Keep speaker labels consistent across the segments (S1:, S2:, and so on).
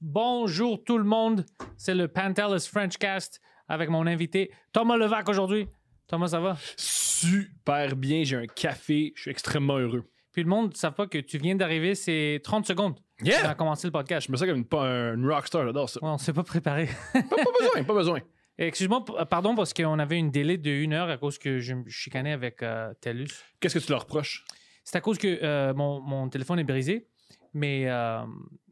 S1: Bonjour tout le monde, c'est le Pantelis Frenchcast avec mon invité Thomas Levac aujourd'hui. Thomas, ça va?
S2: super bien. J'ai un café. Je suis extrêmement heureux.
S1: Puis le monde ne savent pas que tu viens d'arriver, c'est 30 secondes. On a
S2: Yeah!
S1: commencé le podcast.
S2: Je me sens comme une, pas une rockstar. J'adore ça.
S1: Ouais, on s'est pas préparé.
S2: Pas, pas besoin, pas besoin.
S1: Excuse-moi, p- euh, pardon, parce qu'on avait une délai de une heure à cause que je me chicanais avec euh, TELUS.
S2: Qu'est-ce que tu leur reproches?
S1: C'est à cause que euh, mon, mon téléphone est brisé, mais... euh,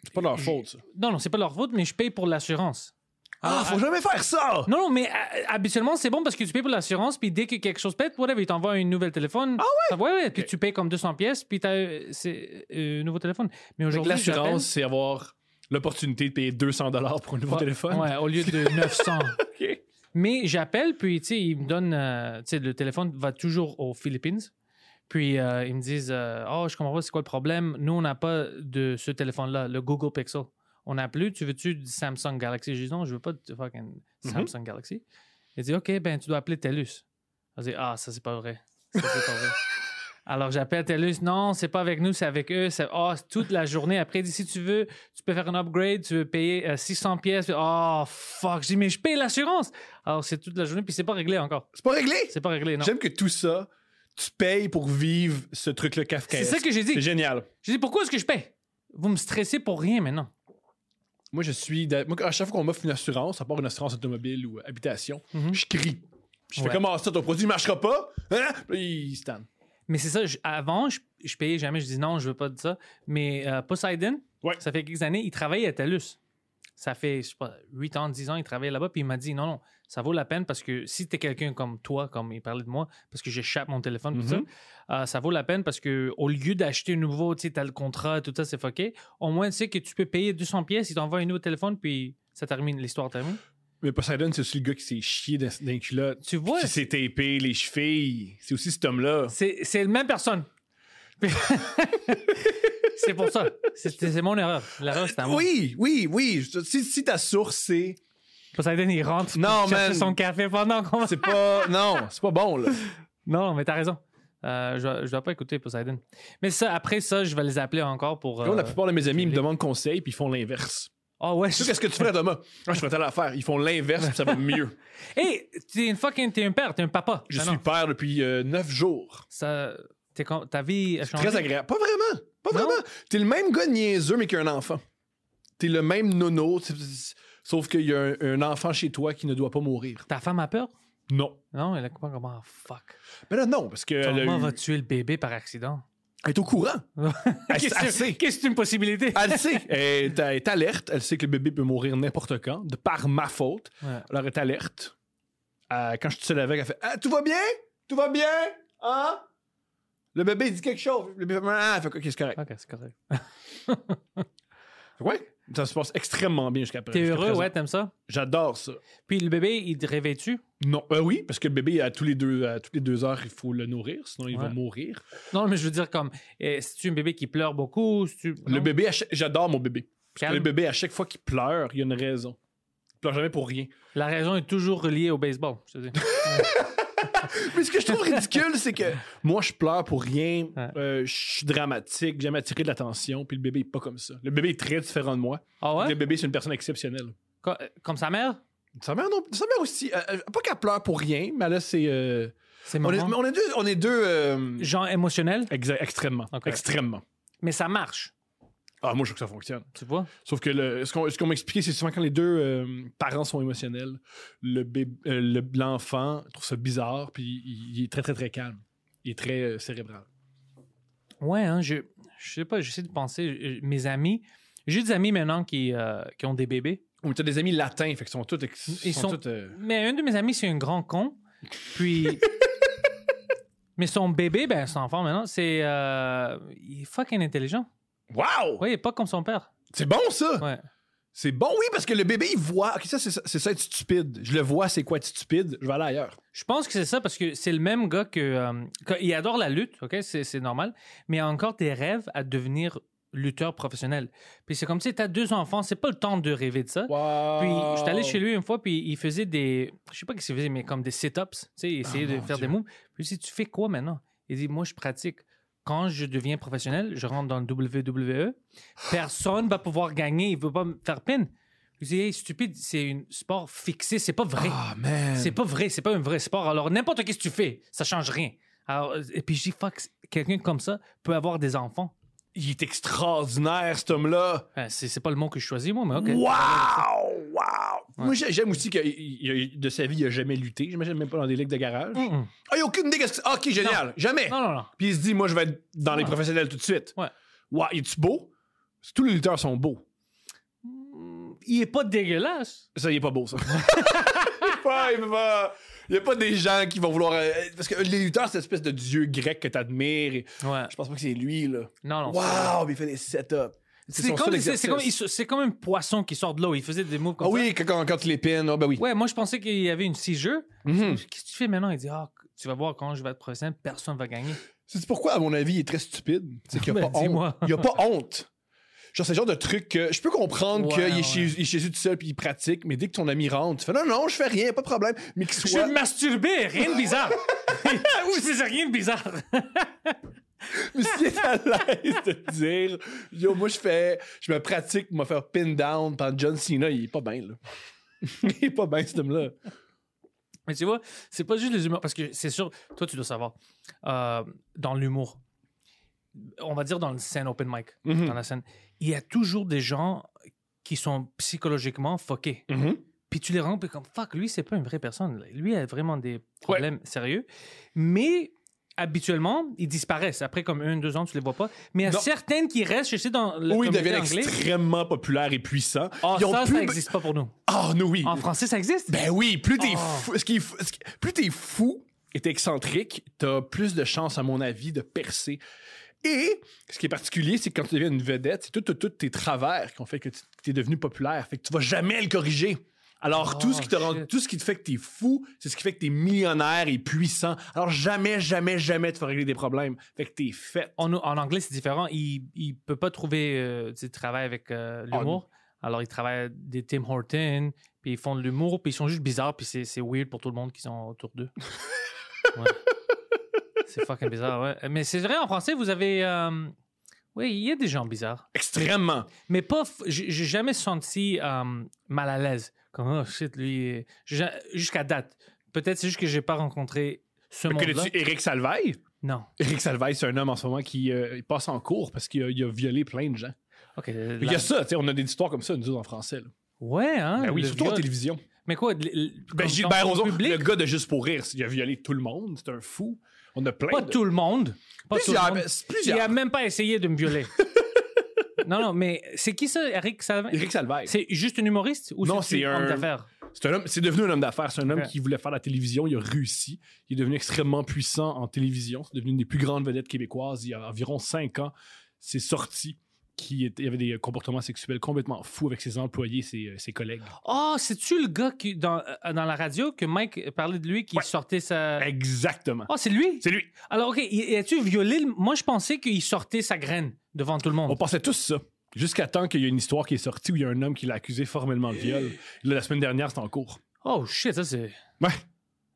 S2: C'est pas de leur
S1: Je-
S2: faute, ça.
S1: non, non, c'est pas leur faute, mais je paye pour l'assurance.
S2: Ah,
S1: Alors, à-
S2: jamais faire ça!
S1: Non, non, mais euh, habituellement, c'est bon parce que tu payes pour l'assurance, puis dès que quelque chose pète, whatever, ils t'envoient un nouvel téléphone. Ah ouais? ouais, ouais, puis tu payes comme 200 pièces, puis t'as euh, c'est, euh, un nouveau téléphone. Mais
S2: Fait que
S1: aujourd'hui, j'appelle-
S2: L'assurance, c'est avoir l'opportunité de payer 200 pour un nouveau
S1: Ouais,
S2: téléphone.
S1: Ouais, au lieu de 900.
S2: OK.
S1: Mais j'appelle, puis tu sais, ils me donnent. euh, tu sais, le téléphone va toujours aux Philippines. Puis euh, ils me disent euh, Oh, je comprends pas, c'est quoi le problème Nous, on n'a pas de ce téléphone-là, le Google Pixel. On n'a plus. Tu veux-tu du Samsung Galaxy Je dis Non, je veux pas de fucking
S2: Mhm.
S1: Samsung Galaxy. Il dit Ok, ben, tu dois appeler TELUS. Je dis Ah, ça, c'est pas vrai. Ça, c'est pas vrai. Alors, j'appelle TELUS. Non, c'est pas avec nous, c'est avec eux. C'est ah, c'est toute la journée. Après, il dit, si tu veux, tu peux faire un upgrade, tu veux payer euh, 600 pièces. Oh, fuck. Je dis, mais je paye l'assurance. Alors, c'est toute la journée, puis c'est pas réglé encore.
S2: C'est pas réglé!
S1: C'est pas réglé, non.
S2: J'aime que tout ça, tu payes pour vivre ce truc-là
S1: C'est
S2: kafkaesque.
S1: ça que j'ai
S2: C'est
S1: dit.
S2: génial.
S1: J'ai dit, pourquoi est-ce que je paye Vous me stressez pour rien maintenant.
S2: Moi, je suis. d'a- Moi, à chaque fois qu'on m'offre une assurance, à part une assurance automobile ou euh, habitation,
S1: Mhm.
S2: je crie. Je
S1: Ouais.
S2: fais comment ça, ton produit ne marchera pas? Hein? Puis il se tanne.
S1: Mais c'est ça, je- avant, je, je payais jamais. Je dis, non, je veux pas de ça. Mais euh, Poseidon,
S2: Ouais.
S1: ça fait quelques années, il travaille à TELUS. Ça fait, je sais pas, 8 ans, 10 ans, il travaille là-bas. Puis il m'a dit, non, non, ça vaut la peine parce que si t'es quelqu'un comme toi, comme il parlait de moi, parce que j'échappe mon téléphone, tout ça,
S2: Mhm.
S1: euh, ça vaut la peine parce que au lieu d'acheter un nouveau, tu sais, t'as le contrat, tout ça, c'est fucké. Au moins, tu sais que tu peux payer 200 pièces, il t'envoie un nouveau téléphone, puis ça termine, l'histoire termine.
S2: Mais Poseidon, c'est aussi le gars qui s'est chié d'un d'un culotte.
S1: Tu vois,
S2: Qui s'est tapé les chevilles. C'est aussi cet homme-là.
S1: c'est c'est la même personne. Puis- c'est pour ça. C'était- Ah, C'est mon erreur. L'erreur, c'était à moi.
S2: Oui, oui, oui. Je- Si, si ta source, c'est.
S1: Poseidon, il rentre
S2: Non,
S1: pour chercher
S2: man.
S1: son café pendant qu'on
S2: C'est pas. non, c'est pas bon, là.
S1: Non, mais t'as raison. Euh, je, je dois pas écouter Poseidon. Mais ça, après ça, je vais les appeler encore pour.
S2: Là,
S1: euh,
S2: la plupart de mes amis ils me
S1: Julie.
S2: demandent conseil puis ils font l'inverse.
S1: Ah ouais.
S2: Tu sais, qu'est-ce que tu ferais, Thomas? Ah, je ferais telle affaire. Ils font l'inverse puis ça va mieux.
S1: Hey, t'es une fucking, t'es un père, t'es un papa.
S2: Je
S1: Ah
S2: suis
S1: non.
S2: père depuis euh, neuf jours.
S1: Ça, t'es con- ta vie a changé.
S2: Très agréable. Pas vraiment. Pas
S1: Non?
S2: vraiment. T'es le même gars niaiseux, mais qui a un enfant. T'es le même nono. c'est- c'est- Sauf qu'il y a un, un enfant chez toi qui ne doit pas mourir.
S1: Ta femme a peur?
S2: Non.
S1: Non, elle a compris comment. fuck.
S2: Mais Ben là, non, parce qu'elle
S1: Thomas
S2: a
S1: va
S2: eu-
S1: tuer le bébé par accident.
S2: elle est au courant. Elle-
S1: Qu'est-ce
S2: elle
S1: que-
S2: sait.
S1: qu'est-ce que c'est une possibilité?
S2: Elle sait. Elle est- elle est alerte. Elle sait que le bébé peut mourir n'importe quand, de par ma faute.
S1: Ouais.
S2: Alors, elle est alerte. Euh, quand je suis seul avec, elle fait Ah, Tout va bien Tout va bien Hein Le bébé dit quelque chose. Le bébé, ah, elle fait quoi c'est correct.
S1: Ok, c'est correct.
S2: Ouais. Ça se passe extrêmement bien jusqu'à
S1: T'es
S2: présent.
S1: heureux, ouais, t'aimes ça?
S2: J'adore ça.
S1: Puis le bébé, il te réveille-tu?
S2: Non, ben oui, parce que le bébé, à, tous les deux, à toutes les deux heures, il faut le nourrir, sinon il va
S1: Ouais.
S2: mourir.
S1: Non, mais je veux dire, comme, euh, c'est-tu un bébé qui pleure beaucoup? c'est-tu-
S2: Le
S1: non?
S2: bébé, à chaque- j'adore mon bébé. Parce que
S1: Calme.
S2: le bébé, à chaque fois qu'il pleure, il y a une raison. Il pleure jamais pour rien.
S1: La raison est toujours reliée au baseball, je te dis.
S2: Mais ce que je trouve ridicule, c'est que moi, je pleure pour rien.
S1: Ouais.
S2: Euh, je suis dramatique. J'aime attirer de l'attention. Puis le bébé est pas comme ça. Le bébé est très différent de moi.
S1: Ah
S2: Le
S1: ouais?
S2: bébé, c'est une personne exceptionnelle.
S1: Co- euh, Comme sa mère?
S2: Sa mère, non- sa mère aussi. euh, euh, pas qu'elle pleure pour rien, mais là, c'est. euh,
S1: C'est
S2: on, est,
S1: maman.
S2: on est deux. On est deux euh,
S1: Genre émotionnel,
S2: exa- extrêmement.
S1: Ok.
S2: Extrêmement.
S1: mais ça marche,
S2: Ah, moi, je trouve que ça fonctionne.
S1: tu vois?
S2: Sauf que le- ce qu'on ce qu'on m'expliquait, c'est souvent quand les deux euh, parents sont émotionnels, le bébé- euh, le- l'enfant trouve ça bizarre, puis il, il est très, très, très calme. Il est très euh, cérébral.
S1: Ouais, hein, je, je sais pas, j'essaie de penser. euh, Mes amis, j'ai des amis maintenant qui, euh, qui ont des bébés.
S2: Ou t'as des amis latins, fait qu'ils sont tous. ex-
S1: Ils
S2: sont
S1: sont-
S2: tous, euh,
S1: Mais un de mes amis, c'est un grand con. Puis. mais son bébé, ben, son enfant maintenant, c'est. euh, il est fucking intelligent.
S2: Wow!
S1: Oui, pas comme son père.
S2: C'est bon, ça!
S1: Ouais.
S2: C'est bon, oui, parce que le bébé, il voit. Ok, ça, c'est ça, c'est ça être stupide. Je le vois, c'est quoi être stupide. Je vais aller ailleurs.
S1: Je pense que c'est ça parce que c'est le même gars que. euh, que- il adore la lutte, OK? C'est c'est normal. Mais il a encore des rêves à devenir lutteur professionnel. Puis c'est comme si t'as deux enfants, c'est pas le temps de rêver de ça.
S2: Wow!
S1: Puis j'étais allé chez lui une fois, puis il faisait des. Je sais pas ce qu'il faisait, mais comme des sit-ups. Tu sais, il essayait de
S2: Ah, mon
S1: faire
S2: Dieu.
S1: des moves. Puis si tu fais quoi maintenant Il dit Moi, je pratique. Quand je deviens professionnel, je rentre dans le WWE. Personne va pouvoir gagner. Il veut pas me faire peine. Je dis Hey, stupide, c'est un sport fixé. C'est pas vrai.
S2: Ah, man!
S1: C'est pas vrai, c'est pas un vrai sport. Alors, n'importe qu'est-ce que tu fais, ça change rien. Alors, euh, et puis, je dis, fuck, quelqu'un comme ça peut avoir des enfants.
S2: Il est extraordinaire, cet homme-là!
S1: Euh, c'est, c'est pas le mot que je choisis, moi, mais OK.
S2: Wow! Wow! Moi, j'ai- j'aime aussi que il- il- de sa vie, il a jamais lutté. J'imagine même pas dans des ligues de garage.
S1: Mm-mm.
S2: Ah, il a aucune idée qu'est-ce que- Ok, génial! Jamais!
S1: Mm, Non, non, non.
S2: Puis il se dit, moi, je vais être dans les
S1: Ouais.
S2: professionnels tout de suite.
S1: Ouais.
S2: Wow, es-tu beau? Tous les lutteurs sont beaux.
S1: Il est pas dégueulasse.
S2: Ça, il est pas beau, ça. Il est pas- il est pas- Il y a pas des gens qui vont vouloir. euh, Parce que les lutteurs, c'est cette espèce de dieu grec que t'admires. et
S1: Ouais.
S2: Je pense pas que c'est lui, là.
S1: Non, non.
S2: Waouh, mais il fait des setups.
S1: C'est,
S2: son
S1: comme,
S2: seul
S1: c'est, c'est comme, il
S2: exercice.
S1: se- c'est comme un poisson qui sort de l'eau. Il faisait des moves comme
S2: Ah oui, quand, quand, quand tu l'épines, ah ben oui.
S1: ça. Ouais, moi, je pensais qu'il y avait une six-jeux.
S2: Mhm.
S1: Qu'est-ce que tu fais maintenant Il dit, ah, tu vas voir quand je vais être professionnel, personne va gagner.
S2: C'est pourquoi, à mon avis, il est très stupide. C'est qu'il n'y a
S1: Ben,
S2: pas honte.
S1: dis-moi.
S2: Il n'y a pas honte. Genre, c'est le genre de truc que je peux comprendre
S1: Ouais,
S2: qu'il est,
S1: ouais.
S2: chez- il est chez lui tout seul puis il pratique, mais dès que ton ami rentre, tu fais non, non, je fais rien, pas de problème. Mais qu'il
S1: Je
S2: soit.
S1: me masturbais, rien de bizarre. je faisais rien de bizarre.
S2: Mais s'il est à l'aise de te dire yo, moi, je fais. Je me pratique pour me faire pin down par John Cena, il est pas bien, là. il est pas bien, cet homme-là.
S1: Mais tu vois, c'est pas juste les humours, parce que c'est sûr, toi tu dois savoir, euh, dans l'humour, on va dire dans le scène open mic,
S2: Mhm.
S1: dans la scène, il y a toujours des gens qui sont psychologiquement fuckés.
S2: Mm-hmm.
S1: Puis tu les rends puis comme fuck, lui c'est pas une vraie personne, là. lui a vraiment des problèmes sérieux. Mais habituellement, ils disparaissent. Après comme un, deux ans, tu les vois pas. Mais il y a
S2: Non.
S1: certaines qui restent, je sais, dans le
S2: Oui, il
S1: comité
S2: devient
S1: anglais.
S2: extrêmement populaire et puissant.
S1: Ah,
S2: Ils ont
S1: ça,
S2: plus-
S1: ça n'existe pas pour nous.
S2: Ah, nous, oui.
S1: En français, ça existe?
S2: Ben oui, plus t'es
S1: Oh.
S2: fou, ce qui est fou- ce qui- plus t'es fou et t'es excentrique, t'as plus de chances, à mon avis, de percer. Et ce qui est particulier, c'est que quand tu deviens une vedette, c'est tous tout, tout tes travers qui ont fait que tu- t'es devenu populaire. Fait que tu vas jamais le corriger. Alors, tout,
S1: Oh,
S2: ce qui te rend,
S1: shit.
S2: tout ce qui te fait que t'es fou, c'est ce qui fait que t'es millionnaire et puissant. Alors, jamais, jamais, jamais tu vas régler des problèmes. Fait que t'es fait.
S1: En, en anglais, c'est différent. Il ne peut pas trouver euh, du travail avec euh,
S2: Ah,
S1: l'humour. Alors, ils travaillent des Tim Horton, puis ils font de l'humour, puis ils sont juste bizarres, puis c'est c'est weird pour tout le monde qui sont autour d'eux. Ouais. C'est fucking bizarre, ouais. Mais c'est vrai, en français, vous avez. euh, Oui, il y a des gens bizarres.
S2: Extrêmement.
S1: Mais pas. f- J'ai j'ai jamais senti euh, mal à l'aise. Comme, oh shit, lui. euh, j'ai ja- Jusqu'à date. Peut-être c'est juste que j'ai pas rencontré ce monde-là.
S2: Connais-tu Eric Salveille?
S1: Non.
S2: Eric Salveille, c'est un homme en ce moment qui euh, il passe en cours parce qu'il a- il a violé plein de gens.
S1: OK.
S2: Il
S1: la-
S2: y a ça, tu sais, on a des histoires comme ça, nous autres, en français. là.
S1: Ouais, hein.
S2: Ben oui,
S1: le
S2: surtout en
S1: viol.
S2: télévision.
S1: Mais quoi? l- l-
S2: Ben,
S1: comme dans
S2: Gilbert
S1: le
S2: Rozon,
S1: public?
S2: le gars de Juste pour rire, il a violé tout le monde, c'est un fou. On a plein
S1: Pas
S2: de...
S1: tout le monde. Pas tout le
S2: Plusieurs,
S1: monde.
S2: ben, c'est plusieurs.
S1: Il a même pas essayé de me violer. non, non, mais c'est qui ça, Eric Salvin?
S2: Eric Salvaire. C'est...
S1: C'est juste un humoriste ou
S2: Non, c'est
S1: c'est
S2: un-
S1: homme d'affaires?
S2: un homme, c'est devenu un homme d'affaires. C'est un homme
S1: Ok.
S2: qui voulait faire la télévision, il a réussi. Il est devenu extrêmement puissant en télévision. C'est devenu une des plus grandes vedettes québécoises. Il y a environ cinq ans, c'est sorti qu'il était- il y avait des comportements sexuels complètement fous avec ses employés, ses, euh, ses collègues.
S1: Oh, c'est-tu le gars qui, dans, euh, dans la radio que Mike parlait de lui qui
S2: Ouais.
S1: sortait sa.
S2: Exactement.
S1: Oh, c'est lui?
S2: C'est lui.
S1: Alors, OK, y- as-tu violé? le- Moi, je pensais qu'il sortait sa graine devant tout le
S2: On
S1: monde.
S2: pensait tous ça. Jusqu'à temps qu'il y ait une histoire qui est sortie où il y a un homme qui l'a accusé formellement de viol. Là, la semaine dernière, c'est en cours.
S1: Oh, shit, ça, c'est.
S2: Ouais.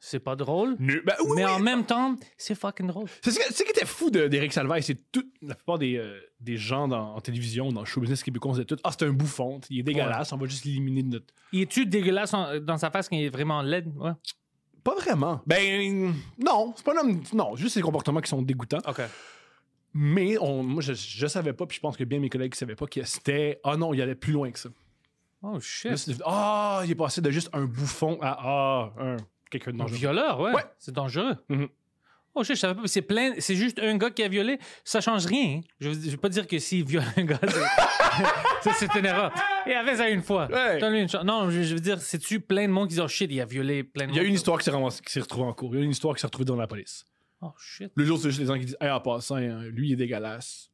S1: C'est pas drôle.
S2: Nul. Ben oui,
S1: mais
S2: oui.
S1: en même temps, c'est fucking drôle.
S2: C'est ce, que- c'est ce qui était fou de- d'Éric Salvaille, c'est toute la plupart des, euh, des gens dans, en télévision, dans le show business québécois, on disait tout Ah, c'est un bouffon, il est dégueulasse, on va juste l'éliminer de notre.
S1: Il est-tu dégueulasse en- dans sa face quand il est vraiment laide? Ouais.
S2: Pas vraiment. Ben, non, c'est pas un homme. Non, juste ses comportements qui sont dégoûtants.
S1: OK.
S2: Mais on, moi, je, je savais pas, puis je pense que bien mes collègues savaient pas que c'était Ah non, il allait plus loin que ça.
S1: Oh,
S2: Là,
S1: shit.
S2: c'est devenu, Ah, il est passé de juste un bouffon à Ah, un, quelqu'un de
S1: Un
S2: dangereux.
S1: violeur, ouais.
S2: Ouais.
S1: C'est dangereux.
S2: Mhm.
S1: Oh shit, je savais pas. C'est plein. C'est juste un gars qui a violé. Ça change rien. hein. Je, veux- je veux pas dire que s'il viole un gars, c'est- ça, c'est une erreur. Il avait ça une fois.
S2: Ouais.
S1: Donne-lui une chance. Non, je, je veux dire, c'est-tu plein de monde qui dit oh shit, il a violé plein de
S2: Il y a
S1: monde.
S2: une histoire qui s'est ramassée- qui s'est retrouvée en cours. Il y a une histoire qui s'est retrouvée dans la police.
S1: Oh shit.
S2: euh, Le jour, c'est juste les gens qui disent Hey, en passant, hein, lui, il est dégueulasse.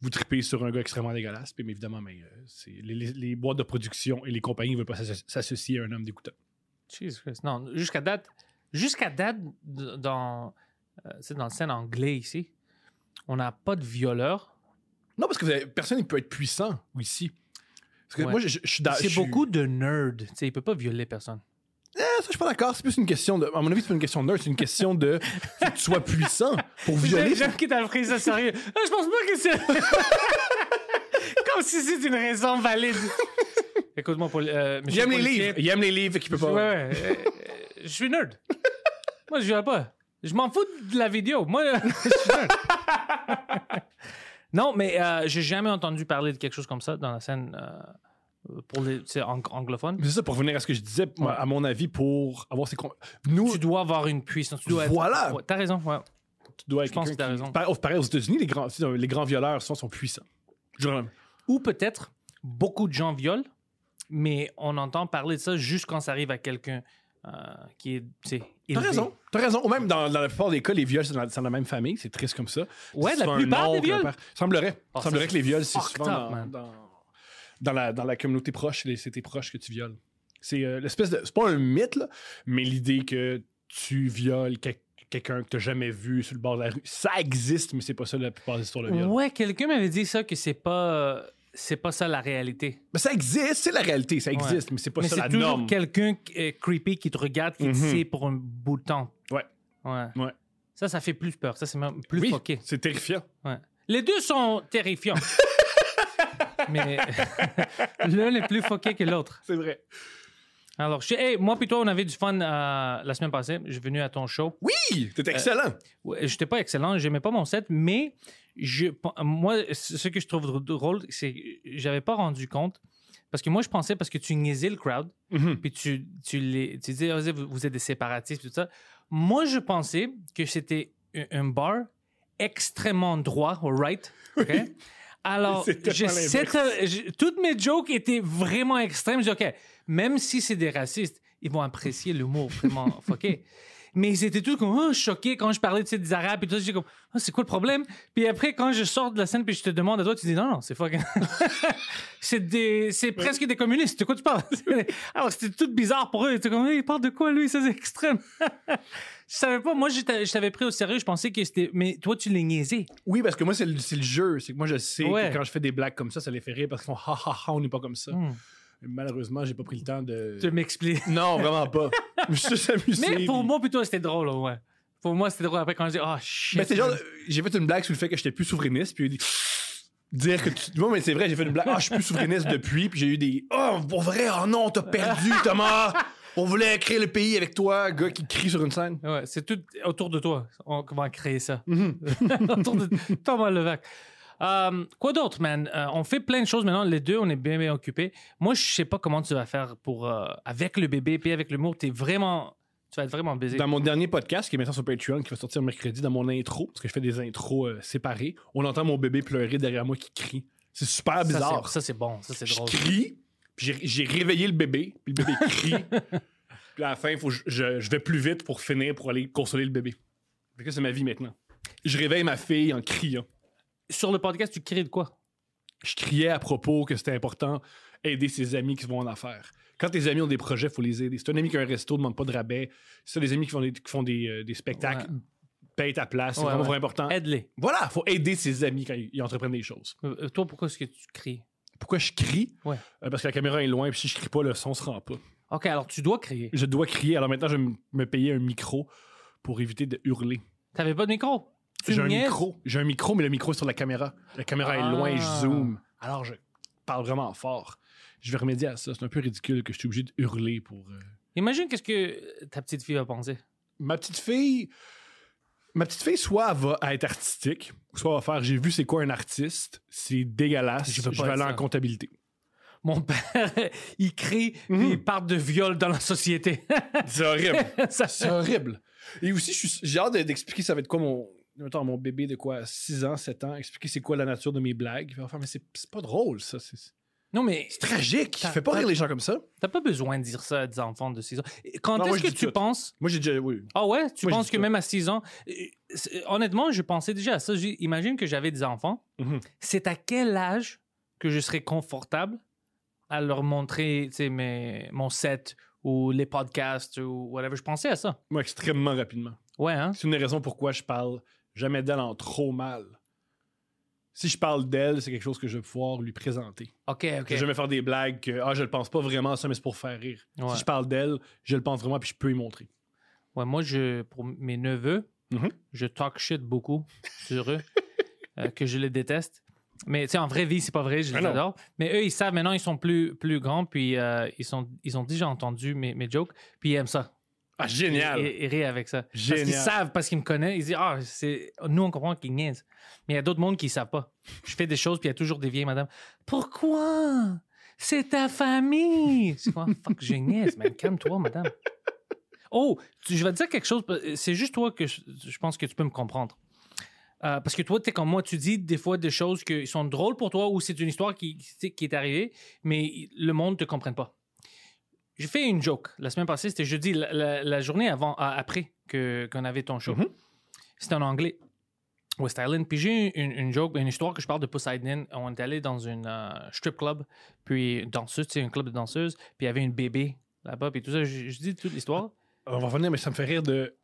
S2: Vous- vous tripez sur un gars extrêmement dégueulasse. Puis mais évidemment, mais, euh, c'est- les, les- les boîtes de production et les compagnies ne veulent pas s'asso- s'associer à un homme d'écouteur.
S1: Jesus Christ. Non, jusqu'à date, jusqu'à date, d- dans, euh, c'est dans le scène anglais ici, on n'a pas de violeur.
S2: Non, parce que vous avez- personne ne peut être puissant ici. Parce que
S1: Ouais.
S2: moi, je, je- je suis dans- Ah, je
S1: C'est
S2: suis-
S1: beaucoup de nerds. Tu sais, Il ne peut pas violer personne.
S2: Eh, ça, je suis pas d'accord. C'est plus une question de. À mon avis, c'est pas une question de nerd, c'est une question de. faut que tu sois puissant pour violer.
S1: J'aime qu'il t'a pris ça sérieux. Ah, Je pense pas que c'est. Comme si c'est une raison valide. Écoute-moi, Paul. euh,
S2: Il
S1: monsieur
S2: aime les
S1: policier.
S2: livres. Il aime les livres qu'il peut
S1: Ouais,
S2: pas.
S1: ouais. euh, euh, je suis nerd. Moi, je viens pas. Je m'en fous de la vidéo. Moi, euh, je suis nerd. non, mais euh, j'ai jamais entendu parler de quelque chose comme ça dans la scène euh, pour les tu sais, ang- anglophones.
S2: Mais C'est ça, pour revenir à ce que je disais, moi,
S1: Ouais.
S2: à mon avis, pour avoir ces. com- Nous,
S1: Tu dois avoir une puissance. Tu dois être-
S2: Voilà.
S1: Ouais, T'as raison. Ouais.
S2: tu dois être
S1: je pense
S2: quelqu'un
S1: que t'as
S2: qui-
S1: raison.
S2: Pareil, pareil, aux États-Unis, les grands, les grands violeurs souvent, sont puissants. Je-
S1: Ou peut-être beaucoup de gens violent, mais on entend parler de ça juste quand ça arrive à quelqu'un euh, qui est. tu sais,
S2: T'as
S1: élevé.
S2: raison, t'as raison. Ou même dans, dans la plupart des cas, les viols, c'est dans, c'est dans la même famille, c'est triste comme ça.
S1: Ouais,
S2: C'est
S1: la
S2: souvent un
S1: plupart des
S2: oncle, un
S1: viols.
S2: père. Semblerait.
S1: Oh, ça,
S2: Semblerait
S1: c'est
S2: que les viols, c'est
S1: fucked
S2: souvent
S1: up,
S2: dans,
S1: man.
S2: dans- dans la, dans la communauté proche, c'est les- c'est tes proches que tu violes. C'est euh, l'espèce de. C'est pas un mythe, là, mais l'idée que tu violes quel- quelqu'un que t'as jamais vu sur le bord de la rue, ça existe, mais c'est pas ça la plupart des histoires de viol.
S1: Ouais, quelqu'un m'avait dit ça que c'est pas euh, c'est pas ça la réalité.
S2: Mais ça existe, c'est la réalité, ça existe, mais c'est pas
S1: Mais
S2: ça
S1: c'est
S2: la
S1: toujours
S2: norme.
S1: quelqu'un qui est creepy qui te regarde, qui te
S2: Mhm.
S1: sait pour un bout de temps.
S2: Ouais.
S1: Ouais.
S2: Ouais.
S1: Ça, ça fait plus peur. Ça, c'est même plus
S2: Oui,
S1: fucké.
S2: c'est terrifiant.
S1: Ouais. Les deux sont terrifiants. Mais l'un est plus fucké que l'autre.
S2: C'est vrai.
S1: Alors, je... hey, moi puis toi, on avait du fun euh, la semaine passée. Je suis venu à ton show.
S2: Oui, t'es excellent.
S1: Ouais, J'étais pas excellent, j'aimais pas mon set, mais je, moi, ce ce que je trouve drôle, c'est que j'avais pas rendu compte. Parce que moi, je pensais parce que tu niaisais le crowd,
S2: Mhm.
S1: puis tu, tu, les, tu disais, Vas-y, vous, vous êtes des séparatistes, puis tout ça. Moi, je pensais que c'était un, un bar extrêmement droit, au right. OK? Alors,
S2: C'était
S1: je-
S2: pas l'inverse.
S1: cette- je- toutes mes jokes étaient vraiment extrêmes. Je dis, OK, même si c'est des racistes, ils vont apprécier l'humour vraiment fucké. Mais ils étaient tous comme, oh, choqués quand je parlais tu sais, des Arabes et tout ça. J'ai comme, Ah, c'est quoi le problème? Puis après, quand je sors de la scène puis je te demande à toi, tu dis, non, non, c'est fucking. c'est des- c'est presque des communistes. De quoi tu parles? Alors, c'était tout bizarre pour eux. Ils étaient comme, Hey, il parle de quoi, lui? Ça, c'est extrême. Je savais pas. Moi, je t'a- je t'avais pris au sérieux. Je pensais que c'était. Mais toi, tu les niaisais.
S2: Oui, parce que moi, c'est le, c'est le jeu. C'est que moi, je sais
S1: Ouais.
S2: que quand je fais des blagues comme ça, ça les fait rire parce qu'ils font ha ha ha, on n'est pas comme ça.
S1: Hmm.
S2: Malheureusement, j'ai pas pris le temps de.
S1: Tu m'expliques.
S2: Non, vraiment pas. je me suis juste amusé.
S1: Mais pour moi, plutôt, c'était drôle, ouais. Pour moi, c'était drôle. Après, quand j'ai dit, oh shit.
S2: Mais c'est genre, euh, j'ai fait une blague sur le fait que j'étais plus souverainiste, puis il a dit. Dire que tu. Moi, mais c'est vrai, j'ai fait une blague. Ah, je suis plus souverainiste depuis, puis j'ai eu des. Oh, pour vrai, oh non, t'as perdu, Thomas! On voulait créer le pays avec toi, gars qui crie sur une scène.
S1: Ouais, c'est tout autour de toi. On va créer ça.
S2: Mhm.
S1: autour de Thomas Levac. Euh, quoi d'autre, man? Euh, on fait plein de choses maintenant. Les deux, on est bien, bien occupés. Moi, je sais pas comment tu vas faire pour. euh, avec le bébé, puis avec l'humour, t'es vraiment. Tu vas être vraiment baisé.
S2: Dans mon dernier podcast, qui est maintenant sur Patreon, qui va sortir mercredi, dans mon intro, parce que je fais des intros euh, séparés, on entend mon bébé pleurer derrière moi qui crie. C'est super
S1: Ça, c'est-
S2: bizarre.
S1: Ça, c'est bon. Ça, c'est
S2: je
S1: drôle.
S2: crie, puis j'ai- j'ai réveillé le bébé, puis le bébé crie. puis à la fin, faut que je, je- je vais plus vite pour finir, pour aller consoler le bébé. Fait que c'est ma vie maintenant. Je réveille ma fille en criant.
S1: Sur le podcast, tu cries de quoi?
S2: Je criais à propos que c'était important aider ses amis qui vont en affaires. Quand tes amis ont des projets, faut les aider. Si t'as un ami qui a un resto, demande pas de rabais. Si t'as des amis qui font des, qui font des, euh, des spectacles, paye ta place. C'est
S1: Ouais,
S2: vraiment,
S1: ouais.
S2: vraiment important.
S1: Aide-les.
S2: Voilà, faut aider ses amis quand ils ils entreprennent des choses.
S1: Euh, euh, toi, pourquoi est-ce que tu cries?
S2: Pourquoi je crie?
S1: Ouais.
S2: Euh, parce que la caméra est loin, puis si je crie pas, le son se rend pas.
S1: OK, alors tu dois crier.
S2: je dois crier. Alors maintenant, je vais m- me payer un micro pour éviter de hurler.
S1: T'avais pas de micro? Tu
S2: J'ai un
S1: niaises?
S2: micro. J'ai un micro, mais le micro est sur la caméra. La caméra
S1: Ah.
S2: est loin et je zoome. Alors je parle vraiment fort. Je vais remédier à ça. C'est un peu ridicule que je suis obligé de hurler pour. euh,
S1: Imagine qu'est-ce que euh, ta petite fille va penser.
S2: Ma petite fille. Ma petite fille, soit elle va être artistique, soit elle va faire j'ai vu c'est quoi un artiste, c'est dégueulasse,
S1: Je
S2: je,
S1: veux pas
S2: vais aller
S1: être ça.
S2: en comptabilité.
S1: Mon père, il crie, puis
S2: Mhm.
S1: il parle de viol dans la société.
S2: C'est horrible.
S1: Ça-
S2: C'est horrible. Et aussi, je suis- j'ai hâte de- d'expliquer ça va être quoi mon. mettons, mon bébé de quoi, 6 ans, 7 ans, expliquer c'est quoi la nature de mes blagues. Il va faire, mais c'est c'est pas drôle, ça. c'est-
S1: Non, mais
S2: C'est tragique.
S1: T'as-
S2: Fais pas
S1: t'as-
S2: rire les gens comme ça.
S1: t'as pas besoin de dire ça à des enfants de 6 ans. Quand
S2: Non, moi,
S1: est-ce
S2: je
S1: que
S2: dis
S1: tu
S2: tout.
S1: penses
S2: Moi, j'ai déjà. Oui.
S1: Ah ouais, tu
S2: Moi, je
S1: penses
S2: dis
S1: que
S2: ça.
S1: même à 6 ans. euh, c'est- Honnêtement, je pensais déjà à ça. J'ai- Imagine que j'avais des enfants.
S2: Mhm.
S1: C'est à quel âge que je serais confortable à leur montrer tu sais, mes, mon set ou les podcasts ou whatever. Je pensais à ça.
S2: Moi, extrêmement rapidement.
S1: Ouais, hein?
S2: C'est une des raisons pourquoi je parle jamais d'elle en trop mal. Si je parle d'elle, c'est quelque chose que je vais pouvoir lui présenter.
S1: Ok, ok.
S2: Je vais jamais faire des blagues que ah, je le pense pas vraiment à ça, mais c'est pour faire rire.
S1: Ouais.
S2: Si je parle d'elle, je le pense vraiment puis je peux y montrer.
S1: Ouais, moi, je, pour mes neveux,
S2: Mhm.
S1: je talk shit beaucoup sur eux, euh, que je les déteste. Mais tu sais, en vraie vie, c'est pas vrai, je
S2: Ah
S1: les
S2: non.
S1: adore. Mais eux, ils savent maintenant, ils sont plus, plus grands, puis euh, ils, sont, ils ont déjà entendu mes, mes jokes, puis ils aiment ça.
S2: Ah,
S1: Et,
S2: génial!
S1: et- et rire avec ça. Parce qu'ils
S2: Génial.
S1: savent, parce qu'ils me connaissent, ils disent Ah, c'est... nous, on comprend qu'ils niaisent. Mais il y a d'autres mondes qui ne savent pas. Je fais des choses, puis il y a toujours des vieilles madames. Pourquoi C'est ta famille C'est quoi Fuck, je niaise, man. Calme-toi, madame. Oh, tu- je vais te dire quelque chose. C'est juste toi que je, je pense que tu peux me comprendre. Euh, parce que toi, tu es comme moi, tu dis des fois des choses qui sont drôles pour toi ou c'est une histoire qui, qui- tu sais, qui est arrivée, mais le monde ne te comprenne pas. J'ai fait une joke la semaine passée, c'était jeudi, la, la- la journée avant, à- après que, qu'on avait ton show.
S2: Mhm.
S1: C'était en anglais, West Island. Puis j'ai eu une, une joke, une histoire que je parle de Poseidon. On est allé dans une euh, strip club, puis une danseuse, tu sais, un club de danseuses, puis il y avait une bébé là-bas, puis tout ça. Je, je dis toute l'histoire.
S2: On va revenir, mais ça me fait rire de.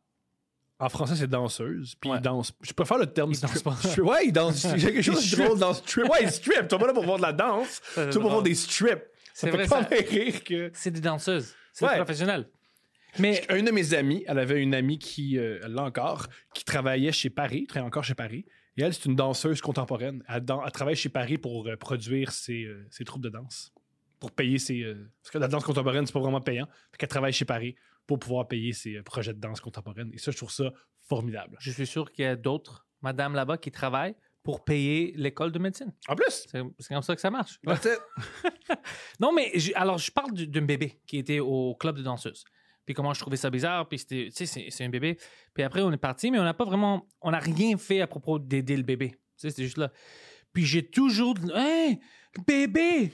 S2: En français, c'est danseuse, puis
S1: Ouais.
S2: il danse. Je préfère le terme
S1: Il danse
S2: strip.
S1: pas.
S2: Strip- Ouais, il danse. Il y a quelque chose de
S1: strip. Euh,
S2: drôle dans strip. Ouais, il strip. T'es pas là pour voir de la danse. T'es là pour voir des strips.
S1: C'est
S2: Ça fait
S1: vrai,
S2: pas
S1: ça-
S2: me rire que.
S1: C'est des danseuses, c'est
S2: Ouais.
S1: des professionnels. Mais
S2: Un de mes amis, elle avait une amie qui, euh, elle l'a encore, qui travaillait chez Paris, travaille encore chez Paris. Et elle, c'est une danseuse contemporaine. Elle, dan- elle travaille chez Paris pour euh, produire ses, euh, ses troupes de danse, pour payer ses. euh, parce que la danse contemporaine, c'est pas vraiment payant. Fait qu'elle travaille chez Paris pour pouvoir payer ses euh, projets de danse contemporaine. Et ça, je trouve ça formidable.
S1: je suis sûr qu'il y a d'autres madames là-bas qui travaillent pour payer l'école de médecine.
S2: En plus,
S1: C'est, c'est comme ça que ça marche.
S2: peut-être-
S1: Non, mais j'ai- alors, je parle du- d'une bébé qui était au club de danseuses. Puis comment je trouvais ça bizarre, puis c'était, tu sais, c'est, c'est un bébé. Puis après, on est parti, mais on n'a pas vraiment, on n'a rien fait à propos d'aider le bébé. Tu sais, c'était juste là. Puis j'ai toujours, dit, hey, bébé,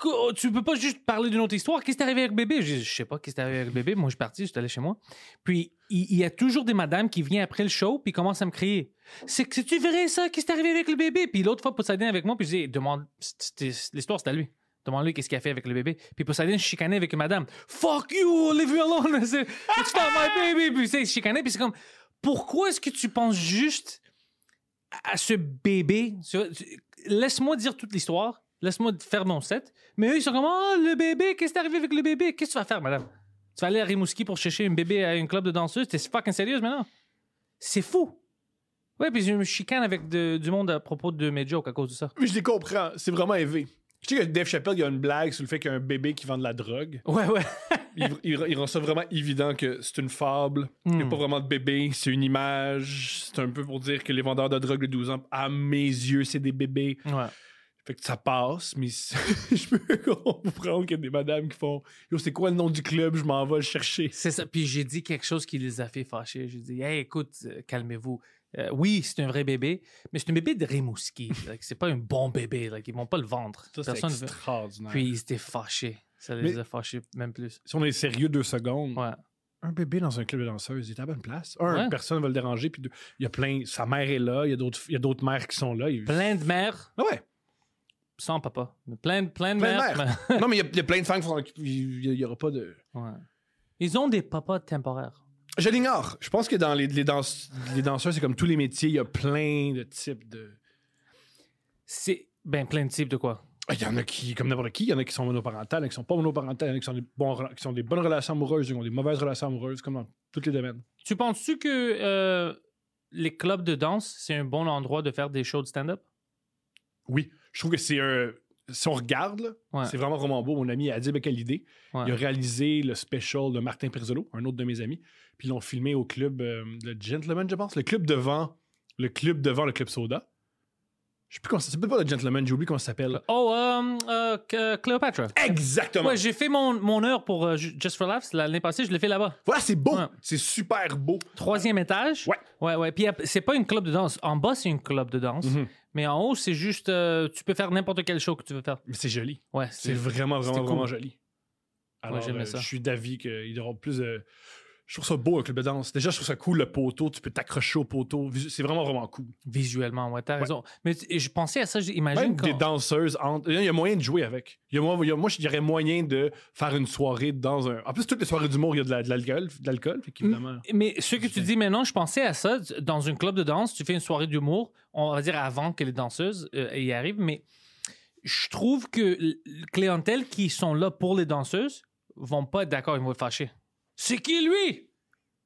S1: co- tu peux pas juste parler d'une autre histoire. Qu'est-ce qui est arrivé avec le bébé? Je, dis, je sais pas qu'est-ce qui est arrivé avec le bébé. Moi, je suis parti, je suis allé chez moi. Puis il il y, a toujours des madames qui viennent après le show, puis commencent à me crier. C'est que tu verrais ça, qu'est-ce qui est arrivé avec le bébé? Puis l'autre fois, Poseidon avec moi, puis je dis, demande, c'était- l'histoire, c'est à lui. Demande-lui qu'est-ce qu'il a fait avec le bébé. Puis Poseidon chicanait avec une madame. Fuck you, leave me alone. C'est- It's not my baby. Puis tu sais, il se chicanait. Puis c'est comme, pourquoi est-ce que tu penses juste à- à ce bébé? Tu vois, tu- Laisse-moi dire toute l'histoire. Laisse-moi faire mon set. Mais eux, ils sont comme, oh, le bébé, qu'est-ce qui est arrivé avec le bébé? Qu'est-ce que tu vas faire, madame? Tu vas aller à Rimouski pour chercher une bébé à une club de danseuses? T'es fucking sérieuse maintenant? C'est fou. Ouais, puis je me chicane avec de- du monde à propos de mes jokes à cause de ça.
S2: mais je les comprends. C'est vraiment élevé. Je sais que Dave Chappelle, il y a une blague sur le fait qu'il y a un bébé qui vend de la drogue.
S1: Ouais, ouais.
S2: il, il- il rend ça vraiment évident que c'est une fable, il n'y a
S1: Hmm.
S2: pas vraiment de bébé, c'est une image. C'est un peu pour dire que les vendeurs de drogue de 12 ans, à mes yeux, c'est des bébés.
S1: Ouais.
S2: Fait que ça passe, mais c'est- je peux comprendre qu'il y a des madames qui font Yo, c'est quoi le nom du club Je m'en vais le chercher.
S1: C'est ça. Puis j'ai dit quelque chose qui les a fait fâcher. J'ai dit, hey, écoute, euh, calmez-vous. Euh, oui, c'est un vrai bébé, mais c'est un bébé de Rimouski. Like, c'est pas un bon bébé. Like, ils vont pas le vendre.
S2: Ça, c'est
S1: Personne veut.
S2: extraordinaire.
S1: Puis ils étaient fâchés. Ça les
S2: Mais-
S1: a fâchés même plus.
S2: si on est sérieux deux secondes,
S1: Ouais.
S2: un bébé dans un club de danseuses, il est à la bonne place. Un,
S1: Ouais.
S2: personne ne va le déranger. Puis deux, il y a plein. Sa mère est là, il y a d'autres il y a d'autres mères qui sont là. Il-
S1: Plein de mères,
S2: Ah ouais.
S1: sans papa. Mais plein, de- plein de
S2: Plein de
S1: mères.
S2: mères. non, mais il y a- il y, a plein de femmes qui sont. Il n'y aura pas de.
S1: mais- Ouais. Ils ont des papas temporaires.
S2: Je l'ignore. Je pense que dans les, les, danse- les danseurs, c'est comme tous les métiers, il y a plein de types de.
S1: C'est. Ben, plein de types de quoi?
S2: Ah, Il y en a qui, comme n'importe qui, il y en a qui sont monoparentales, il y en a qui sont pas monoparentales, il y en a qui sont des, bons- qui sont des bonnes relations amoureuses, qui ont des mauvaises relations amoureuses, comme dans tous les domaines.
S1: Tu penses-tu que euh, les clubs de danse, c'est un bon endroit de faire des shows de stand-up?
S2: Oui, je trouve que c'est un. Si on regarde, là,
S1: Ouais.
S2: c'est vraiment vraiment beau. Mon ami Adib Khalidé,
S1: Ouais.
S2: il a réalisé le special de Martin Perzolo, un autre de mes amis, puis ils l'ont filmé au club, euh, le Gentleman, je pense, le club devant, le club devant le club Soda. Je sais plus comment ça s'appelle, pas le Gentleman, j'ai oublié comment ça s'appelle.
S1: Oh, euh, euh, Cl- Cléopatra.
S2: Exactement.
S1: Ouais, j'ai fait mon, mon heure pour euh, Ju- Just for Laughs l'année passée, je l'ai fait là-bas.
S2: Voilà, c'est beau.
S1: Ouais.
S2: C'est super beau.
S1: Troisième étage.
S2: Ouais.
S1: Ouais, ouais. Puis euh, c'est pas une club de danse. En bas, c'est une club de danse.
S2: Mhm.
S1: Mais en haut, c'est juste, euh, tu peux faire n'importe quel show que tu veux faire.
S2: Mais c'est joli.
S1: Ouais,
S2: C'est vraiment, vraiment,
S1: cool.
S2: vraiment joli. Alors,
S1: j'aimais
S2: euh,
S1: ça.
S2: je suis d'avis qu'il y aura plus de. Je trouve ça beau, un club de danse. Déjà, je trouve ça cool, le poteau. Tu peux t'accrocher au poteau. Visu- C'est vraiment, vraiment cool.
S1: visuellement, ouais, t'as raison. Mais tu- et je pensais à ça, j'imagine
S2: Même
S1: quand...
S2: des danseuses. entre- Il y a moyen de jouer avec. Il y a, mo- il y a- moi, je dirais moyen de faire une soirée dans un. En plus, toutes les soirées d'humour, il y a de la- de l'alcool. De l'alcool fait qu'évidemment.
S1: Mais ce que tu dis maintenant, je pensais à ça. Dans une club de danse, tu fais une soirée d'humour, on va dire avant que les danseuses euh, y arrivent, mais je trouve que les clientèles qui sont là pour les danseuses vont pas être d'accord, ils vont être fâchés. C'est qui lui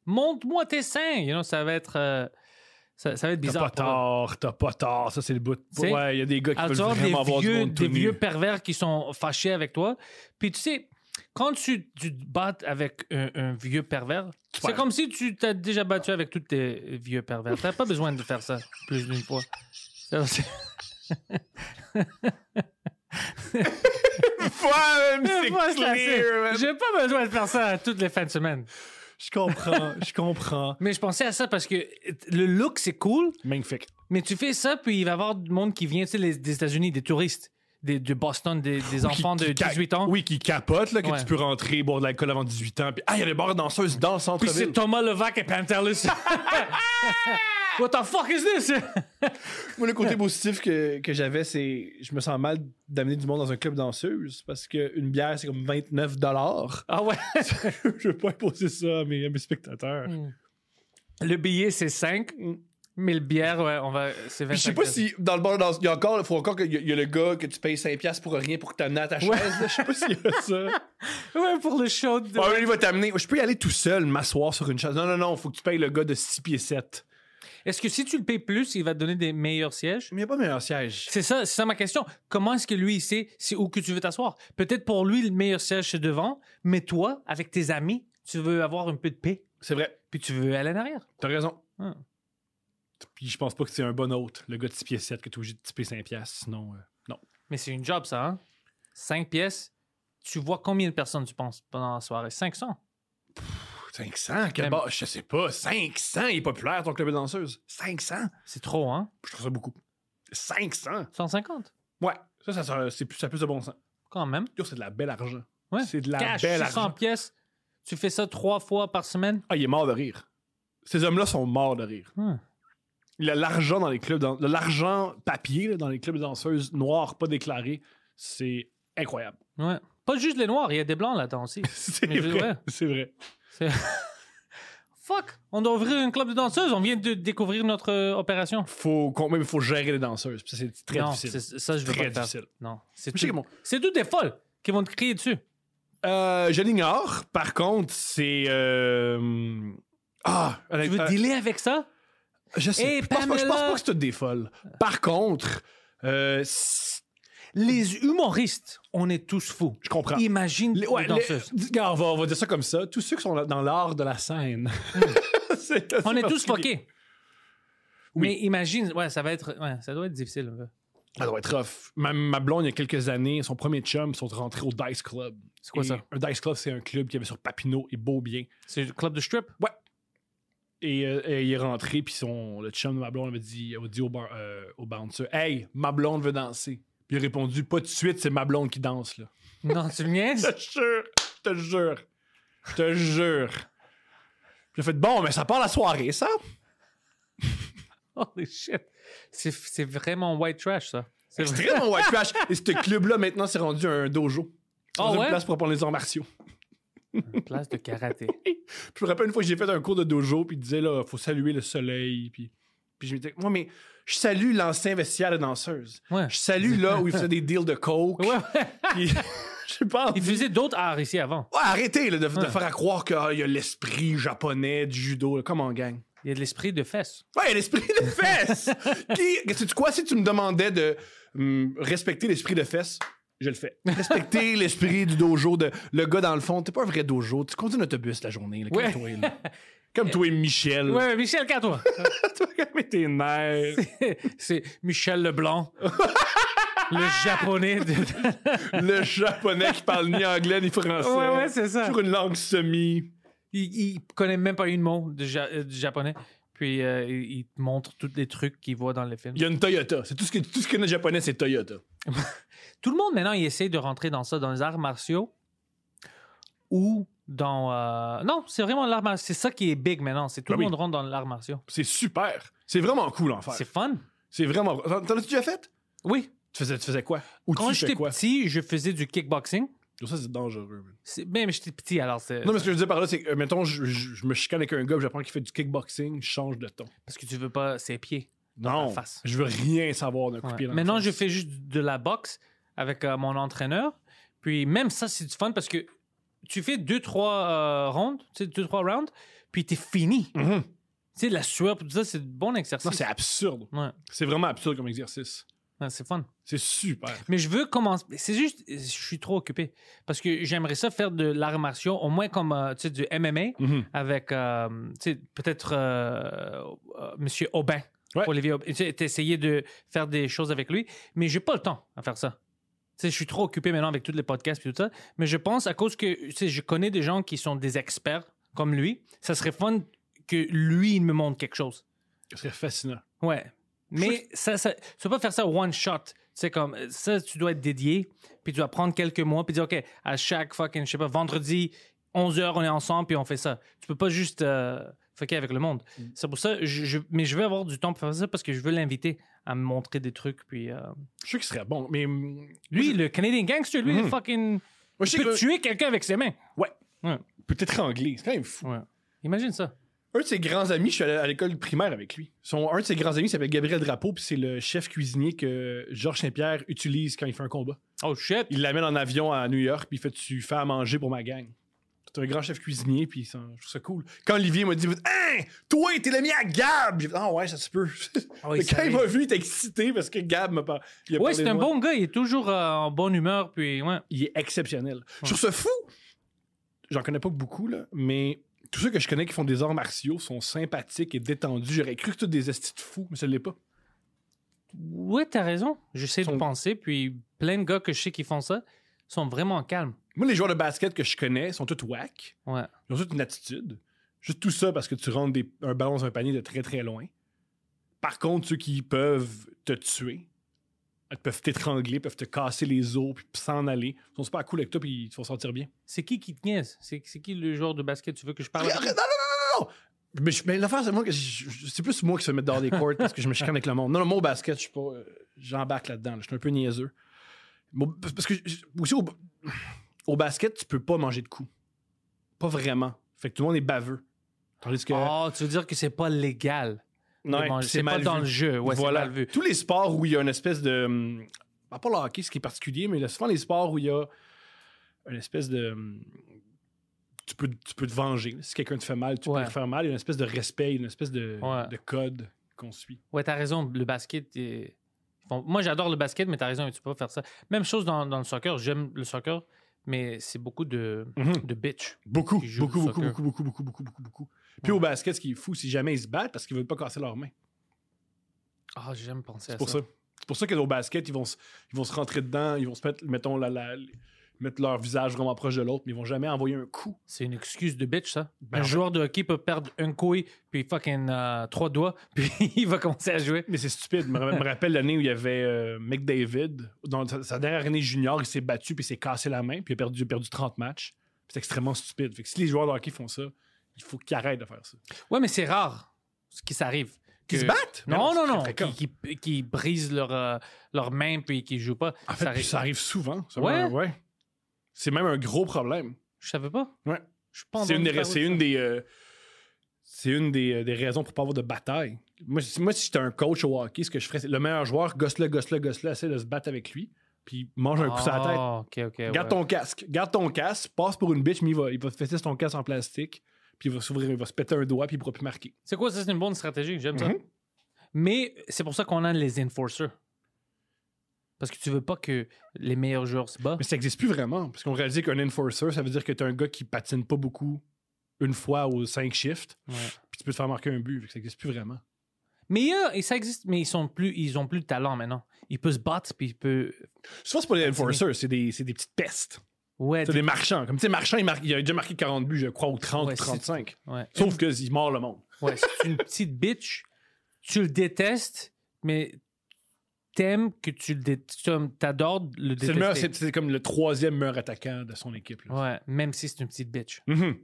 S1: Montre-moi tes seins. You know, ça va être, euh, ça, ça va être
S2: T'as pas
S1: bizarre. pour eux.
S2: tort, t'as pas tort. Ça, c'est le bout.
S1: Tu sais,
S2: Ouais, il y a des gars qui
S1: Alors,
S2: veulent
S1: tu vas
S2: vraiment
S1: avoir
S2: avoir
S1: des
S2: du
S1: vieux,
S2: monde tout
S1: des
S2: nu.
S1: vieux pervers qui sont fâchés avec toi. Puis tu sais, quand tu, tu te battes avec un, un vieux pervers, c'est
S2: perds.
S1: comme si tu t'as déjà battu avec tous tes vieux pervers. T'as pas besoin de faire ça plus d'une fois. Ça, c'est-
S2: Fun, c'est
S1: Moi, c'est assez.
S2: clear, man.
S1: J'ai pas besoin de faire ça toutes les fins de semaine.
S2: Je comprends, je comprends.
S1: Mais je pensais à ça parce que le look, c'est cool,
S2: Magnifique.
S1: mais tu fais ça, puis il va y avoir du monde qui vient tu sais, les- des États-Unis, des touristes, des, de Boston, des, des enfants
S2: qui-
S1: de
S2: qui ca-
S1: 18 ans.
S2: Oui, qui capote, là, que
S1: Ouais.
S2: tu peux rentrer, boire de l'alcool avant 18 ans. Puis, ah, il y a des bars danseuses dans le
S1: Puis c'est
S2: centre-ville.
S1: Thomas Levac et Pantelis. What the fuck is this?
S2: Moi, le côté positif que, que j'avais, c'est je me sens mal d'amener du monde dans un club danseuse parce qu'une bière, c'est comme 29
S1: ah ouais.
S2: Je veux pas imposer ça à mes, à mes spectateurs.
S1: Hmm. Le billet, c'est 5. 1000 bières, ouais, on va. C'est 25.
S2: Puis je sais pas si dans le bar danse, il y a encore, faut encore qu'il y, a- il y a le gars que tu payes 5$ pour rien pour que t'amener à ta chaise. là. Je sais pas s'il y a ça.
S1: Ouais, pour le show. de-
S2: Ah oui, il va t'amener. Je peux y aller tout seul, m'asseoir sur une chaise. Non, non, non, faut que tu payes le gars de 6 pieds 7.
S1: Est-ce que si tu le payes plus, il va te donner des meilleurs sièges?
S2: Mais il n'y a pas de meilleur siège.
S1: C'est ça, c'est ça ma question. Comment est-ce que lui, il sait c'est où que tu veux t'asseoir? Peut-être pour lui, le meilleur siège, c'est devant, mais toi, avec tes amis, tu veux avoir un peu de paix,
S2: C'est vrai.
S1: puis tu veux aller en arrière.
S2: T'as raison.
S1: Ah.
S2: Puis je pense pas que c'est un bon hôte, le gars de 6 pieds 7, que t'es obligé de tiper 5 piastres, sinon... euh, non.
S1: Mais c'est une job, ça, hein? 5 pièces. Tu vois combien de personnes tu penses pendant la soirée? 500.
S2: 500? Quel
S1: Même.
S2: bar? Je sais pas. 500 il est populaire, ton club de danseuse. 500?
S1: C'est trop, hein?
S2: Je trouve ça beaucoup. 500?
S1: 150,
S2: Ouais. Ça, ça, ça, c'est plus, ça a plus de bon sens.
S1: quand même.
S2: Yo, c'est de la belle argent.
S1: Ouais.
S2: C'est de la
S1: Cash,
S2: belle
S1: 600
S2: argent.
S1: pièces. Tu fais ça trois fois par semaine.
S2: Ah, il est mort de rire. Ces hommes-là sont morts de rire.
S1: Hmm.
S2: Il a l'argent dans les clubs... dans- L'argent papier là, dans les clubs de danseuses noirs, pas déclarés, c'est incroyable.
S1: Ouais. Pas juste les noirs, il y a des blancs là-dedans aussi.
S2: C'est
S1: Mais je- ouais.
S2: vrai. C'est vrai.
S1: C'est- Fuck! On doit ouvrir un club de danseuses. On vient de découvrir notre euh, opération.
S2: faut, qu'on- même, faut gérer les danseuses. Puis ça, c'est très
S1: non,
S2: difficile.
S1: c'est- ça, je veux
S2: Très
S1: pas le faire.
S2: difficile.
S1: Non. C'est
S2: Je sais
S1: tout,
S2: que mon-
S1: c'est tout des folles qui vont te crier dessus.
S2: Euh, je l'ignore. Par contre, c'est. euh, Ah,
S1: Tu veux
S2: euh,
S1: dealer avec ça?
S2: je sais.
S1: Hey,
S2: je, pense pas, je pense
S1: Pamela!
S2: pas que c'est toutes des folles. Par contre, euh, c'est-
S1: Les humoristes, on est tous fous.
S2: je comprends.
S1: Imagine
S2: Les-
S1: les,
S2: ouais, les-
S1: danseuses.
S2: dis- regarde, on, va, on va dire ça comme ça. Tous ceux qui sont là- dans l'art de la scène. C'est assez
S1: Mm. On est tous
S2: particulier.
S1: fuckés.
S2: Oui.
S1: Mais imagine, ouais, ça va être, ouais, ça doit être difficile. un peu.
S2: Ça doit être rough. Ma, ma blonde, il y a quelques années, son premier chum, ils sont rentrés au Dice Club.
S1: C'est quoi
S2: Et
S1: ça?
S2: Un Dice Club, c'est un club qu'il y avait sur Papineau et Beaubien.
S1: C'est le club de strip?
S2: Et, euh, et il est rentré, puis son, le chum de ma blonde avait dit, avait dit au, bar- euh, au bouncer Hey, ma blonde veut danser. Puis il a répondu Pas tout de suite, c'est ma blonde qui danse. là.
S1: Non, tu me niaises?
S2: Je te jure, je te jure, je te jure. Puis il a fait Bon, mais ça part la soirée, ça
S1: Holy shit. C'est, c'est vraiment white trash, ça. C'est
S2: C'est
S1: vrai.
S2: très bon, ouais, trash. Et ce club-là, maintenant, s'est rendu un dojo. C'est
S1: Ah
S2: une
S1: ouais?
S2: place pour apprendre les arts martiaux.
S1: Place de karaté.
S2: Puis je me rappelle une fois que j'ai fait un cours de dojo, puis il disait là, faut saluer le soleil. Puis, puis je me disais, moi, mais je salue l'ancien vestiaire de danseuse.
S1: Ouais.
S2: Je salue là où il faisait des deals de coke.
S1: Ouais, ouais.
S2: Puis, je pense.
S1: Il faisait d'autres arts ici avant.
S2: Ouais, arrêtez là, de, de faire à croire qu'il y a l'esprit japonais du judo. là. Come on, gang.
S1: Il y a de l'esprit de fesses.
S2: Ouais, il y a l'esprit de fesses. Qui, sais-tu quoi? Si tu me demandais de hum, respecter l'esprit de fesses, je le fais. Respecter l'esprit du dojo, de le gars dans le fond. T'es pas un vrai dojo. Tu conduis un autobus la journée. là, comme
S1: Ouais.
S2: toi. là. Comme toi et Michel.
S1: Ouais, Michel, calme-toi.
S2: Toi, comme tes nerfs.
S1: c'est Michel Leblanc. le japonais. De...
S2: Le japonais qui parle ni anglais ni français.
S1: Ouais, ouais, c'est ça.
S2: Sur une langue semi.
S1: Il, il connaît même pas une mot de, ja- euh, du japonais. Puis Puis euh, il il te montre tous les trucs qu'il voit dans le film.
S2: Il y a une Toyota. C'est tout ce que tout ce que les japonais, c'est Toyota.
S1: Tout le monde maintenant, il essaie de rentrer dans ça, dans les arts martiaux ou dans. euh, Non, c'est vraiment l'art martial. C'est ça qui est big maintenant. C'est tout
S2: Ben
S1: le
S2: oui.
S1: monde rentre dans l'art martiaux.
S2: C'est super. C'est vraiment cool en
S1: C'est
S2: faire.
S1: fun.
S2: C'est vraiment. T'en t'en as-tu déjà fait?
S1: Oui.
S2: Tu faisais, tu faisais quoi? Ou
S1: Quand
S2: tu fais
S1: j'étais
S2: quoi?
S1: petit, je faisais du kickboxing.
S2: Ça, c'est dangereux. man.
S1: C'est- Même j'étais petit, alors c'est.
S2: Non, mais ce que je veux dire par là, c'est que, euh, mettons, je, je- je me chicane avec un gars, puis j'apprends qu'il fait du kickboxing, je change de ton.
S1: Parce que tu veux pas ses pieds.
S2: Non.
S1: ta face.
S2: Je veux rien savoir d'un coup de
S1: Ouais.
S2: pied dans la
S1: Maintenant,
S2: face.
S1: je fais juste de la boxe avec euh, mon entraîneur. Puis même ça, c'est du fun parce que tu fais deux, trois euh, rounds, tu sais, deux, trois rounds, puis t'es fini.
S2: Mhm.
S1: Tu sais, la sueur, tout ça, c'est un bon exercice.
S2: Non, c'est absurde.
S1: Ouais.
S2: C'est vraiment absurde comme exercice.
S1: Ouais, c'est fun.
S2: C'est super.
S1: Mais je veux commencer. C'est juste, je suis trop occupé. Parce que j'aimerais ça faire de l'art martial, au moins comme euh, tu sais, du MMA,
S2: Mhm.
S1: avec euh, tu sais, peut-être euh, euh, Monsieur Aubin.
S2: Ouais.
S1: Olivier Aubin. Tu sais, essayer de faire des choses avec lui. Mais j'ai pas le temps à faire ça. Tu sais, je suis trop occupé maintenant avec tous les podcasts et tout ça. Mais je pense, à cause que tu sais, je connais des gens qui sont des experts comme lui, ça serait fun que lui, il me montre quelque chose.
S2: Ce serait fascinant.
S1: Ouais. Mais ça, ça, tu peux pas faire ça one shot. C'est comme euh, ça, tu dois être dédié, puis tu dois prendre quelques mois, puis dire, OK, à chaque fucking, je sais pas, vendredi, 11h, on est ensemble, puis on fait ça. Tu peux pas juste euh, fucker avec le monde.
S2: Mm.
S1: C'est pour ça, je, je- mais je veux avoir du temps pour faire ça parce que je veux l'inviter à me montrer des trucs. Puis, euh,
S2: Je suis sûr qu'il serait bon, mais. hum,
S1: Lui, le Canadian Gangster, lui,
S2: Mhm.
S1: fucking.
S2: Moi, je sais
S1: peut
S2: que.
S1: tuer quelqu'un avec ses mains.
S2: Ouais.
S1: Ouais.
S2: Peut-être anglais. C'est quand même fou.
S1: Ouais. Imagine ça.
S2: Un de ses grands amis, je suis allé à l'école primaire avec lui. Son, un de ses grands amis s'appelle Gabriel Drapeau, puis c'est le chef cuisinier que Georges Saint-Pierre utilise quand il fait un combat.
S1: Oh shit.
S2: Il l'amène en avion à New York, puis il fait Tu fais à manger pour ma gang. C'est un grand chef cuisinier, puis ça- je trouve ça cool. Quand Olivier m'a dit Hein, toi, t'es l'ami à Gab J'ai fait, Ah ouais, ça se peut.
S1: Oh, il
S2: Mais quand
S1: savait.
S2: il m'a vu, il était excité parce que Gab m'a pas. il a
S1: Ouais,
S2: parlé
S1: c'est
S2: de
S1: un
S2: moi.
S1: bon gars, il est toujours euh, en bonne humeur, puis ouais.
S2: Il est exceptionnel. Sur ce fou, j'en connais pas beaucoup, là, mais tous ceux que je connais qui font des arts martiaux sont sympathiques et détendus. J'aurais cru que tous des estis de fous, mais ça l'est pas.
S1: Ouais, t'as raison. J'essaie de
S2: Sont-
S1: penser, puis plein de gars que je sais qui font ça sont vraiment calmes.
S2: Moi, les joueurs de basket que je connais sont tous whack.
S1: Ouais.
S2: Ils ont tous une attitude. Juste tout ça parce que tu rentres des- un ballon dans un panier de très très loin. Par contre, ceux qui peuvent te tuer, peuvent t'étrangler, peuvent te casser les os, puis s'en aller, ils sont super cool avec toi, puis ils te font sortir bien.
S1: C'est qui qui te niaise? C'est c'est qui le joueur de basket tu veux que je parle?
S2: Arrête, arrête, non, non, non, non, non! Mais, je- mais l'affaire, c'est moi que je- je- c'est plus moi qui se met dehors des courts parce que je me chicane avec le monde. Non, non, moi au basket, je suis pas. euh, J'embarque là-dedans. là. Je suis un peu niaiseux. Bon, parce que je- aussi au, au basket, tu peux pas manger de coups. Pas vraiment. Fait que tout le monde est baveux. Tandis que.
S1: Oh, tu veux dire que c'est pas légal. de
S2: Non,
S1: manger. c'est pas dans le jeu. Ouais,
S2: voilà.
S1: c'est mal vu.
S2: Tous les sports où il y a une espèce de. hum, À part le hockey, ce qui est particulier, mais il y a souvent les sports où il y a une espèce de. hum, Tu peux, tu peux te venger. Si quelqu'un te fait mal, tu
S1: Ouais.
S2: peux te faire mal. Il y a une espèce de respect, une espèce de,
S1: Ouais.
S2: de code qu'on suit.
S1: Ouais, t'as raison. Le basket. est- Bon, moi, j'adore le basket, mais t'as raison, tu peux pas faire ça. Même chose dans, dans le soccer. J'aime le soccer, mais c'est beaucoup de, de bitch.
S2: Mm-hmm. Beaucoup,
S1: Ils jouent
S2: beaucoup,
S1: au
S2: beaucoup,
S1: soccer.
S2: beaucoup, beaucoup, beaucoup, beaucoup, beaucoup, beaucoup. Puis
S1: Ouais.
S2: au basket, ce qui est fou, c'est jamais ils se battent parce qu'ils veulent pas casser leurs mains.
S1: Ah, j'aime penser à
S2: C'est pour ça. C'est pour ça qu'au basket, ils vont, se, ils vont se rentrer dedans, ils vont se mettre, mettons, la, la- mettre leur visage vraiment proche de l'autre, mais ils vont jamais envoyer un coup.
S1: C'est une excuse de bitch, ça.
S2: Ben,
S1: un
S2: en fait-
S1: joueur de hockey peut perdre un couille, puis fucking euh, trois doigts, puis il va commencer à jouer.
S2: Mais c'est stupide. Je me ra- me rappelle l'année où il y avait euh, McDavid. Dans sa sa dernière année junior, il s'est battu puis il s'est cassé la main puis il a perdu, il a perdu 30 matchs. C'est extrêmement stupide. Fait que si les joueurs de hockey font ça, il faut qu'ils arrêtent de faire ça.
S1: Ouais, mais c'est rare ce qui s'arrive.
S2: Qu'ils
S1: Que-
S2: se battent? Mais
S1: Non,
S2: c'est
S1: non,
S2: très
S1: non.
S2: fréquent.
S1: Qui, qui- qui brisent leurs euh, leurs mains puis qui jouent pas.
S2: En fait, puis
S1: arrive.
S2: ça, arrive... souvent. C'est
S1: Ouais?
S2: même- ouais. C'est même un gros problème.
S1: Je savais pas.
S2: Ouais.
S1: Je pense.
S2: C'est une, des, c'est une des, euh, c'est une des, euh, des raisons pour pas avoir de bataille. Moi, si- moi si j'étais un coach au hockey, ce que je ferais, c'est le meilleur joueur, gosse-le, gosse-le, gosse-le, essaie de se battre avec lui, puis mange un coup sur la tête.
S1: Ah, ok, ok.
S2: Garde ton casque. Garde ton casque. Passe pour une bitch, mais il va, il va te fesser sur ton casque en plastique. Puis il va s'ouvrir, il va se péter un doigt, puis il pourra plus marquer.
S1: C'est quoi ça? C'est une bonne stratégie. J'aime
S2: Mhm.
S1: ça. Mais c'est pour ça qu'on a les enforcers. Parce que tu veux pas que les meilleurs joueurs se battent.
S2: Mais ça n'existe plus vraiment. Parce qu'on réalisait qu'un enforcer, ça veut dire que t'es un gars qui patine pas beaucoup une fois aux cinq shifts.
S1: Ouais.
S2: Puis tu peux te faire marquer un but. Fait que ça n'existe plus vraiment.
S1: Mais il y a- et ça existe, mais ils sont plus, ils ont plus de talent maintenant. Ils peuvent se battre puis ils peuvent.
S2: Souvent, c'est pas des enforcers, c'est des, c'est des petites pestes.
S1: Ouais.
S2: C'est des marchands. Comme tu sais, marchand, il, mar- il a déjà marqué 40 buts, je crois, ou 30,
S1: Ouais, c'est-
S2: 35.
S1: ouais.
S2: Sauf qu'il mord le monde.
S1: Ouais, c'est une petite bitch. Tu le détestes, mais t'aimes que tu le détestes. T'adores le
S2: C'est le meilleur- c'est-
S1: détester.
S2: c'est comme le troisième meilleur attaquant de son équipe. là.
S1: Ouais, même si c'est une petite bitch.
S2: Mhm.
S1: Ouais,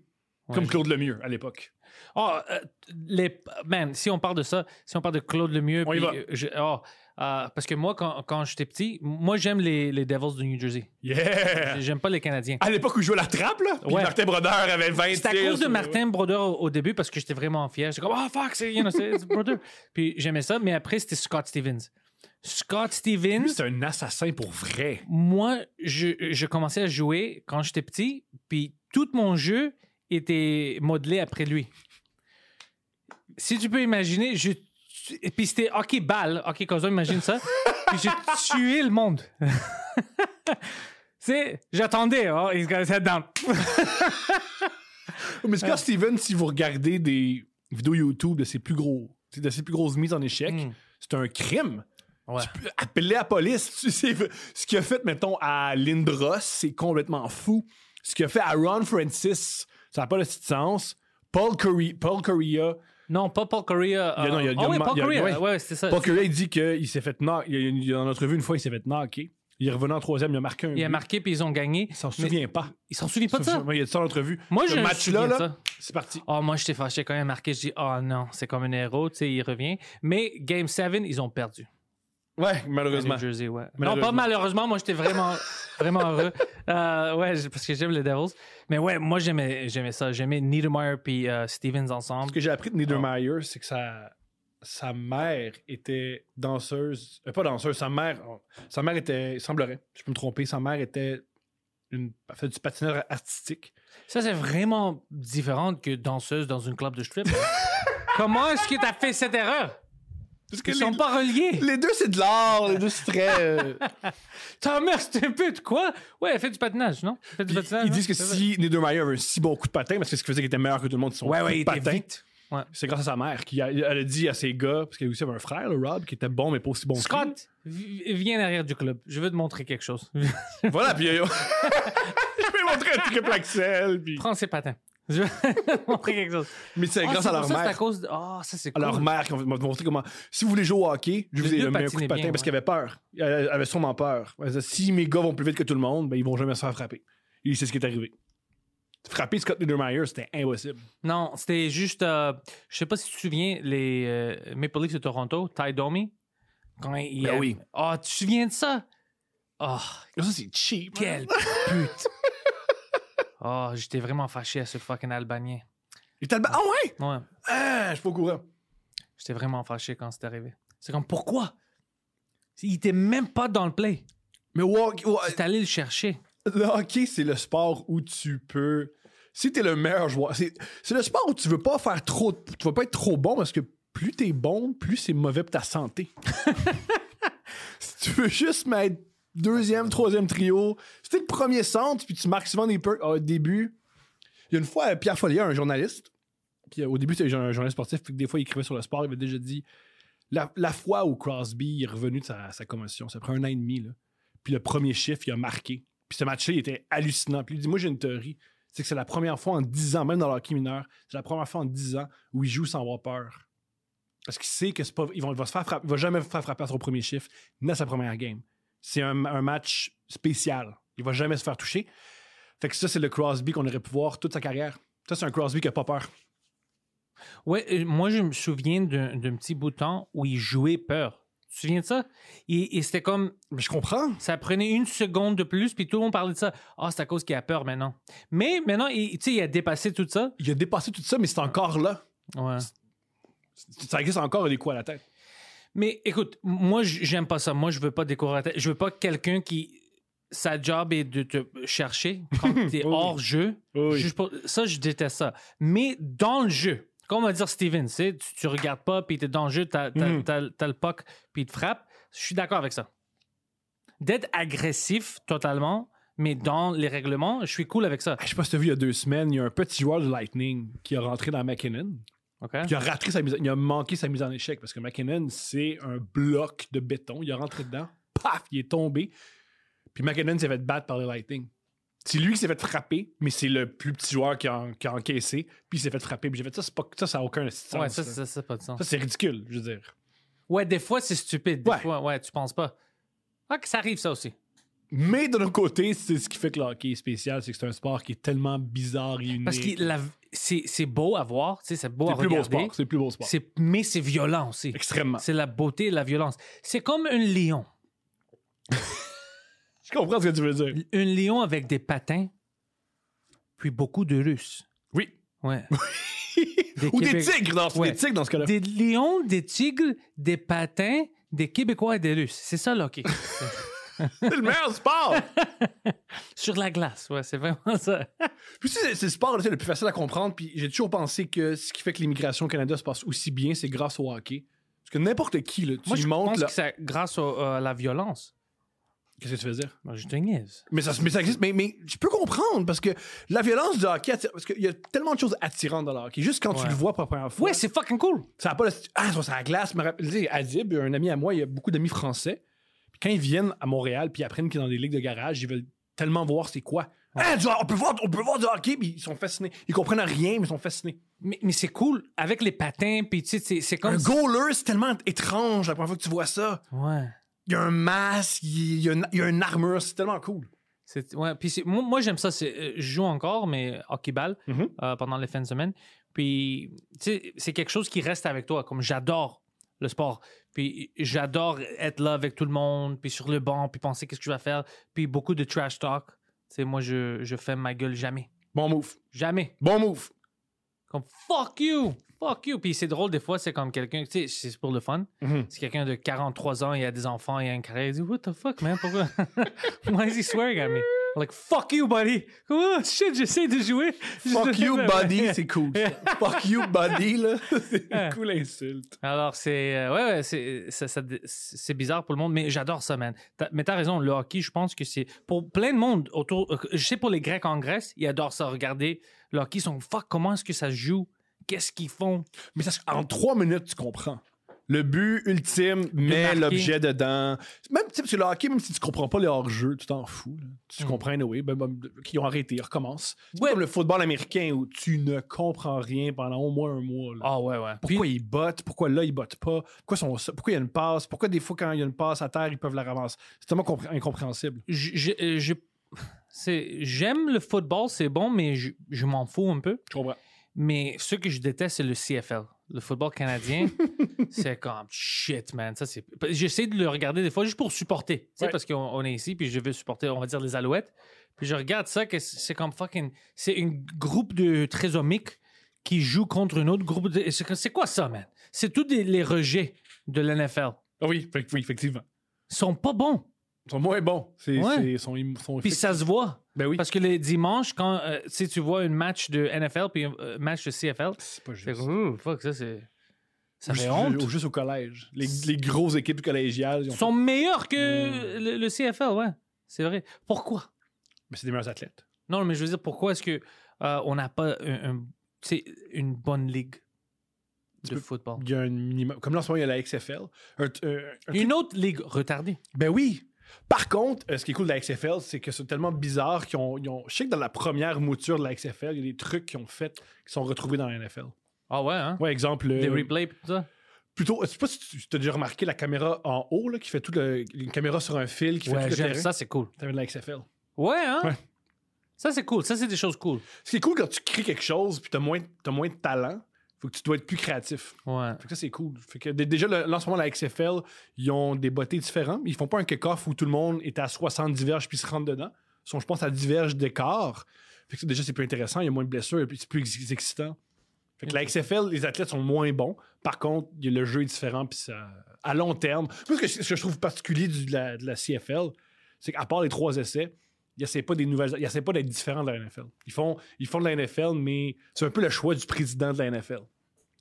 S2: comme
S1: je-
S2: Claude Lemieux à l'époque.
S1: Oh, euh, les... man, si on parle de ça, si on parle de Claude Lemieux,
S2: On y
S1: puis,
S2: va.
S1: euh, je- oh, euh, parce que moi, quand, quand j'étais petit, moi, j'aime les, les Devils du New Jersey.
S2: Yeah!
S1: J'aime pas les Canadiens.
S2: À l'époque où il jouait la trappe, là, puis
S1: Ouais.
S2: Martin Brodeur avait 20
S1: C'était à
S2: tirs
S1: cause de
S2: sur-
S1: Martin Brodeur au, au début parce que j'étais vraiment fier. J'étais comme, oh fuck, c'est you know, c'est- c'est Brodeur. Puis j'aimais ça, mais après, c'était Scott Stevens. Scott Stevens,
S2: Lui, c'est un assassin pour vrai.
S1: moi, je, je commençais à jouer quand j'étais petit, puis tout mon jeu était modelé après lui. Si tu peux imaginer, je. tu- Et puis c'était hockey balle, hockey cause imagine ça. puis j'ai tué le monde. C'est, j'attendais, oh, he's got his head down.
S2: Oh, Mais
S1: Euh.
S2: Scott Steven, si vous regardez des vidéos YouTube de ses plus gros, de ses plus grosses mises en échec,
S1: Mm.
S2: c'est un crime.
S1: Ouais.
S2: Tu peux appeler la police. Tu sais, ce qu'il a fait, mettons, à Lindros, c'est complètement fou. Ce qu'il a fait à Ron Francis, ça n'a pas de petit sens. Paul Curry, Paul Correa,
S1: Non, pas Paul Correa.
S2: Il y a- non, il y a- il y a-
S1: oh, ouais,
S2: il y a-
S1: Paul Correa.
S2: ouais.
S1: Ouais, ouais, c'était ça.
S2: Paul Curry, il dit qu'il s'est fait knock. Il y a une, dans notre revue, une fois, il s'est fait knocker. Il est revenu en troisième, il a marqué un.
S1: Il a
S2: but.
S1: marqué, puis ils ont gagné.
S2: Il s'en
S1: Mais
S2: souvient pas.
S1: Ils s'en souviennent pas de ça.
S2: Il y a dit ça dans notre revue.
S1: Moi,
S2: Ce
S1: je me souviens
S2: match-là,
S1: de
S2: là,
S1: ça.
S2: c'est parti.
S1: Oh, moi, j'étais fâché quand même marqué. Je dis, oh non, c'est comme un héros, tu sais, il revient. Mais Game 7, ils ont perdu.
S2: Ouais,
S1: New
S2: malheureusement.
S1: Jersey, ouais. Non,
S2: Malheureusement.
S1: pas malheureusement, moi, j'étais vraiment, vraiment heureux. Euh, ouais, j'ai- parce que j'aime les Devils. Mais ouais, moi, j'aimais j'aimais ça. J'aimais Niedermeyer puis euh, Stevens
S2: Ce
S1: ensemble.
S2: que j'ai appris de Niedermeyer, c'est que sa, sa mère était danseuse. euh, pas danseuse, sa mère. Sa mère était. Il semblerait, je peux me tromper, sa mère était. Une, elle faisait du patineur artistique.
S1: Ça, c'est vraiment différent que danseuse dans une club de strip. hein. Comment est-ce que t'as fait cette erreur?
S2: Parce que
S1: Ils
S2: les,
S1: sont pas reliés.
S2: les deux, c'est de l'art. Les deux, c'est très. euh,
S1: Ta mère, c'est un pute, quoi? Ouais, elle fait du patinage, non? Elle fait du
S2: puis
S1: patinage,
S2: ils
S1: non?
S2: disent que
S1: C'est ça.
S2: si Niedermeyer avait un si bon coup de patin, parce que ce qui faisait qu'il était meilleur que tout le monde, son
S1: Ouais,
S2: coup
S1: ouais,
S2: de
S1: il était
S2: patin,
S1: vite. Ouais.
S2: c'est grâce à sa mère. Qui a, elle a dit à ses gars, parce qu'il y avait un frère, le Rob, qui était bon, mais pas aussi bon que lui.
S1: Scott, vi- viens derrière du club. Je veux te montrer quelque chose.
S2: Voilà, puis. euh, je peux montrer un triple axel. Puis...
S1: Prends ses patins. Je vais te montrer quelque chose.
S2: Mais c'est
S1: Ah,
S2: grâce
S1: c'est
S2: à
S1: pour
S2: leur
S1: ça,
S2: mère.
S1: C'est à cause de... Ah, ça, c'est cool.
S2: Alors, mère qui m'a montré comment. Si vous voulez jouer au hockey, je
S1: Les
S2: vous ai
S1: deux
S2: le meilleur coup de
S1: patinaient
S2: patin
S1: bien,
S2: parce
S1: ouais.
S2: qu'elle avait peur. Elle elle avait sûrement peur. Elle disait, si mes gars vont plus vite que tout le monde, ben, ils vont jamais se faire frapper. Et c'est ce qui est arrivé. Frapper Scott Niedermayer, c'était impossible.
S1: Non, c'était juste... euh, je sais pas si tu te souviens, les euh, Maple Leafs de Toronto, Ty Domi, quand il...
S2: Ben oui.
S1: Ah, tu te souviens de ça? Ah,
S2: Ça, c'est cheap.
S1: quelle pute. Ah, j'étais vraiment fâché à ce fucking Albanien.
S2: Il était alba- Ah ouais?
S1: Ouais.
S2: Ah, je suis pas au courant.
S1: J'étais vraiment fâché quand c'est arrivé. C'est comme, pourquoi? Il était même pas dans le play.
S2: Mais au hockey- au-
S1: T'es allé le chercher.
S2: le hockey, c'est le sport où tu peux. Si t'es le meilleur joueur, c'est c'est le sport où tu veux pas faire trop. de- Tu vas pas être trop bon parce que plus t'es bon, plus c'est mauvais pour ta santé. si tu veux juste mettre deuxième, troisième trio, si t'es le premier centre puis tu marques souvent des peu au début. Il y a une fois, Pierre Folliat, un journaliste, puis euh, au début, c'était un journaliste sportif, puis que des fois, il écrivait sur le sport, il avait déjà dit la, la fois où Crosby est revenu de sa, sa commotion, ça prend un an et demi, là. Puis le premier chiffre, il a marqué. Puis ce match-là, il était hallucinant. Puis il dit Moi, j'ai une théorie. C'est que c'est la première fois en 10 ans, même dans le hockey mineur, c'est la première fois en 10 ans où il joue sans avoir peur. Parce qu'il sait que c'est pas, il, va, il va se faire frapper, il va jamais se faire frapper à son premier chiffre, ni à sa première game. C'est un, un match spécial. Il va jamais se faire toucher. Fait que ça, c'est le Crosby qu'on aurait pu voir toute sa carrière. Ça, c'est un Crosby qui a pas peur.
S1: Ouais, euh, moi, je me souviens d'un d'un petit bout de temps où il jouait peur. Tu te souviens de ça? Et, et c'était comme,
S2: Mais je comprends.
S1: ça prenait une seconde de plus, puis tout le monde parlait de ça. Ah, c'est à cause qu'il a peur maintenant. Mais maintenant, il, tu sais, il a dépassé tout ça.
S2: Il a dépassé tout ça, mais c'est encore là.
S1: Ouais.
S2: Ça existe encore des coups à la tête.
S1: Mais écoute, moi, j- j'aime pas ça. Moi, je veux pas décourager. Je veux pas quelqu'un qui. Sa job est de te chercher quand t'es
S2: Oui.
S1: hors jeu.
S2: Oui.
S1: Je- je- ça, je déteste ça. Mais dans le jeu, comme on va dire Steven, tu, sais, tu tu regardes pas, puis t'es dans le jeu, t'as t'as-
S2: Mhm.
S1: t'as- t'as le puck, puis il te frappe. Je suis d'accord avec ça. D'être agressif totalement, mais dans les règlements, je suis cool avec ça.
S2: Ah, Je sais pas si t'as vu il y a deux semaines, il y a un petit joueur de Lightning qui est rentré dans McKinnon.
S1: OK?
S2: Il a raté sa mise, il a manqué sa mise en échec parce que McKinnon, c'est un bloc de béton. Il a rentré dedans, paf, il est tombé. Puis McKinnon s'est fait battre par le Lightning. C'est lui qui s'est fait frapper, mais c'est le plus petit joueur qui a, en- qui a encaissé, puis il s'est fait frapper. Puis j'ai fait ça, c'est pas, ça, ça a aucun sens.
S1: Ouais, ça,
S2: ça.
S1: ça, ça, pas de sens.
S2: Ça, c'est ridicule, je veux dire.
S1: Ouais, des fois, c'est stupide. Des
S2: Ouais.
S1: fois, ouais, tu penses pas. Ah, que ça arrive, ça aussi.
S2: Mais de notre côté, c'est ce qui fait que le hockey est spécial, c'est que c'est un sport qui est tellement bizarre et unique.
S1: Parce que la- c'est c'est beau à voir, tu sais, c'est beau
S2: c'est
S1: à
S2: le plus beau
S1: regarder.
S2: sport. C'est le plus beau sport.
S1: C'est- mais c'est violent aussi.
S2: Extrêmement.
S1: C'est la beauté et la violence. C'est comme un lion.
S2: Je comprends ce que tu veux dire.
S1: Un lion avec des patins, puis beaucoup de Russes.
S2: Oui.
S1: Ouais.
S2: Ou des
S1: Québé-
S2: tigres, dans, ce-
S1: Ouais.
S2: des tigres dans ce cas-là.
S1: Des lions, des tigres, des patins, des Québécois et des Russes. C'est ça, le hockey.
S2: C'est le meilleur sport!
S1: Sur la glace, ouais, c'est vraiment ça.
S2: Puis aussi, c'est c'est le sport tu sais, le plus facile à comprendre. Puis j'ai toujours pensé que ce qui fait que l'immigration au Canada se passe aussi bien, c'est grâce au hockey. Parce que n'importe qui, là, tu
S1: Moi,
S2: lui
S1: je
S2: montres.
S1: pense
S2: là-
S1: que c'est grâce au- à la violence.
S2: Qu'est-ce que tu veux dire?
S1: Moi, je te niaise.
S2: Mais ça, mais ça existe. Mais, mais je peux comprendre parce que la violence du hockey, attire- parce qu'il y a tellement de choses attirantes dans le hockey. Juste quand tu
S1: Ouais.
S2: le vois pour la première fois.
S1: Ouais, c'est fucking cool.
S2: Ça n'a pas le. Ah, ça, c'est à la glace. Je me rappelle, tu sais, Adib, un ami à moi, il y a beaucoup d'amis français. Puis quand ils viennent à Montréal, puis ils apprennent qu'ils sont dans des ligues de garage, ils veulent tellement voir c'est quoi. Ah, du- on, peut voir, on peut voir du hockey, puis ils sont fascinés. Ils comprennent rien, mais ils sont fascinés.
S1: Mais, mais c'est cool avec les patins, puis tu sais, c'est- c'est comme.
S2: Un goaler, c'est tellement étrange la première fois que tu vois ça.
S1: Ouais.
S2: Il y a un masque, il y a une, il y a une armure, c'est tellement cool.
S1: C'est- ouais, puis c'est- moi, moi, j'aime ça. c'est- euh, je joue encore, mais hockey-ball
S2: Mhm.
S1: euh, pendant les fins de semaine. Puis, tu sais, c'est quelque chose qui reste avec toi. Comme j'adore le sport. Puis, j'adore être là avec tout le monde, puis sur le banc, puis penser qu'est-ce que je vais faire. Puis, beaucoup de trash talk. Tu sais, moi, je, je fais ma gueule jamais.
S2: Bon move.
S1: Jamais.
S2: Bon move.
S1: Comme fuck you, fuck you. Puis c'est drôle, des fois, c'est comme quelqu'un, tu sais, c'est pour le fun.
S2: Mhm.
S1: C'est quelqu'un de 43 ans, il a des enfants, il a un carré, il dit What the fuck, man, pourquoi Why is he swearing at me I'm Like fuck you, buddy. Oh shit, j'essaie de jouer.
S2: Fuck you, buddy, c'est cool.
S1: Ouais.
S2: Fuck you, buddy, là. C'est une cool insulte.
S1: Alors, c'est. euh, ouais, ouais, c'est, ça- ça- c'est bizarre pour le monde, mais j'adore ça, man. T'as- mais t'as raison, le hockey, je pense que c'est. Pour plein de monde autour. euh, Je sais, pour les Grecs en Grèce, ils adorent ça. Regarder le hockey, ils sont fuck, comment est-ce que ça se joue Qu'est-ce qu'ils font
S2: Mais ça, en trois minutes, tu comprends. Le but ultime, met
S1: marquer.
S2: l'objet dedans. Même tu sais, parce que le hockey, même si tu comprends pas les hors-jeu, tu t'en fous. là. Tu
S1: Mhm.
S2: comprends, oui, ben, ben, qui ont arrêté, ils recommencent. C'est pas
S1: Ouais.
S2: comme le football américain où tu ne comprends rien pendant au moins un mois. là.
S1: Ah, ouais, ouais. Puis-
S2: Pourquoi ils bottent, pourquoi là ils bottent pas, pourquoi, sont, pourquoi il y a une passe, pourquoi des fois quand il y a une passe à terre ils peuvent la ramasser. C'est tellement compré- incompréhensible.
S1: je, je- euh, je- c'est- j'aime le football, c'est bon, mais je, je m'en fous un peu.
S2: Je comprends.
S1: Mais ce que je déteste, c'est le CFL. Le football canadien, c'est comme shit, man. Ça, c'est... J'essaie de le regarder des fois juste pour supporter. Tu sais,
S2: Ouais.
S1: Parce qu'on on est ici, puis je veux supporter, on va dire, les Alouettes. Puis je regarde ça, que c'est comme fucking. C'est un groupe de trisomiques qui joue contre un autre groupe de. C'est, c'est quoi ça, man? C'est tous des- les rejets de l'NFL.
S2: Ah oui, fait- oui, effectivement.
S1: Ils sont pas bons.
S2: Ils sont moins bons. C'est,
S1: Ouais.
S2: c'est- sont, ils sont
S1: Puis ça se voit.
S2: ben oui,
S1: Parce que les dimanches, quand euh, tu sais, tu vois un match de NFL puis un euh, match de CFL,
S2: c'est pas
S1: c'est
S2: juste.
S1: comme, Ouh, fuck, ça, c'est. Ça
S2: Juste-
S1: fait honte.
S2: Juste au collège. Les, les grosses équipes collégiales. ils ont-
S1: Ils sont meilleurs
S2: Hmm.
S1: que le, le CFL, ouais. C'est vrai. Pourquoi?
S2: Mais c'est des meilleurs athlètes.
S1: Non, mais je veux dire, pourquoi est-ce que euh, on n'a pas un- un- tu sais, une bonne ligue de
S2: peux-
S1: football?
S2: Il y a un minimum. Comme là, en ce moment, il y a la XFL. Un- un- un-
S1: Une autre ligue retardée.
S2: Ben oui. Par contre, euh, ce qui est cool de la XFL, c'est que c'est tellement bizarre qu'ils ont, ils ont- Je sais que dans la première mouture de la XFL, il y a des trucs qu'ils ont fait qui sont retrouvés dans la NFL.
S1: Ah ouais, hein?
S2: Ouais, exemple.
S1: Des
S2: euh,
S1: replays, pis tout ça.
S2: plutôt, je sais pas si tu as déjà remarqué la caméra en haut, là, qui fait tout le, une caméra sur un fil, qui fait
S1: Ouais,
S2: tout le
S1: j'aime
S2: terrain.
S1: ça, c'est cool.
S2: T'avais de la XFL.
S1: Ouais, hein?
S2: Ouais.
S1: Ça, c'est cool. Ça, c'est des choses cool.
S2: Ce qui est cool quand tu crées quelque chose, puis t'as moins, t'as moins de talent, faut que tu dois être plus créatif.
S1: Ouais. Ah
S2: Fait que ça, c'est cool. Fait que, dé- déjà, le, là, en ce moment, la XFL, ils ont des bottés différents. Ils font pas un kick-off où tout le monde est à 70 verges puis se rentre dedans. Ils sont, je pense, à 10 verges d'écart. Fait que ça, déjà, c'est plus intéressant. Il y a moins de blessures et puis c'est plus ex- excitant. Fait que la XFL, les athlètes sont moins bons. Par contre, il y a- le jeu est différent puis ça, à long terme. Moi, ce que, je- ce que je trouve particulier du- de, la, de la CFL, c'est qu'à part les trois essais, ils n'essaient pas des nouvelles, ils essaient pas d'être différents de la NFL. Ils font, ils font de la NFL, mais c'est un peu le choix du président de la NFL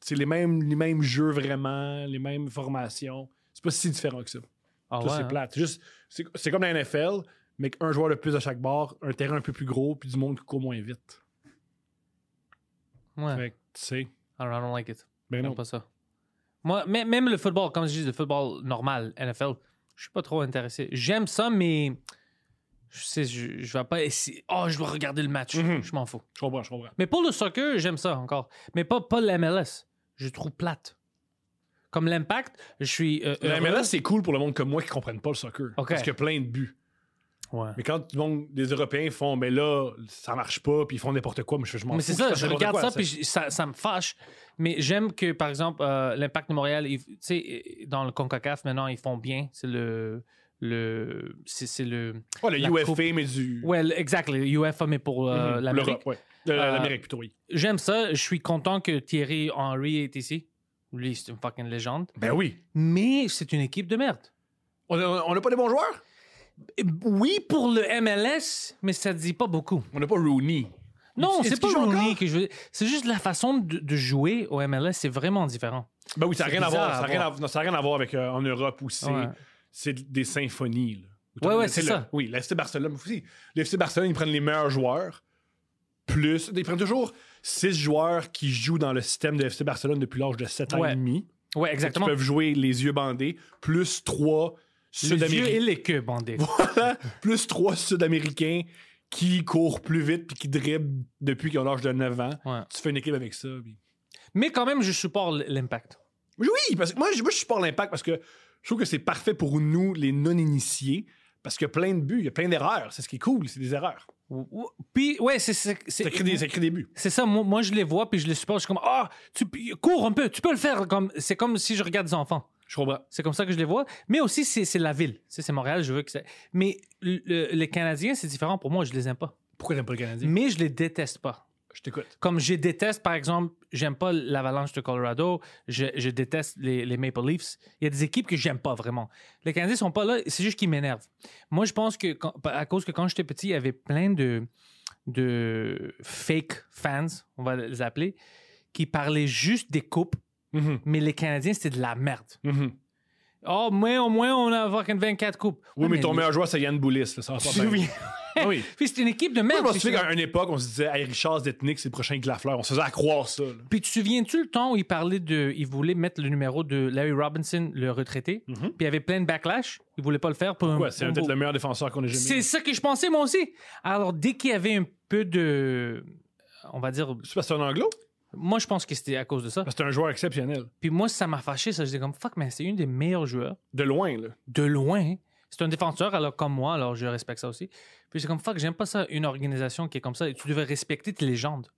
S2: c'est les mêmes, les mêmes jeux vraiment, les mêmes formations. C'est pas si différent que ça.
S1: Ah
S2: Ça,
S1: ouais,
S2: c'est
S1: hein?
S2: plate. C'est juste, c'est, c'est comme la NFL, mais qu'un joueur de plus à chaque bord, un terrain un peu plus gros, puis du monde qui court moins vite.
S1: Ouais.
S2: Fait que, tu sais,
S1: I don't, I don't like it.
S2: ben
S1: J'aime
S2: non.
S1: pas ça. Moi, mè- même le football, comme je dis, le football normal, NFL, je suis pas trop intéressé. J'aime ça, mais je je sais, je, je vais pas essayer. Oh, je vais regarder le match.
S2: Mhm.
S1: Je m'en fous.
S2: Je comprends, je comprends.
S1: Mais pour le soccer, j'aime ça encore. Mais pas, pas l'MLS. Je trouve plate. Comme l'Impact, je suis. euh,
S2: La
S1: heureux.
S2: MLS, c'est cool pour le monde comme moi qui comprennent pas le soccer.
S1: Ok.
S2: Parce qu'il y a plein de buts.
S1: Ouais.
S2: Mais quand tout le monde, les Européens font, mais là, ça marche pas, puis ils font n'importe quoi, mais je, fais, je m'en
S1: Mais
S2: fous
S1: c'est
S2: qu'ils
S1: ça,
S2: fassent
S1: je
S2: n'importe
S1: regarde
S2: quoi,
S1: ça, puis je- ça, ça me fâche. Mais j'aime que, par exemple, euh, l'Impact de Montréal, ils- tu sais, dans le CONCACAF, maintenant, ils font bien. C'est le. le c'est c'est le.
S2: Ouais, le
S1: la
S2: UFA,
S1: coupe.
S2: mais du.
S1: Ouais, le- exact, le UFA, mais pour euh,
S2: Mhm.
S1: l'Amérique.
S2: L'Europe, ouais. Euh,
S1: Euh,
S2: L'Amérique, plutôt, oui.
S1: J'aime ça. Je suis content que Thierry Henry est ici. Lui, c'est une fucking légende.
S2: Ben oui.
S1: Mais c'est une équipe de merde.
S2: On a, on a pas des bons joueurs?
S1: Euh, Oui, pour le MLS, mais ça dit pas beaucoup.
S2: On n'a pas Rooney.
S1: Non,
S2: Est-ce
S1: c'est pas
S2: qu'il joue
S1: Rooney
S2: encore?
S1: que je veux. C'est juste la façon de, de jouer au MLS, c'est vraiment différent.
S2: Ben oui, ça n'a
S1: C'est
S2: rien, à
S1: bizarre
S2: voir.
S1: à
S2: Ça a rien, à,
S1: voir.
S2: non, ça a rien à voir avec euh, en Europe où c'est
S1: Ouais.
S2: c'est des symphonies. Là. Où
S1: Ouais,
S2: t'as-
S1: ouais,
S2: tu sais,
S1: c'est
S2: le-
S1: ça.
S2: Oui, l'FC Barcelone aussi. L'FC Barcelone, ils prennent les meilleurs joueurs. Plus, ils prennent toujours six joueurs qui jouent dans le système de FC Barcelone depuis l'âge de 7 ans
S1: Ouais,
S2: et demi.
S1: Ouais, exactement.
S2: Qui peuvent jouer les yeux bandés, plus trois
S1: Les yeux et
S2: Sud-Américains.
S1: les queues bandées.
S2: Voilà, plus trois Sud-Américains qui courent plus vite puis qui dribblent depuis qu'ils ont l'âge de 9 ans.
S1: Ouais.
S2: Tu fais une équipe avec ça. puis-
S1: Mais quand même, je supporte l- l'impact.
S2: Oui, oui, parce que moi, je, moi, je supporte l'impact parce que je trouve que c'est parfait pour nous, les non-initiés, parce qu'il y a plein de buts, il y a plein d'erreurs. C'est ce qui est cool, c'est des erreurs.
S1: Ou- ou- Puis, ouais, c'est c'est-
S2: Ça crée des,
S1: c'est
S2: ça crée des buts.
S1: c'est ça. Moi, moi, je les vois, puis je les supporte. Je suis comme, ah, tu cours un peu, tu peux le faire. Comme, c'est comme si je regarde des enfants.
S2: Je comprends.
S1: C'est comme ça que je les vois. Mais aussi, c'est c'est la ville. Tu sais, C'est Montréal, je veux que c'est. Mais le- le- les Canadiens, c'est différent pour moi. Je les aime pas.
S2: Pourquoi t'aimes pas le Canadien?
S1: Mais je les déteste pas.
S2: Mm. Je t'écoute.
S1: Comme je déteste, par exemple, j'aime pas l'Avalanche de Colorado, je, je déteste les, les Maple Leafs. Il y a des équipes que j'aime pas vraiment. Les Canadiens sont pas là, c'est juste qu'ils m'énervent. Moi, je pense que quand- à cause que quand j'étais petit, il y avait plein de, de fake fans, on va les appeler, qui parlaient juste des coupes,
S2: Mhm,
S1: mais les Canadiens, c'était de la merde.
S2: mhm.
S1: Oh, mais au moins, on a fucking 24 coupes.
S2: Oui,
S1: Ouais,
S2: mais ton
S1: les-
S2: meilleur joueur, c'est Yann Boulis. là, ça va pas bien.
S1: Oui.
S2: Ah oui.
S1: Puis c'est une équipe de
S2: Moi,
S1: merde.
S2: je me
S1: puis
S2: souviens
S1: c'est-
S2: qu'à une époque, on se disait, hey, Richard Zetnik, c'est le prochain Lafleur. On se faisait à croire ça. là.
S1: Puis tu te souviens-tu le temps où il parlait de. Il voulait mettre le numéro de Larry Robinson, le retraité. Puis il y avait plein de backlash. Il voulait pas le faire pour un-
S2: Quoi, Mhm. c'est
S1: pour-
S2: peut-être le meilleur défenseur qu'on ait jamais
S1: C'est
S2: eu.
S1: ça que je pensais moi aussi. Alors dès qu'il y avait un peu de. On va dire.
S2: C'est parce que c'est un anglo?
S1: Moi, je pense que c'était à cause de ça.
S2: Parce que c'est un joueur exceptionnel.
S1: Puis moi, ça m'a fâché. Ça, j'étais comme fuck, mais c'est une des meilleurs joueurs
S2: De loin, là.
S1: de loin. hein. C'est un défenseur, alors comme moi, alors je respecte ça aussi. Puis j'étais comme fuck, j'aime pas ça, une organisation qui est comme ça. Et tu devais respecter tes légendes.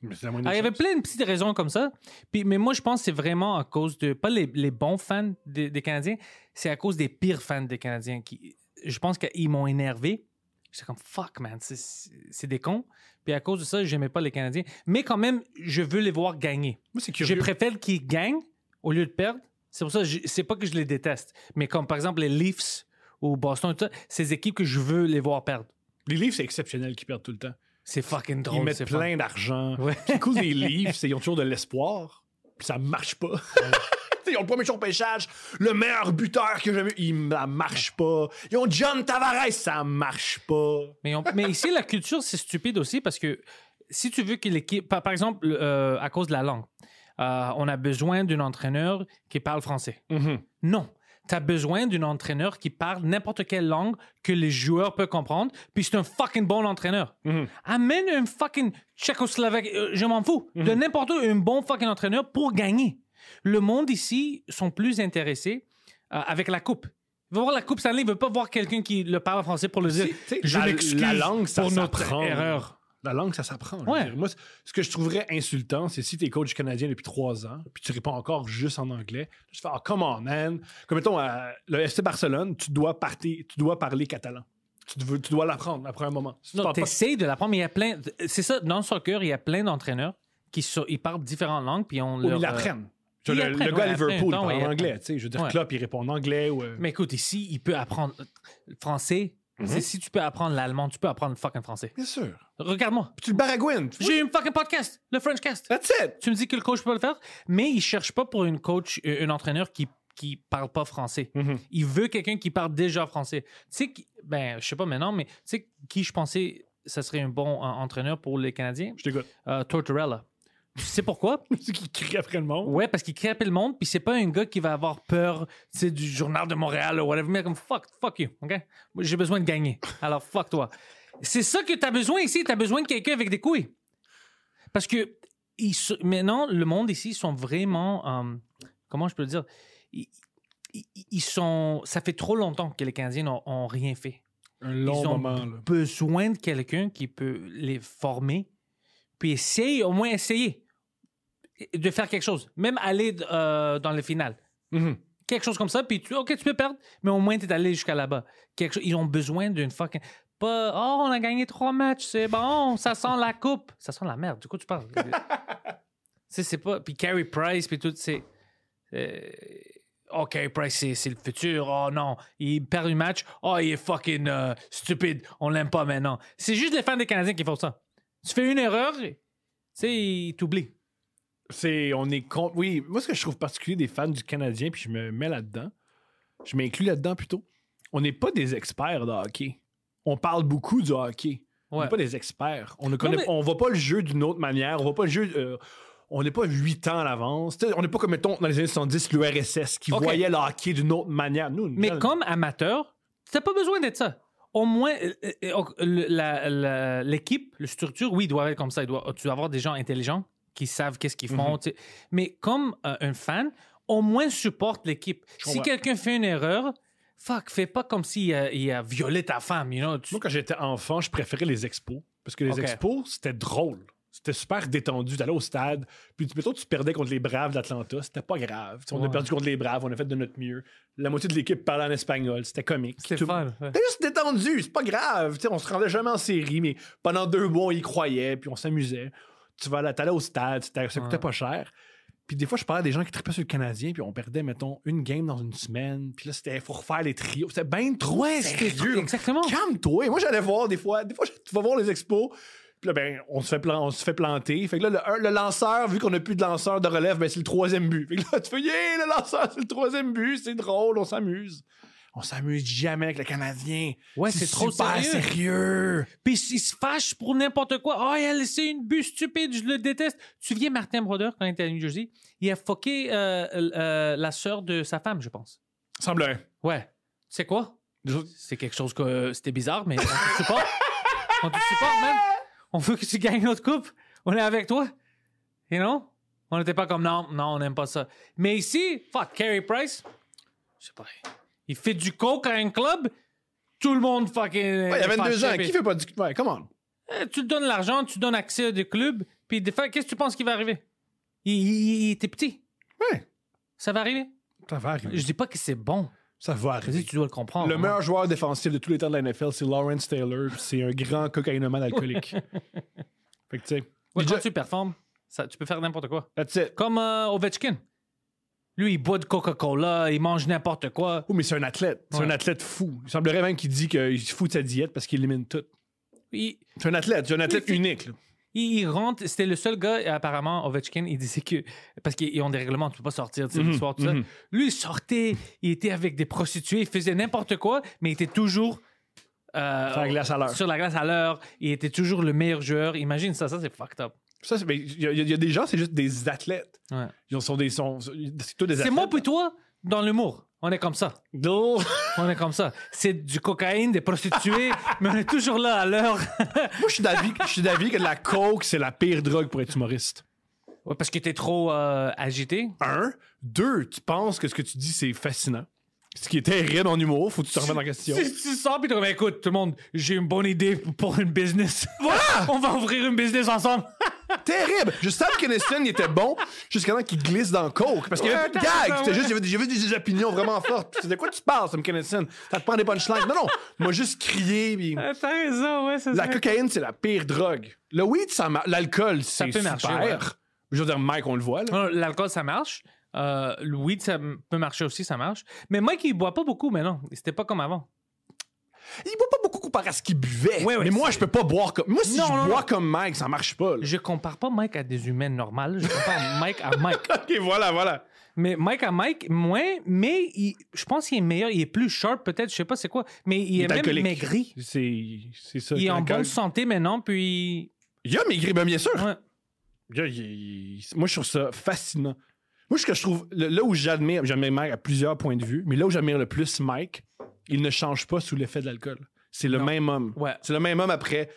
S2: Mais c'est la moindre
S1: Ah, il y
S2: chose.
S1: avait plein de petites raisons comme ça. Puis, mais moi, je pense que c'est vraiment à cause de. Pas les, les bons fans des, des Canadiens, c'est à cause des pires fans des Canadiens. qui Je pense qu'ils m'ont énervé. J'étais comme fuck, man, c'est- c'est c'est des cons. Puis à cause de ça, j'aimais pas les Canadiens. Mais quand même, je veux les voir gagner.
S2: Moi, c'est
S1: Je
S2: curieux.
S1: préfère qu'ils gagnent au lieu de perdre. C'est pour ça, que je- c'est pas que je les déteste. Mais comme par exemple les Leafs ou Boston, tout ça, ces équipes que je veux les voir perdre.
S2: Les livres, c'est exceptionnel qu'ils perdent tout le temps.
S1: C'est fucking drôle.
S2: ils mettent
S1: c'est fun.
S2: plein d'argent.
S1: Ouais.
S2: Puis le cool des livres, c'est qu'ils ont toujours de l'espoir. Puis ça marche pas. Tu sais, ils ont le premier choix au pêchage, le meilleur buteur que j'ai jamais eu. Il, ça marche pas. Ils ont John Tavares, ça marche pas.
S1: Mais, on- mais ici, la culture, c'est stupide aussi parce que si tu veux que l'équipe. Par, par exemple, euh, à cause de la langue, euh, on a besoin d'un entraîneur qui parle français. Non. Tu as besoin d'un entraîneur qui parle n'importe quelle langue que les joueurs peuvent comprendre, puis c'est un fucking bon entraîneur.
S2: Mhm.
S1: Amène un fucking Tchécoslovaque, euh, je m'en fous,
S2: Mhm.
S1: de n'importe où, un bon fucking entraîneur pour gagner. Le monde ici sont plus intéressés euh, avec la coupe. Ils veulent voir la coupe Stanley, ils ne veulent pas voir quelqu'un qui le parle français pour le dire.
S2: Tu sais,
S1: Je
S2: la-
S1: m'excuse
S2: la langue, ça
S1: pour notre
S2: s'apprend.
S1: erreur.
S2: La langue, ça s'apprend. je veux
S1: Ouais.
S2: dire. Moi, c- ce que je trouverais insultant, c'est si t'es coach canadien depuis trois ans, puis tu réponds encore juste en anglais. Tu fais, oh, come on, man. Comme mettons, à le FC Barcelone, tu dois, partir, tu dois parler catalan. Tu, veux- tu dois l'apprendre après un moment. Si tu
S1: Non,
S2: parles pas-
S1: t'essayes de l'apprendre, mais il y a plein. C'est ça, dans le soccer, il y a plein d'entraîneurs qui sur- ils parlent différentes langues, puis on
S2: Ou
S1: leur,
S2: ils
S1: euh,
S2: l'apprennent. Je-
S1: ils
S2: le,
S1: l'apprennent,
S2: le gars à
S1: ouais, après un
S2: Liverpool, il
S1: temps,
S2: parle
S1: ouais,
S2: en
S1: il
S2: anglais. tu sais, Je veux dire,
S1: Ouais.
S2: Klopp, il répond en anglais. Ou, euh,
S1: Mais écoute, ici, il peut apprendre le français. C'est- Si tu peux apprendre l'allemand, tu peux apprendre le fucking français.
S2: Bien sûr.
S1: Regarde-moi.
S2: Puis tu le baragouines. Tu-
S1: J'ai un fucking podcast, le Frenchcast.
S2: That's it.
S1: Tu me dis que le coach peut le faire, mais il cherche pas pour une coach, euh, un entraîneur qui qui parle pas français. Il veut quelqu'un qui parle déjà français. Tu sais, qui- ben, je sais pas maintenant, mais tu sais qui je pensais ça serait un bon euh, entraîneur pour les Canadiens?
S2: Je t'écoute.
S1: Euh, Tortorella. Tu sais pourquoi?
S2: C'est qui crie après le monde.
S1: Ouais, parce qu'il crée appel le monde, puis c'est pas un gars qui va avoir peur tu sais, du journal de Montréal ou whatever, mais comme fuck, fuck you, ok? Moi, J'ai besoin de gagner, alors fuck toi. C'est ça que t'as besoin ici, t'as besoin de quelqu'un avec des couilles. Parce que ils se- maintenant, le monde ici, ils sont vraiment. euh, comment je peux le dire? Ils, ils- ils sont. Ça fait trop longtemps que les Canadiens n'ont ont rien fait.
S2: Un long
S1: ils ont
S2: moment, là.
S1: besoin de quelqu'un qui peut les former, puis essayer, au moins essayer de faire quelque chose, même aller euh, dans le final.
S2: Mhm.
S1: Quelque chose comme ça, puis tu, ok, tu peux perdre, mais au moins tu es allé jusqu'à là-bas. Quelque chose- ils ont besoin d'une fucking. Pas, oh, on a gagné trois matchs, c'est bon, ça sent la coupe. Ça sent la merde, du coup, tu parles. Tu sais, c'est pas. Puis Carey Price, puis tout, c'est. euh, Oh, Carey Price, c'est- c'est le futur. Oh non, il perd un match. Oh, il est fucking euh, stupide. On l'aime pas maintenant. C'est juste les fans des Canadiens qui font ça. Tu fais une erreur, tu sais, ils t'oublient.
S2: C'est, on est contre. Oui, moi, ce que je trouve particulier des fans du Canadien, puis je me mets là-dedans, je m'inclus là-dedans plutôt, on n'est pas des experts de hockey. On parle beaucoup du hockey. On
S1: Ouais.
S2: n'est pas des experts. On ne connaît,
S1: mais-
S2: on voit pas le jeu d'une autre manière. On voit pas le jeu. euh, on n'est pas huit ans à l'avance. Tu sais, On n'est pas comme, mettons, dans les années 70, l'URSS qui
S1: Ok.
S2: voyait le hockey d'une autre manière. Nous,
S1: Mais
S2: nous,
S1: comme amateur, t'as pas besoin d'être ça. Au moins, euh, euh, le- la- la- l'équipe, la, structure, oui, doit être comme ça. Il doit, tu dois avoir des gens intelligents qui savent qu'est-ce qu'ils font.
S2: Mhm.
S1: tu sais. Mais comme euh, un fan, au moins supporte l'équipe. Si
S2: comprends.
S1: quelqu'un fait une erreur, fuck, fais pas comme s'il euh, il a violé ta femme, you know. Tu-
S2: Moi, quand j'étais enfant, je préférais les expos. Parce que les
S1: Ok.
S2: expos, c'était drôle. C'était super détendu. T'allais au stade, puis tu- mettons, tu perdais contre les Braves d'Atlanta. C'était pas grave. Tu sais, On a
S1: Ouais.
S2: perdu contre les Braves, on a fait de notre mieux. La moitié de l'équipe parlait en espagnol. C'était comique.
S1: C'était
S2: Tout-
S1: fun, ouais.
S2: T'es juste détendu, c'est pas grave. Tu sais, on se rendait jamais en série, mais pendant deux mois, on y croyait, puis on s'amusait. Tu vas là, t'allais au stade, c'était- ça coûtait
S1: Ouais.
S2: pas cher. Puis des fois, je parlais à des gens qui tripaient sur le Canadien, puis on perdait, mettons, une game dans une semaine. Puis là, c'était, faut refaire les trios. C'était ben trop sérieux.
S1: Exactement.
S2: Calme-toi. Moi, j'allais voir des fois. Des fois, je- tu vas voir les expos. Puis là, ben, on se fait, plan- on se fait planter. Fait que là, le, un- le lanceur, vu qu'on n'a plus de lanceur de relève, ben, c'est le troisième but. Fait que là, tu fais, yeah, le lanceur, c'est le troisième but. C'est drôle, on s'amuse. On s'amuse jamais avec le Canadien.
S1: Ouais, c'est trop
S2: super
S1: sérieux.
S2: sérieux.
S1: Puis ils se fâchent pour n'importe quoi. Ah, il a laissé une buse stupide, je le déteste. Tu viens Martin Brodeur quand il était à New Jersey, il a fucké euh, euh, la sœur de sa femme, je pense.
S2: Semble un.
S1: Ouais. Tu sais quoi? C'est quelque chose que euh, c'était bizarre, mais on te supporte. on te supporte, même. On veut que tu gagnes notre coupe. On est avec toi. You know? On n'était pas comme non, non, on n'aime pas ça. Mais ici, fuck, Carey Price, je sais pas. Il fait du coke à un club, tout le monde fucking. euh,
S2: Ouais, il y a 22 ans.
S1: fâché,
S2: Qui
S1: puis-
S2: fait pas du. Ouais, come on.
S1: euh, tu te donnes l'argent, tu donnes accès à des clubs, puis des fois, qu'est-ce que tu penses qui va arriver? Il, il- il était petit.
S2: Ouais.
S1: Ça va arriver?
S2: Ça va arriver.
S1: Je dis pas que c'est bon.
S2: Ça va
S1: Je dis
S2: arriver.
S1: que tu dois le comprendre.
S2: Le meilleur joueur défensif de tous les temps de la NFL, c'est Lawrence Taylor. puis C'est un grand cocaïnomane alcoolique. fait que, tu sais.
S1: Ouais,
S2: Déjà-
S1: quand tu performes, ça, tu peux faire n'importe quoi.
S2: That's it.
S1: Comme euh, Ovechkin. Lui, il boit de Coca-Cola, il mange n'importe quoi.
S2: Oh, mais c'est un athlète. C'est
S1: Ouais.
S2: un athlète fou. Il semblerait même qu'il dit qu'il se fout de sa diète parce qu'il élimine tout.
S1: Il,
S2: C'est un athlète. C'est un athlète
S1: Mais-
S2: unique. là.
S1: il- il rentre. C'était le seul gars, apparemment, Ovechkin, il disait que. Parce qu'ils ont des règlements, tu peux pas sortir tu sais, le soir, tout ça.
S2: mhm.
S1: Lui, il sortait, il était avec des prostituées, il faisait n'importe quoi, mais il était toujours. euh,
S2: Sur la glace à l'heure.
S1: Sur la glace à l'heure. Il était toujours le meilleur joueur. Imagine ça, ça c'est fucked up.
S2: Ça, c'est- mais Il y, a- il y a- il y a des gens, c'est juste des athlètes.
S1: Ouais.
S2: Ils sont des. sont- C'est tous des
S1: C'est
S2: athlètes.
S1: moi puis toi dans l'humour. On est comme ça.
S2: Non.
S1: On est comme ça. C'est du cocaïne, des prostituées, mais on est toujours là à l'heure.
S2: Moi, je suis d'avis- je suis d'avis que la coke, c'est la pire drogue pour être humoriste.
S1: Ouais, parce que t'es trop euh, agité.
S2: Un. Deux, tu penses que ce que tu dis, c'est fascinant. Ce qui est terrible en humour, faut que tu te remettes en question.
S1: Si tu sors puis t'es comme écoute tout le monde, j'ai une bonne idée pour une business. Voilà, on va ouvrir une business ensemble.
S2: terrible! Je savais que Neston il était bon jusqu'à temps qu'il glisse dans le coke. Parce qu'il y avait
S1: Ouais,
S2: plus de gag.
S1: t'as
S2: C'était
S1: raison,
S2: juste, j'avais j'avais des opinions vraiment fortes. Puis, de quoi tu parles, Sam Kennison? Ça te prend des punchlines. Non, non. Moi, juste crié. puis-
S1: Ah, T'as raison, ouais, c'est
S2: La
S1: ça.
S2: cocaïne, c'est la pire drogue. Le weed, ça mar- l'alcool, c'est
S1: peut
S2: super.
S1: marcher, ouais.
S2: Je veux dire, Mike, on le voit, là.
S1: Non, L'alcool, ça marche. Euh, le weed, ça m- peut marcher aussi, ça marche. Mais Mike, il boit pas beaucoup maintenant. C'était pas comme avant.
S2: Il boit pas beaucoup comparé à ce qu'il buvait.
S1: Ouais, ouais,
S2: mais moi,
S1: c'est-
S2: je peux pas boire comme. Moi, si
S1: Non,
S2: je
S1: non,
S2: bois
S1: non.
S2: comme Mike, ça marche pas. là.
S1: Je compare pas Mike à des humains normales. Je compare Mike à Mike.
S2: Ok, voilà, voilà.
S1: Mais Mike à Mike, moins, mais il- je pense qu'il est meilleur. Il est plus sharp, peut-être. Je sais pas c'est quoi. Mais il,
S2: Il
S1: est,
S2: est
S1: même
S2: alcoolique.
S1: maigri.
S2: C'est c'est ça.
S1: Il est en
S2: l'alcool.
S1: bonne santé maintenant, puis.
S2: Il a maigri, ben, bien sûr.
S1: Ouais.
S2: Gars, il- il- moi, je trouve ça fascinant. Moi, ce que je trouve, le- là où j'admire, j'admire Mike à plusieurs points de vue, mais là où j'admire le plus Mike, il ne change pas sous l'effet de l'alcool. C'est le
S1: Non.
S2: même homme.
S1: Ouais.
S2: C'est le même homme après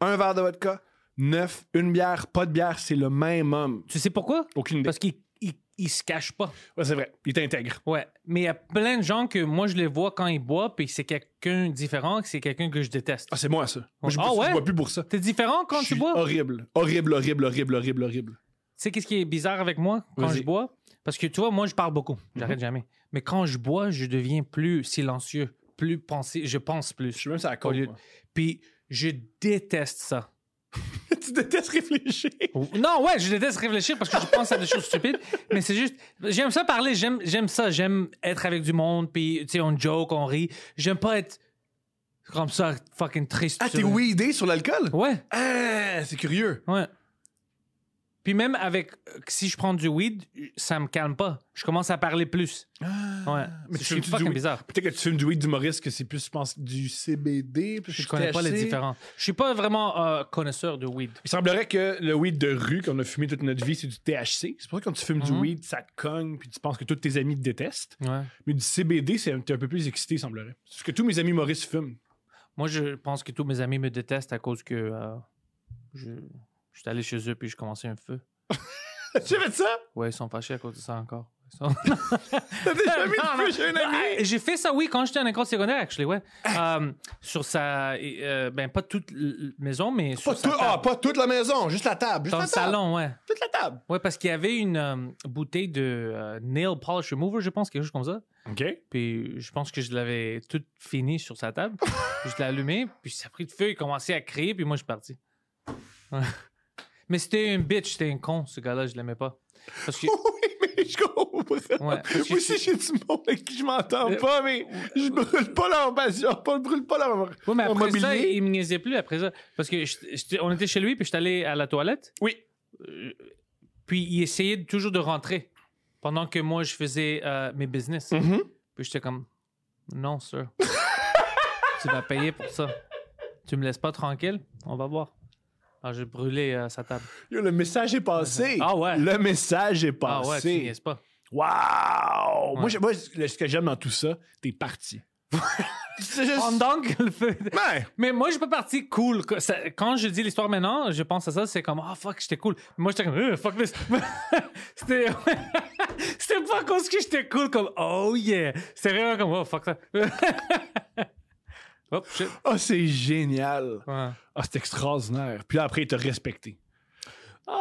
S2: un verre de vodka, neuf, une bière, pas de bière, c'est le même homme.
S1: Tu sais pourquoi?
S2: Aucune idée.
S1: Parce qu'il il, il se cache pas.
S2: Ouais, c'est vrai, il t'intègre.
S1: Ouais. Mais il y a plein de gens que moi, je les vois quand ils boivent, puis c'est quelqu'un différent, que c'est quelqu'un que je déteste.
S2: Ah, c'est moi, ça. Moi, je,
S1: Ah
S2: bois-
S1: ouais?
S2: je bois plus pour ça.
S1: T'es différent quand
S2: Je
S1: tu
S2: suis
S1: bois?
S2: Horrible. Horrible, horrible, horrible, horrible, horrible.
S1: Tu sais, qu'est-ce qui est bizarre avec moi quand
S2: Vas-y. Mhm.
S1: je bois? Parce que tu vois, moi, je parle beaucoup. J'arrête jamais. Mais quand je bois, je deviens plus silencieux, plus pensé. Je pense
S2: Je
S1: plus.
S2: suis même sur la côte.
S1: Au lieu-
S2: moi.
S1: Puis je déteste ça.
S2: tu détestes réfléchir.
S1: Non, ouais, je déteste réfléchir parce que je pense à des choses stupides. Mais c'est juste, j'aime ça parler, j'aime, j'aime ça, j'aime être avec du monde, puis tu sais, on joke, on rit. J'aime pas être comme ça, fucking triste.
S2: Ah,
S1: sur-
S2: t'es weedé sur l'alcool?
S1: Ouais,
S2: Ah, c'est curieux.
S1: ouais. Puis même avec, si je prends du weed, ça me calme pas. Je commence à parler plus. Ouais.
S2: Ah,
S1: je
S2: Mais tu
S1: suis
S2: fumes-tu du
S1: fucking
S2: weed?
S1: bizarre.
S2: Peut-être que tu fumes du weed d'humoriste, que c'est plus, je pense, du CBD. plus
S1: Je
S2: du
S1: connais pas les
S2: THC.
S1: différences. Je suis pas vraiment euh, connaisseur de weed.
S2: Il semblerait que le weed de rue qu'on a fumé toute notre vie, c'est du THC. C'est pour ça que quand tu fumes du
S1: Mhm.
S2: weed, ça te cogne, puis tu penses que tous tes amis te détestent.
S1: Ouais.
S2: Mais du CBD, c'est un, t'es un peu plus excité, il semblerait. C'est ce que tous mes amis humoristes fument.
S1: Moi, je pense que tous mes amis me détestent à cause que euh, je, je suis allé chez eux puis je commençais un feu.
S2: tu fait ça?
S1: Ouais, ils sont fâchés à cause de ça encore. Ils sont-
S2: T'as déjà mis
S1: Non,
S2: du feu chez un
S1: non.
S2: ami? Ah!
S1: Ah, J'ai fait ça, oui, quand j'étais en école secondaire, actually, ouais. Euh, sur sa. euh, ben, pas toute l- maison, mais sur
S2: Pas,
S1: sa
S2: tout- ah,
S1: table.
S2: pas toute la maison, juste la table. Juste
S1: Dans
S2: la
S1: le
S2: table.
S1: salon, ouais.
S2: Toute la table.
S1: Ouais, parce qu'il y avait une euh, bouteille de euh, nail polish remover, je pense, quelque chose comme ça.
S2: OK.
S1: Puis je pense que je l'avais toute finie sur sa table. je l'ai allumée, puis ça a pris de feu, il commençait à crier, puis moi je suis parti. Ouais. Mais c'était un bitch, c'était un con, ce gars-là, je l'aimais pas. Parce que.
S2: Oui, mais je comprends.
S1: Ouais, parce que
S2: Moi aussi, j'ai du monde avec qui je m'entends pas, mais je brûle pas leur passion, pas- je brûle pas leur,
S1: Ouais, mais
S2: leur
S1: après ça,
S2: mobilier.
S1: il me niaisait plus après ça. Parce que je- je- on était chez lui, puis je suis allé à la toilette.
S2: Oui.
S1: Euh, Puis il essayait toujours de rentrer pendant que moi, je faisais euh, mes business.
S2: Mhm.
S1: Puis j'étais comme, non, sir. tu vas payer pour ça. Tu me laisses pas tranquille? On va voir. Alors, j'ai brûlé euh, sa table.
S2: Yo, le message est passé.
S1: Ah ouais.
S2: Le message est
S1: Ah ouais, tu
S2: passé.
S1: niaises pas.
S2: Waouh! Moi,
S1: Ouais.
S2: j'ai- moi, ce que j'aime dans tout ça, t'es parti. C'est juste-
S1: Pendant que le feu...
S2: Ouais.
S1: Mais moi, je suis pas parti cool. Que- ça- Quand je dis l'histoire maintenant, je pense à ça, c'est comme, ah fuck, j'étais cool. Moi, j'étais comme, Euh, fuck this. C'était. C'était pas parce que j'étais cool, comme, oh yeah. C'était vraiment comme, oh fuck ça. Hop, shit.
S2: Ah, c'est génial.
S1: Ouais.
S2: Ah, c'est extraordinaire. Puis là, après, il t'a respecté.
S1: Euh,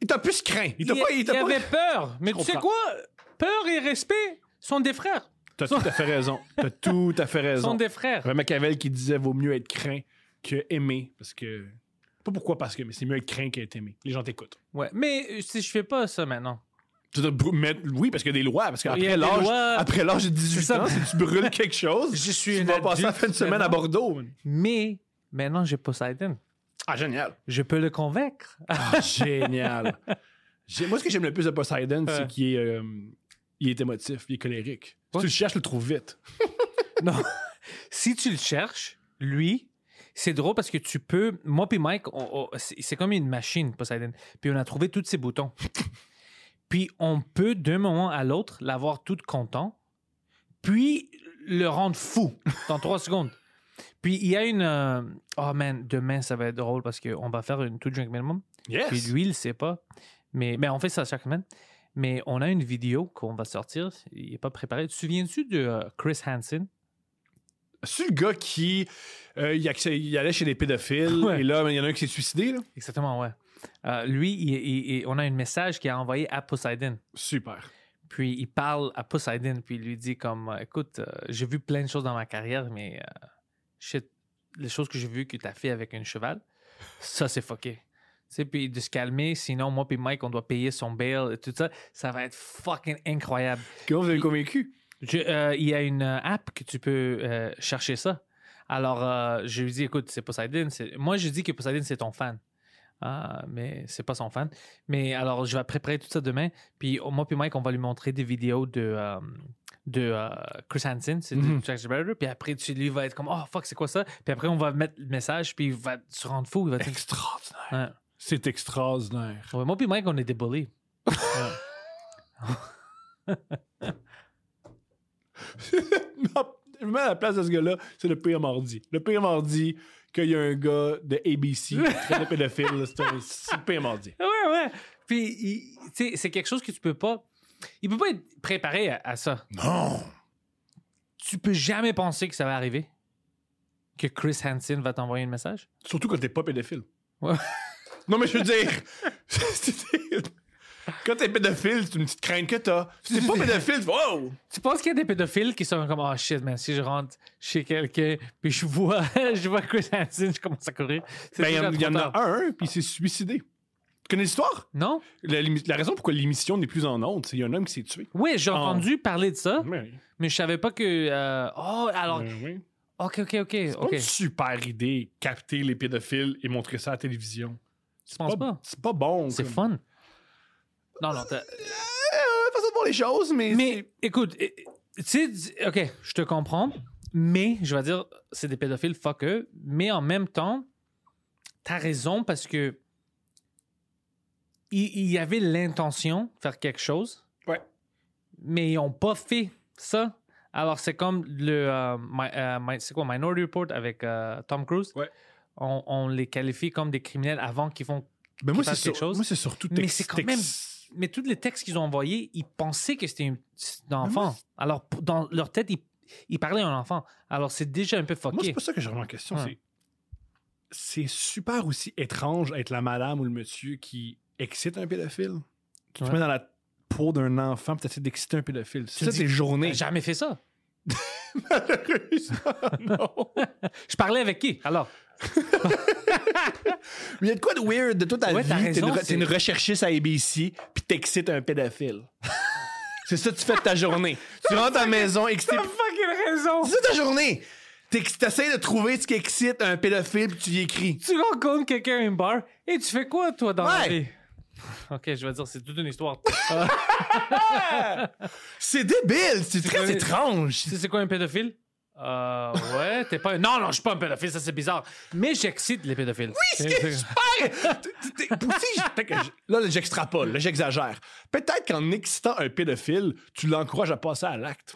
S2: Il t'a plus craint. Il
S1: il
S2: t'a pas. Il
S1: il
S2: t'a pas...
S1: avait peur. Mais tu sais
S2: comprends.
S1: quoi? Peur et respect sont des frères.
S2: T'as tout à fait raison. T'as tout à fait raison.
S1: Sont des frères.
S2: Ray Machiavel qui disait vaut mieux être craint que aimé. Parce que. Pas pourquoi, parce que, mais c'est mieux être craint qu'être aimé. Les gens t'écoutent.
S1: Ouais. Mais euh, si je fais pas ça maintenant.
S2: Tu dois brou- mettre- Oui, parce qu'il y a des lois. Parce
S1: Il y a
S2: qu'après
S1: des
S2: l'âge,
S1: lois.
S2: après l'âge de 18
S1: C'est ça.
S2: ans, si tu brûles quelque chose,
S1: Je suis
S2: tu
S1: un
S2: vas passer la
S1: adulte
S2: fin de semaine à
S1: maintenant.
S2: Bordeaux.
S1: Mais maintenant, j'ai Poseidon.
S2: Ah, génial.
S1: Je peux le convaincre.
S2: Ah, génial. J'ai- Moi, ce que j'aime le plus de Poseidon, c'est
S1: Ouais.
S2: qu'il est, euh, il est émotif, il est colérique. Si
S1: Ouais.
S2: tu le cherches, tu le trouves vite.
S1: Non. si tu le cherches, lui, c'est drôle parce que tu peux. Moi puis Mike, on- on- c'est c'est comme une machine, Poseidon. Puis on a trouvé tous ses boutons. puis on peut d'un moment à l'autre l'avoir tout content, puis le rendre fou dans trois secondes. Puis il y a une. euh, Oh man, demain ça va être drôle parce qu'on va faire une tout drink minimum.
S2: Yes.
S1: Puis lui, il sait pas. Mais, mais on fait ça chaque semaine. Mais on a une vidéo qu'on va sortir. Il n'est pas préparé. Tu te souviens-tu de euh, Chris Hansen?
S2: C'est le gars qui euh, il, accé- il allait chez des pédophiles
S1: Ouais.
S2: et là, il y en a un qui s'est suicidé. là.
S1: Exactement, ouais. Euh, lui, il- il- il- on a un message qu'il a envoyé à Poseidon.
S2: Super.
S1: Puis il parle à Poseidon, puis il lui dit comme, euh, écoute, euh, j'ai vu plein de choses dans ma carrière, mais euh, shit, les choses que j'ai vues que t'as fait avec un cheval, ça c'est fucké. Tu sais, puis de se calmer, sinon moi puis Mike, on doit payer son bail et tout ça, ça va être fucking incroyable.
S2: Comment vous avez convaincu?
S1: Je- euh, il y a une euh, app que tu peux euh, chercher ça. Alors, euh, je lui dis, écoute, c'est Poseidon. c'est- Moi, je dis que Poseidon, c'est ton fan. Ah, mais c'est pas son fan. Mais alors, je vais préparer tout ça demain. Puis, oh, moi, puis Mike, on va lui montrer des vidéos de, euh, de euh, Chris Hansen, c'est de
S2: Mhm.
S1: Jack the Ripper. Puis après, tu, lui va être comme, oh fuck, c'est quoi ça? Puis après, on va mettre le message, puis il va se rendre fou. Il va être-
S2: Extraordinaire.
S1: Ouais.
S3: C'est extraordinaire.
S1: Ouais, moi puis Mike, on est des bullies.
S2: Non, je me mets à la place de ce gars-là, c'est le pire mardi. Le pire mardi qu'il y a un gars de ABC qui traite de pédophile, là, c'est un- c'est le pire mardi.
S1: Ouais, ouais. Puis, il- tu sais, c'est quelque chose que tu peux pas. Il peut pas être préparé à, à ça.
S2: Non!
S1: Tu peux jamais penser que ça va arriver. Que Chris Hansen va t'envoyer un message.
S2: Surtout quand t'es pas pédophile.
S1: Ouais.
S2: Non, mais je veux dire, c'est- quand t'es pédophile, c'est une petite crainte que t'as. Si t'es pas pédophile, tu fais, oh! wow!
S1: Tu penses qu'il y a des pédophiles qui sont comme Oh shit, man, si je rentre chez quelqu'un, puis je vois, je vois Chris Hansen, je commence à courir. C'est
S2: Ben, il y en-
S1: déjà
S2: il y, en
S1: trop tard.
S2: a un, puis il s'est suicidé. Tu connais l'histoire?
S1: Non?
S2: La, limi- la raison pourquoi l'émission n'est plus en ondes, c'est qu'il y a un homme qui s'est tué.
S1: Oui, j'ai entendu parler de ça,
S2: Oui.
S1: mais je savais pas que. euh, Oh, alors.
S2: Ben oui.
S1: Ok, ok, ok.
S2: Mm. C'est pas
S1: ok.
S2: une super idée, capter les pédophiles et montrer ça à la télévision.
S1: Tu penses pas?
S2: C'est pas bon.
S1: C'est
S2: comme-
S1: fun. Non, non, t'as.
S2: Euh, façon de voir les choses, mais.
S1: Mais écoute, eh, eh, tu sais, ok, je te comprends, mais je vais dire, c'est des pédophiles, fuck eux. Mais en même temps, t'as raison parce que il il y, avait l'intention de faire quelque chose,
S2: c'est- Ouais.
S1: mais ils n'ont pas fait ça. Alors c'est comme le, euh, mi- euh, mi- c'est quoi, Minority Report avec euh, Tom Cruise.
S2: Ouais.
S1: On, on les qualifie comme des criminels avant qu'ils font.
S2: Mais
S1: Qu'ils
S2: moi, c'est
S1: fassent quelque
S2: sur-
S1: chose.
S2: moi, c'est surtout
S1: Mais
S2: texte-
S1: c'est quand même-
S2: texte-
S1: Mais tous les textes qu'ils ont envoyés, ils pensaient que c'était un un
S2: Ah,
S1: enfant. Alors p- dans leur tête, ils, ils parlaient à un enfant. Alors c'est déjà un peu fucké.
S2: Moi, c'est pas ça que je remets en question.
S1: Ouais.
S2: c'est- C'est super aussi étrange être la madame ou le monsieur qui excite un pédophile. Tu
S1: Ouais.
S2: te mets dans la peau d'un enfant et tu d'exciter un pédophile. C'est
S1: me
S2: ça
S1: dis-
S2: tes
S1: J'ai
S2: journées.
S1: jamais fait ça.
S2: Malheureusement, Ah, non.
S1: Je parlais avec qui Alors,
S2: Mais il y a de quoi de weird de toute ta
S1: Ouais,
S2: vie?
S1: t'as
S2: T'es
S1: raison,
S2: une, re-
S1: c'est-
S2: t'es une recherchiste à ABC, puis t'excites un pédophile. c'est ça que tu fais de ta journée. tu rentres à la maison, excité.
S1: fucking raison.
S2: C'est ça ta journée! T'ex- T'essayes de trouver ce qui excite un pédophile, puis tu y écris.
S1: Tu rencontres quelqu'un à une bar et tu fais quoi toi dans la
S2: Ouais.
S1: vie Ok, je vais dire, c'est toute une histoire.
S2: C'est débile! C'est très
S1: comme-
S2: étrange!
S1: Tu sais, c'est quoi un pédophile? Euh, ouais, t'es pas un... Non, non, je suis pas un pédophile, ça c'est bizarre. Mais j'excite les pédophiles. Oui,
S2: Super! T'es- t'es- aussi, je- peut-être que je- Là, j'extrapole, là, j'exagère. Peut-être qu'en excitant un pédophile, tu l'encourages à passer à l'acte.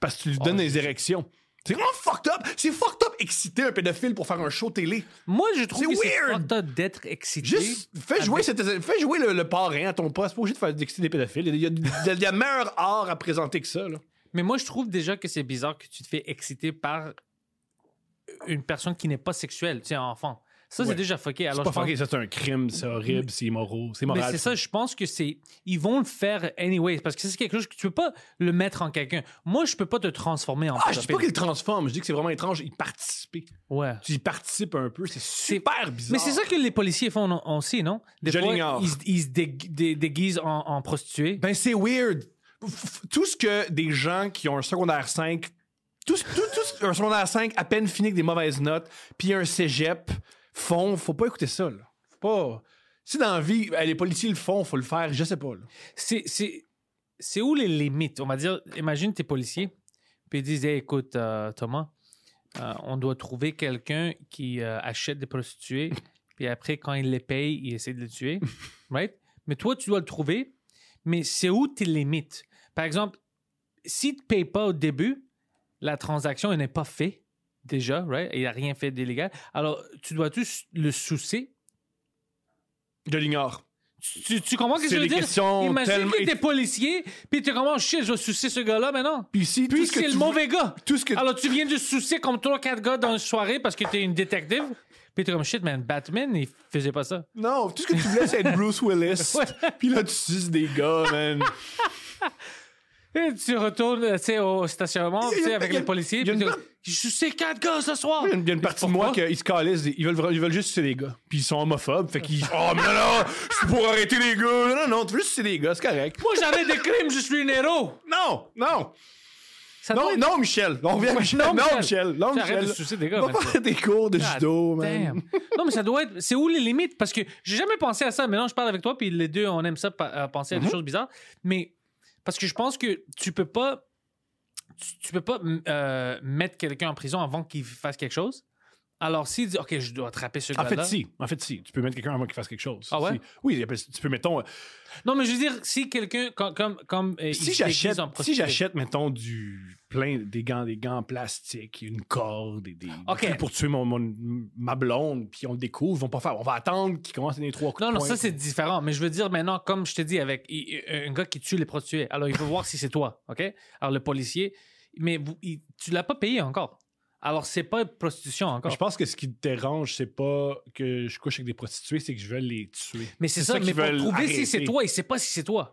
S2: Parce que tu lui
S1: Ah,
S2: donnes des érections. C'est vraiment fucked up! C'est fucked up exciter un pédophile pour faire un show télé.
S1: Moi, je trouve
S2: C'est
S1: que c'est
S2: weird.
S1: fucked up d'être excité.
S2: Juste fais jouer, cette- fais jouer le, le parrain à ton poste. Pas obligé de faire d'exciter des pédophiles. Il y a, il y a- il y a meilleur art à présenter que ça. Là.
S1: Mais moi, je trouve déjà que c'est bizarre que tu te fais exciter par une personne qui n'est pas sexuelle, tu sais, un enfant. Ça, c'est
S2: Ouais.
S1: déjà fucké.
S2: C'est
S1: Alors,
S2: pas
S1: je pense-
S2: fucké, ça c'est un crime, c'est horrible, c'est immoral. C'est
S1: Mais
S2: moral.
S1: c'est ça, je pense que c'est. Ils vont le faire anyway, parce que c'est quelque chose que tu peux pas le mettre en quelqu'un. Moi, je peux pas te transformer en
S2: Ah, je dis pas
S1: pédophile.
S2: qu'il le transforme, je dis que c'est vraiment étrange. Il participe.
S1: Ouais.
S2: Tu y participes un peu, c'est super bizarre.
S1: Mais c'est ça que les policiers font non- aussi, non? Des
S2: Je
S1: fois,
S2: l'ignore.
S1: Ils, se- ils se dég- dé- déguisent en, en prostituées.
S2: Ben, c'est weird. F- f- Tout ce que des gens qui ont un secondaire 5, tout, ce- tout, tout ce- un secondaire 5 à peine fini avec des mauvaises notes, puis un cégep font, faut pas écouter ça. Là. Faut pas. Si dans la vie, ben, les policiers le font, faut le faire, je sais pas. là.
S1: C'est- C'est c'est où les limites? On va dire, imagine tes policiers, puis ils disent, Hey, écoute, euh, Thomas, euh, on doit trouver quelqu'un qui euh, achète des prostituées, puis après, quand il les paye, il essaie de les tuer. right? Mais toi, tu dois le trouver, mais c'est où tes limites? Par exemple, si tu ne payes pas au début, la transaction elle n'est pas faite déjà, right? Il n'a rien fait d'illégal. Alors, tu dois-tu le soucier?
S2: Je l'ignore.
S1: Tu, tu- tu comprends ce que
S2: C'est
S1: je veux
S2: des
S1: dire?
S2: questions
S1: Imagine
S2: tellement-
S1: que t'es policier, puis t'es comment, shit, je vais soucier ce gars-là maintenant.
S2: Puis si,
S1: Puis
S2: tout ce que
S1: c'est le
S2: tu veux-
S1: mauvais gars.
S2: tout ce que-
S1: Alors tu viens de soucier comme trois, quatre gars dans une soirée parce que t'es une détective. Puis t'es comme, shit, man, Batman, il faisait pas ça.
S2: Non, tout ce que tu voulais, c'est être Bruce Willis.
S1: Ouais.
S2: Puis là, tu suces des gars, man.
S1: Et tu retournes, euh, tu sais, au stationnement,
S2: Il y a-
S1: tu sais, avec
S2: il y a-
S1: les policiers,
S2: il y a
S1: puis t'es
S2: une-
S1: comme, j'ai soucié quatre gars ce soir.
S2: Il y a une- il y a une partie de moi qu'ils se calissent, des- ils veulent, vra- ils veulent juste sucer des gars. Puis ils sont homophobes, fait qu'ils. Oh, mais non, c'est pour arrêter les gars. Non, non, non, tu veux juste sucer des gars, c'est correct.
S1: Moi, j'avais des crimes, je suis un héros.
S2: Non, non,
S1: Ça doit
S2: non,
S1: être-
S2: non, Michel. On revient à Michel. Non, Michel. Non,
S1: Tu arrêtes
S2: Michel.
S1: de sucer des gars,
S2: Va
S1: man.
S2: faire des cours de
S1: God
S2: judo, man.
S1: damn. Non, mais ça doit être. C'est où les limites? Parce que j'ai jamais pensé à ça. Maintenant, je parle avec toi, puis les deux, on aime ça, pa- euh, penser à
S2: Mm-hmm.
S1: des choses bizarres. Mais parce que je pense que tu peux pas. Tu, tu peux pas m- euh, mettre quelqu'un en prison avant qu'il fasse quelque chose. Alors, s'il dit, OK, je dois attraper ce
S2: En fait,
S1: gars-là.
S2: si. En fait, si. Tu peux mettre quelqu'un avant qu'il fasse quelque chose.
S1: Ah ouais?
S2: Si. Oui, appelle- tu peux, mettons. euh,
S1: Non, mais je veux dire, si quelqu'un, com- comme. comme euh, il se
S2: si
S1: déguise
S2: j'achète,
S1: en prostituée.
S2: si j'achète, mettons, du plein des gants, des gants en plastique, une corde, des, des- des
S1: Ok.
S2: trucs pour tuer mon, mon- ma blonde, puis on le découvre, ils vont pas faire. On va attendre qu'ils commencent à donner trois coups.
S1: Non,
S2: de
S1: non,
S2: poing.
S1: ça c'est différent. Mais je veux dire maintenant, comme je te dis, avec i- i- un gars qui tue les prostituées, alors il veut voir si c'est toi, OK? Alors le policier, mais vous- il- tu l'as pas payé encore. Alors c'est pas prostitution encore.
S2: Je pense que ce qui te dérange, c'est pas que je couche avec des prostituées, c'est que je veux les tuer.
S1: Mais c'est ça,
S2: ça
S1: mais
S2: qu'ils
S1: pour
S2: veulent
S1: trouver si
S2: arrêter.
S1: c'est toi, il sait pas si c'est toi.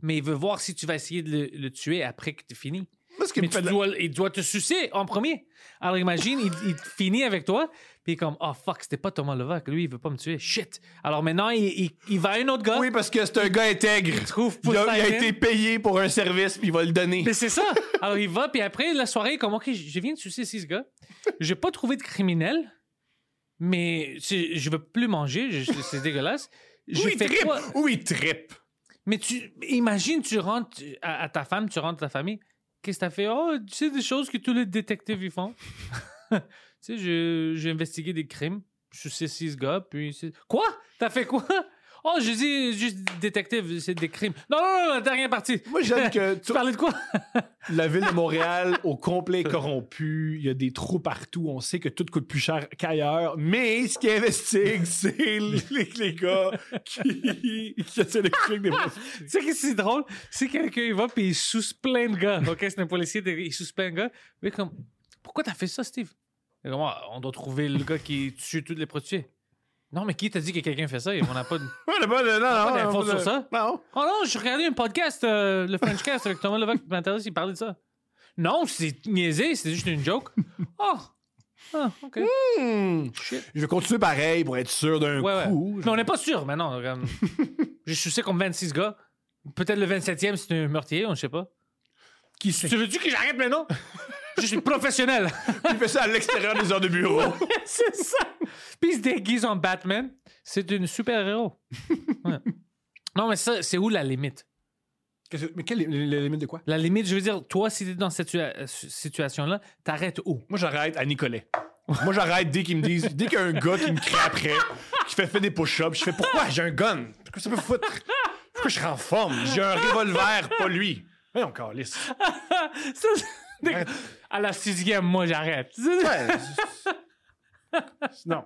S1: Mais il veut voir si tu vas essayer de le, le tuer après que tu fini.
S2: Moi, ce qui
S1: Mais
S2: me
S1: tu
S2: fait de la-
S1: dois, il doit te sucer en premier. Alors imagine, il, il finit avec toi, puis il est comme, oh fuck, c'était pas Thomas Levac, lui il veut pas me tuer, shit. Alors maintenant, il, il- il va à un autre gars.
S2: Oui, parce que c'est un gars intègre.
S1: trouve
S2: Il a, il a
S1: Poussin.
S2: été payé pour un service, puis il va le donner.
S1: Mais c'est ça. Alors il va, puis après la soirée, comme ok, je viens de sucer six gars. J'ai pas trouvé de criminel, mais c'est- je veux plus manger, je- c'est c'est dégueulasse. Je
S2: Où il
S1: fais
S2: trippe?
S1: quoi?
S2: Où il trippe?
S1: Mais tu imagine, tu rentres à, à ta femme, tu rentres à ta famille. Qu'est-ce que t'as fait? Oh, tu sais des choses que tous les détectives ils font. tu sais, je- j'ai investigué des crimes, je sais six gars, puis c'est- quoi? T'as fait quoi? Oh, je dis juste détective, c'est des crimes. Non, non, non, t'as rien parti.
S2: Moi, j'aime que
S1: Tu
S2: tout-
S1: parlais de quoi?
S2: la ville de Montréal au complet est corrompue. Il y a des trous partout. On sait que tout coûte plus cher qu'ailleurs. Mais ce qui investigue, c'est les, les gars qui, qui essaient de coucher avec des prostituées.
S1: Tu sais qu'est-ce qui est drôle? C'est quelqu'un, il va puis il suce plein de gars. OK, c'est un policier, il suce plein de gars. Mais comme, pourquoi t'as fait ça, Steve? Il est comme, Ah, on doit trouver le gars qui tue toutes les prostituées. Non, mais qui t'a dit que quelqu'un fait ça? Et On n'a pas de...
S2: Ouais, là, bah, là, Non,
S1: pas
S2: non,
S1: d'infos
S2: non,
S1: sur ça?
S2: Non.
S1: Oh non, j'ai regardé un podcast, euh, le Frenchcast avec Thomas Levac qui m'intéresse, il parlait de ça. Non, c'est niaisé, c'était juste une joke. Oh! Ah, OK.
S2: Hmm.
S1: Shit.
S2: Je vais continuer pareil pour être sûr d'un
S1: Ouais, ouais.
S2: coup.
S1: Mais on n'est pas sûr maintenant. comme- J'ai sucé comme 26 gars. Peut-être le 27e, c'est un meurtrier, on ne sait pas.
S2: Qui sait?
S1: Tu veux-tu que j'arrête maintenant? Je suis professionnel.
S2: Il fait ça à l'extérieur des heures de bureau.
S1: c'est ça. Puis il se déguise en Batman. C'est une super-héros. Ouais. Non, mais ça, c'est où la limite?
S2: Qu'est-ce que- Mais quelle est la- la limite de quoi?
S1: La limite, je veux dire, toi, si t'es dans cette situa- situation-là, t'arrêtes où?
S2: Moi, j'arrête à Nicolet. Moi, j'arrête dès qu'ils me disent, dès qu'il y a un gars qui me crie après, qui fait, fait des push-ups, je fais pourquoi j'ai un gun? Pourquoi ça peut foutre? Pourquoi je serais en forme? J'ai un revolver, pas lui. Voyons, calisse.
S1: Ça, c'est- à la sixième, moi, j'arrête. C'est-
S2: Ouais, c'est- non.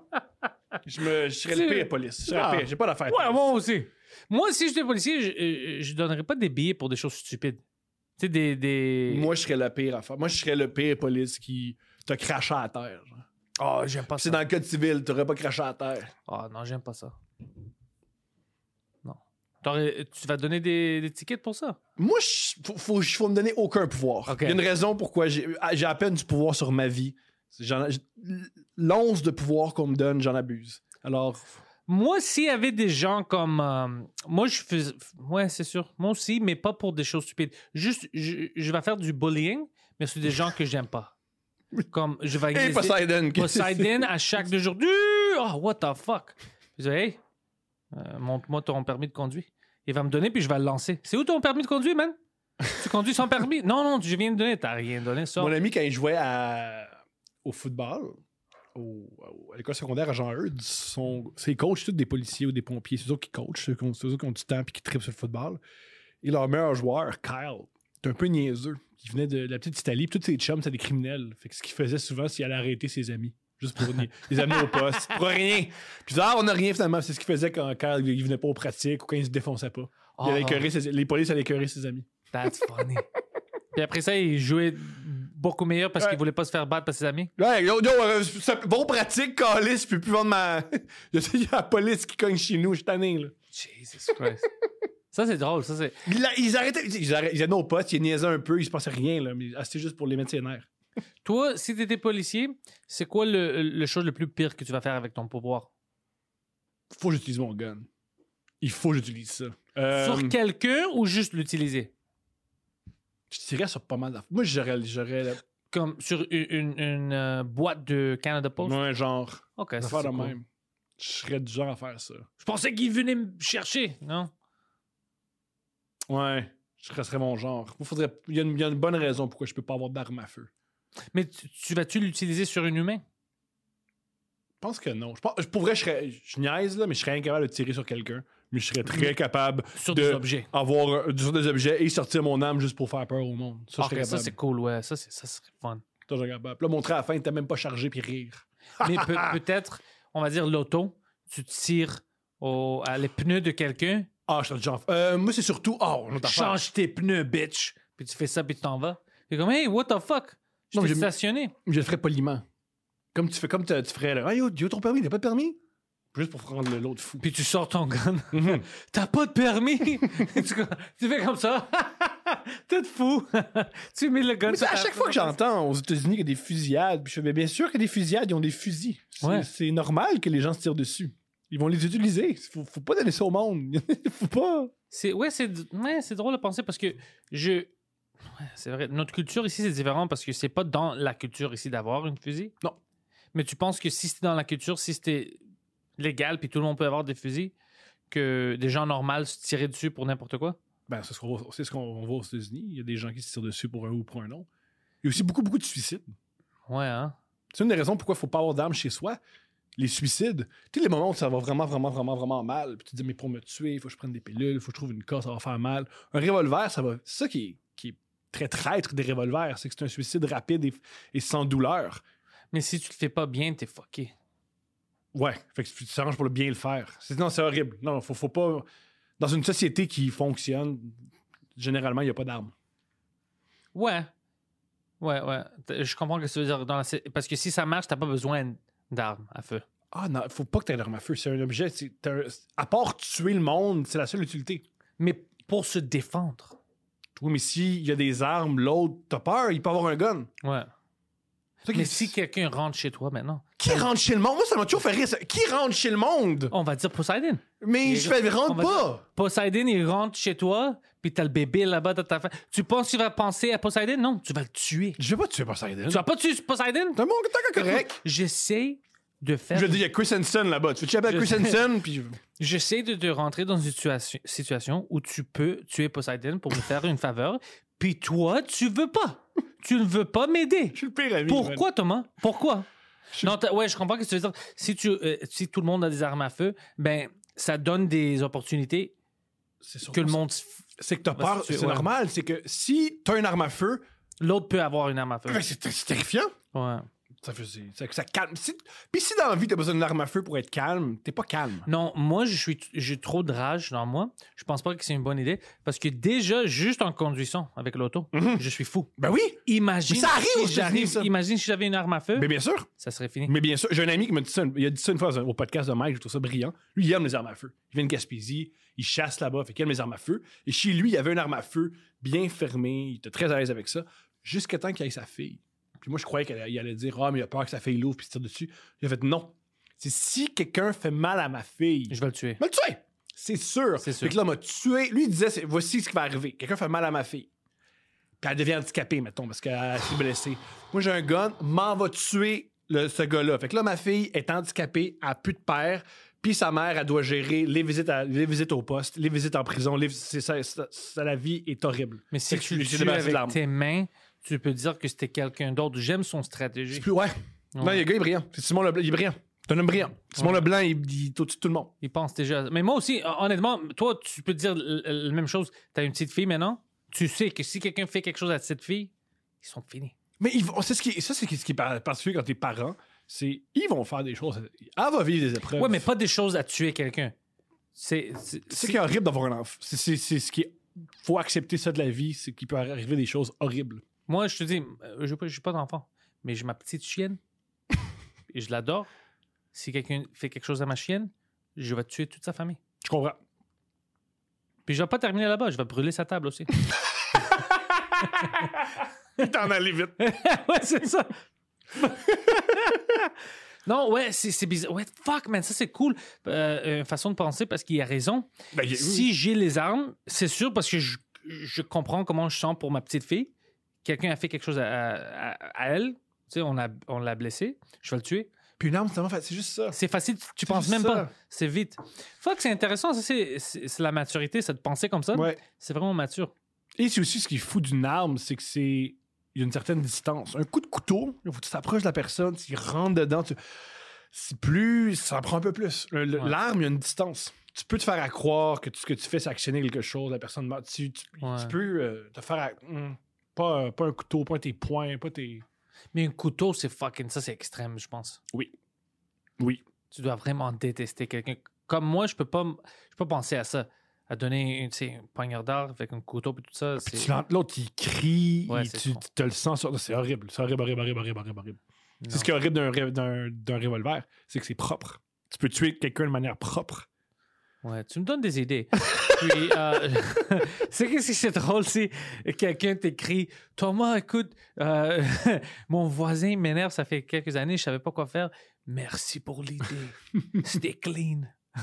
S2: Je, me, je serais le pire police. Je serais le pire. J'ai pas d'affaire.
S1: Ouais, moi aussi. Moi, si j'étais policier, je, euh, je donnerais pas des billets pour des choses stupides. Tu sais, des... des...
S2: Moi, je serais la pire affaire. Moi, je serais le pire police qui te crache à terre. genre.
S1: Oh, j'aime pas ça.
S2: C'est dans le code civil, t'aurais pas craché à terre.
S1: Oh non, j'aime pas ça. Non. T'aurais- Tu vas donner des, des tickets pour ça?
S2: Moi, je- faut, faut, je- faut me donner aucun pouvoir.
S1: Ok.
S2: Il y a une raison pourquoi j'ai ah, j'ai à peine du pouvoir sur ma vie. J'en- j'- L'once de pouvoir qu'on me donne, j'en abuse. Alors,
S1: Moi, s'il y avait des gens comme. euh, moi, je faisais. Ouais, c'est sûr. Moi aussi, mais pas pour des choses stupides. Juste, je, je vais faire du bullying, mais sur des gens que j'aime pas. Comme, je vais.
S2: hey
S1: niaiser-
S2: Poseidon, qu'est-ce Eh, que c'est?
S1: Poseidon à chaque deux jours. Du- Oh, what the fuck. Je dis, hey, euh, montre-moi ton permis de conduire. Il va me donner, puis je vais le lancer. C'est où ton permis de conduire, man? Tu conduis sans permis? Non, non, je viens de donner. T'as rien donné, ça.
S2: Mon ami, quand il jouait à- au football, au- au- à l'école secondaire à Jean-Eudes, son- ses coachs, tous des policiers ou des pompiers, c'est eux autres qui coachent, ceux qui ont, ceux autres qui ont du temps et qui trippent sur le football. Et leur meilleur joueur, Kyle, est un peu niaiseux. Il venait de la petite Italie, puis tous ses chums, c'était des criminels. Fait que ce qu'il faisait souvent, c'est qu'il allait arrêter ses amis. Juste pour ni- les amener au poste. Pour rien. Puis ah, on n'a rien finalement. C'est ce qu'il faisait quand Kyle il venait pas aux pratiques ou quand il se défonçait pas. Il
S1: Oh.
S2: allait écœurer ses- les polices allaient écœurer ses amis.
S1: That's funny. Puis après ça, il jouait beaucoup meilleur parce
S2: Ouais.
S1: qu'il voulait pas se faire battre par ses amis.
S2: Ouais, yo, yo, euh, ça- bon pratique, Calis, je peux plus vendre ma. Il y a la police qui cogne chez nous, je suis tanné, là.
S1: Jesus Christ. ça, c'est drôle. Ça, c'est...
S2: Ils, la- ils arrêtaient, ils arrêtaient, ils allaient aux potes, ils niaisaient un peu, il se passait rien, là, mais ah, c'était juste pour les mettre ses nerfs.
S1: Toi, si tu étais policier, c'est quoi le, le chose le plus pire que tu vas faire avec ton pouvoir?
S2: Faut que j'utilise mon gun. Il faut que j'utilise ça. Euh,
S1: Sur quelqu'un ou juste l'utiliser?
S2: Je tirais sur pas mal d'affaires. Moi, j'aurais. j'aurais la-
S1: Comme sur une, une- une, euh, boîte de Canada Post?
S2: Ouais, genre.
S1: Ok,
S2: Une
S1: ça,
S2: affaire
S1: c'est
S2: de
S1: cool.
S2: même. Je serais du genre à faire ça.
S1: Je pensais qu'il venait me chercher. Non?
S2: Ouais. Je serais, serais mon genre. Moi, faudrait- Il y, a une- il y a une bonne raison pourquoi je peux pas avoir d'arme à feu.
S1: Mais tu, tu vas-tu l'utiliser sur un humain?
S2: pense que non. Je pense, pour vrai, je, serais, je niaise, là, mais je serais incapable de tirer sur quelqu'un. Mais je serais très capable
S1: Sur
S2: de
S1: des objets.
S2: avoir euh, sur des objets et sortir mon âme juste pour faire peur au monde.
S1: Ah,
S2: Ça, je serais
S1: ça,
S2: capable.
S1: c'est cool, ouais. Ça, c'est- ça serait fun.
S2: Ça, je serais capable. Puis Là, montrer à la fin, t'as même pas chargé puis rire.
S1: Mais peut- peut-être, on va dire l'auto, tu tires au, à les pneus de quelqu'un,
S2: Ah, je suis genre. Euh, moi, c'est surtout. Oh, on
S1: change tes pneus, bitch. Puis tu fais ça, puis tu t'en vas. T'es comme, hey, what the fuck? Je
S2: Non,
S1: t'ai
S2: j'ai mis-
S1: stationné.
S2: Je le ferais poliment. Comme tu fais, comme tu tu ferais là. Ah, yo, yo, ton permis, il n'a pas de permis? Juste pour rendre l'autre fou.
S1: Puis tu sors ton gun.
S2: Mhm.
S1: T'as pas de permis. tu, tu fais comme ça. T'es fou. tu mets le gun.
S2: Mais c'est à
S1: sur-
S2: chaque fois que j'entends aux États-Unis qu'il y a des fusillades, puis je fais, mais bien sûr qu'il y a des fusillades, ils ont des fusils. C'est
S1: Ouais.
S2: c'est normal que les gens se tirent dessus. Ils vont les utiliser. Faut, faut pas donner ça au monde. faut pas.
S1: C'est ouais, c'est d- ouais, c'est drôle à penser parce que je ouais, c'est vrai, notre culture ici c'est différent parce que c'est pas dans la culture ici d'avoir une fusil.
S2: Non.
S1: Mais tu penses que si c'était dans la culture, si c'était légal puis tout le monde peut avoir des fusils, que des gens normaux se tiraient dessus pour n'importe quoi
S2: Ben, c'est ce qu'on voit, c'est ce qu'on voit aux États-Unis. Il y a des gens qui se tirent dessus pour un ou pour un autre. Il y a aussi beaucoup, beaucoup de suicides.
S1: Ouais, hein.
S2: C'est une des raisons pourquoi il faut pas avoir d'armes chez soi. Les suicides, tu sais, les moments où ça va vraiment, vraiment, vraiment, vraiment mal, puis tu te dis, mais pour me tuer, il faut que je prenne des pilules, il faut que je trouve une corde, ça va faire mal. Un revolver, ça va. C'est ça qui est, qui est très traître des revolvers, c'est que c'est un suicide rapide et, et sans douleur.
S1: Mais si tu le fais pas bien, t'es fucké.
S2: Ouais, fait que tu t'arranges pour le bien le faire. C'est- Non, c'est horrible. Non, non, faut, faut pas. Dans une société qui fonctionne, généralement, il n'y a pas d'armes.
S1: Ouais. Ouais, ouais. T- Je comprends ce que tu veux dire dans la sé- parce que si ça marche, t'as pas besoin d'armes à feu.
S2: Ah non, faut pas que tu aies l'arme à feu. C'est un objet. c'est- t'as un- À part tuer le monde, c'est la seule utilité.
S1: Mais pour se défendre.
S2: Oui, mais s'il y a des armes, l'autre, t'as peur, il peut avoir un gun.
S1: Ouais.
S2: C'est ça qui-
S1: Mais si quelqu'un rentre chez toi maintenant,
S2: Qui rentre chez le monde? Moi, ça m'a toujours fait rire. ça. Qui rentre chez le monde?
S1: on va dire Poseidon.
S2: Mais
S1: Les
S2: je
S1: gars,
S2: fais
S1: on
S2: rentre
S1: va
S2: pas!
S1: Poseidon, il rentre chez toi, puis t'as le bébé là-bas dans ta face. Tu penses qu'il va penser à Poseidon? Non, tu vas le tuer.
S2: Je vais pas tuer Poseidon.
S1: Tu vas pas tuer Poseidon?
S2: T'as mon t'as correct.
S1: J'essaie de faire.
S2: Je veux dire, il y a Chris Hansen là-bas. Tu veux que j'appelle
S1: Je-
S2: Chris Hansen? Puis.
S1: J'essaie de te rentrer dans une situation, situation où tu peux tuer Poseidon pour me faire une faveur, puis toi, tu veux pas. Tu ne veux pas m'aider.
S2: Je suis le pire ami.
S1: Pourquoi, Thomas? Pourquoi?
S2: Je-
S1: Non, t'as- ouais, je comprends ce que tu veux dire. Si, tu, euh, si tout le monde a des armes à feu, ben, ça donne des opportunités
S2: C'est
S1: que le monde. se f-
S2: C'est que t'as
S1: Va se
S2: peur,
S1: tuer,
S2: c'est
S1: ouais.
S2: normal. C'est que si t'as une arme à feu,
S1: L'autre peut avoir une arme à feu.
S2: ben, c'est c'est terrifiant.
S1: Ouais.
S2: Ça, fait- c'est- ça, ça calme. Si- Puis si dans la vie t'as besoin d'une arme à feu pour être calme, t'es pas calme.
S1: Non, moi, je suis, j'ai trop de rage dans moi. Je pense pas que c'est une bonne idée parce que déjà, juste en conduisant avec l'auto, je suis fou.
S2: Ben oui!
S1: Imagine,
S2: Mais ça arrive aux
S1: si
S2: États-Unis,
S1: j'arrive-
S2: ça.
S1: imagine si j'avais une arme à feu,
S2: Mais bien sûr!
S1: ça serait fini.
S2: Mais bien sûr, j'ai un ami qui m'a dit ça, il a dit ça une fois au podcast de Mike, je trouve ça brillant. Lui, il aime les armes à feu. Il vient de Gaspésie, il chasse là-bas, fait qu'il aime les armes à feu. Et chez lui, il avait une arme à feu bien fermée, il était très à l'aise avec ça, jusqu'à temps qu'il ait sa fille. Puis moi, je croyais qu'il allait, il allait dire Ah, mais il a peur que sa fille l'ouvre puis se tire dessus. Il a fait Non. C'est si quelqu'un fait mal à ma fille,
S1: Je vais le tuer.
S2: mais le tuer! C'est sûr.
S1: C'est sûr.
S2: Fait que là, m'a tué. Lui, il disait c'est- voici ce qui va arriver. Quelqu'un fait mal à ma fille. Puis elle devient handicapée, mettons, parce qu'elle s'est blessée. Moi, j'ai un gun, m'en va tuer le- ce gars-là. Fait que là, ma fille est handicapée, elle a plus de père, puis sa mère, elle doit gérer les visites, à- les visites au poste, les visites en prison. les- c'est ça, ça- ça, la vie est horrible.
S1: Mais si
S2: Fait que
S1: tu le
S2: j'ai
S1: tues
S2: débarrassé de
S1: avec
S2: l'arme.
S1: tes mains, tu peux dire que c'était quelqu'un d'autre. J'aime son stratégie.
S2: C'est plus- ouais. Non, le gars, il est brillant. C'est Simon Leblanc, il est brillant. C'est un homme brillant. Simon Leblanc, il, il est au-dessus de tout le monde.
S1: Il pense déjà. à ça. Mais moi aussi, hon- honnêtement, toi, tu peux te dire l- l- la même chose. T'as une petite fille maintenant. Tu sais que si quelqu'un fait quelque chose à cette fille, ils sont finis.
S2: Mais ils vont, c'est ce qui, est- ça, c'est ce qui est par- particulier quand t'es parent. C'est ils vont faire des choses. Elle va vivre des épreuves.
S1: Ouais, mais pas des choses à tuer quelqu'un. C'est. c'est-
S2: C'est ce qui est horrible d'avoir un enfant. C'est, c'est- c'est ce qui est- faut accepter ça de la vie, c'est qu'il peut arriver des choses horribles.
S1: Moi, je te dis, euh, je n'ai pas d'enfant, mais j'ai ma petite chienne et je l'adore. Si quelqu'un fait quelque chose à ma chienne, je vais tuer toute sa famille.
S2: Je comprends.
S1: Puis je vais pas terminer là-bas, je vais brûler sa table aussi.
S2: T'en allais vite.
S1: ouais, c'est ça. non, ouais, c'est c'est bizarre. Ouais, fuck, man, ça c'est cool. Euh, une façon de penser parce qu'il a raison.
S2: Ben, il-
S1: Si j'ai les armes, c'est sûr parce que je, je comprends comment je sens pour ma petite fille. Quelqu'un a fait quelque chose à, à- à- à elle. Tu sais, on l'a on l'a blessée. Je vais le tuer.
S2: Puis une arme, c'est tellement fa- c'est juste ça.
S1: C'est facile, tu- tu penses
S2: juste
S1: même
S2: ça.
S1: pas. C'est vite. Fuck, c'est intéressant. Ça, c'est, c'est, c'est la maturité, ça de penser comme ça.
S2: Ouais.
S1: C'est vraiment mature.
S2: Et c'est aussi ce qui est fou d'une arme, c'est que c'est. Il y a une certaine distance. Un coup de couteau, il faut que tu t'approches de la personne, tu rentres dedans, tu. c'est plus. Ça en prend un peu plus. Le- le-
S1: Ouais.
S2: L'arme, il y a une distance. Tu peux te faire à croire que tout ce que tu fais, c'est actionner quelque chose, la personne meurt. Tu, tu- tu
S1: Ouais.
S2: peux euh, te faire. à- hmm, pas, euh, pas un couteau, pas tes poings, pas tes.
S1: Mais un couteau, c'est fucking. Ça, c'est extrême, je pense.
S2: Oui.
S1: Tu dois vraiment détester quelqu'un. Comme moi, je peux pas, m- je peux pas penser à ça. À donner une, tu sais, un poignard d'art avec un couteau et tout ça.
S2: Ah, Puis
S1: c'est-
S2: tu l'ent- L'autre, il crie,
S1: Ouais,
S2: il-
S1: c'est
S2: tu,
S1: con.
S2: tu te le sens sur. C'est horrible. C'est horrible, horrible, horrible, horrible, horrible.
S1: Non.
S2: C'est ce qui est horrible d'un ré- d'un d'un revolver, c'est que c'est propre. Tu peux tuer quelqu'un de manière propre.
S1: Ouais, tu me donnes des idées. Puis, euh, c'est que si c'est drôle si quelqu'un t'écrit Thomas, écoute, euh, mon voisin m'énerve, ça fait quelques années, je savais pas quoi faire. Merci pour l'idée. C'était clean.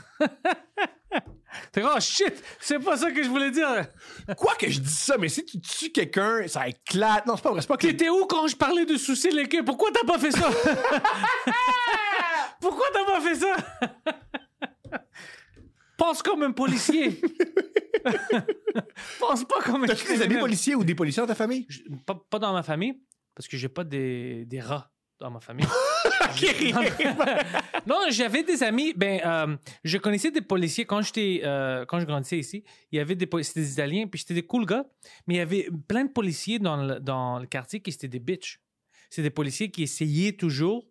S1: T'es comme, oh shit, c'est pas ça que je voulais dire.
S2: Quoi que je dis ça, mais si tu tues quelqu'un, ça éclate. Non, c'est pas vrai, c'est pas que
S1: T'étais où quand je parlais de soucis de l'équipe? Pourquoi t'as pas fait ça? Pourquoi t'as pas fait ça? Pense comme un policier. Pense pas comme un
S2: T'as-tu des amis
S1: criminel.
S2: policiers ou des policiers dans ta famille?
S1: Je- Pas, pas dans ma famille, parce que j'ai pas des, des rats dans ma famille. non, j'avais des amis. Ben, euh, je connaissais des policiers quand j'étais, euh, quand je grandissais ici. Il y avait des policiers, des Italiens, puis c'était des cool gars. Mais il y avait plein de policiers dans le, dans le quartier qui étaient des bitches. C'est des policiers qui essayaient toujours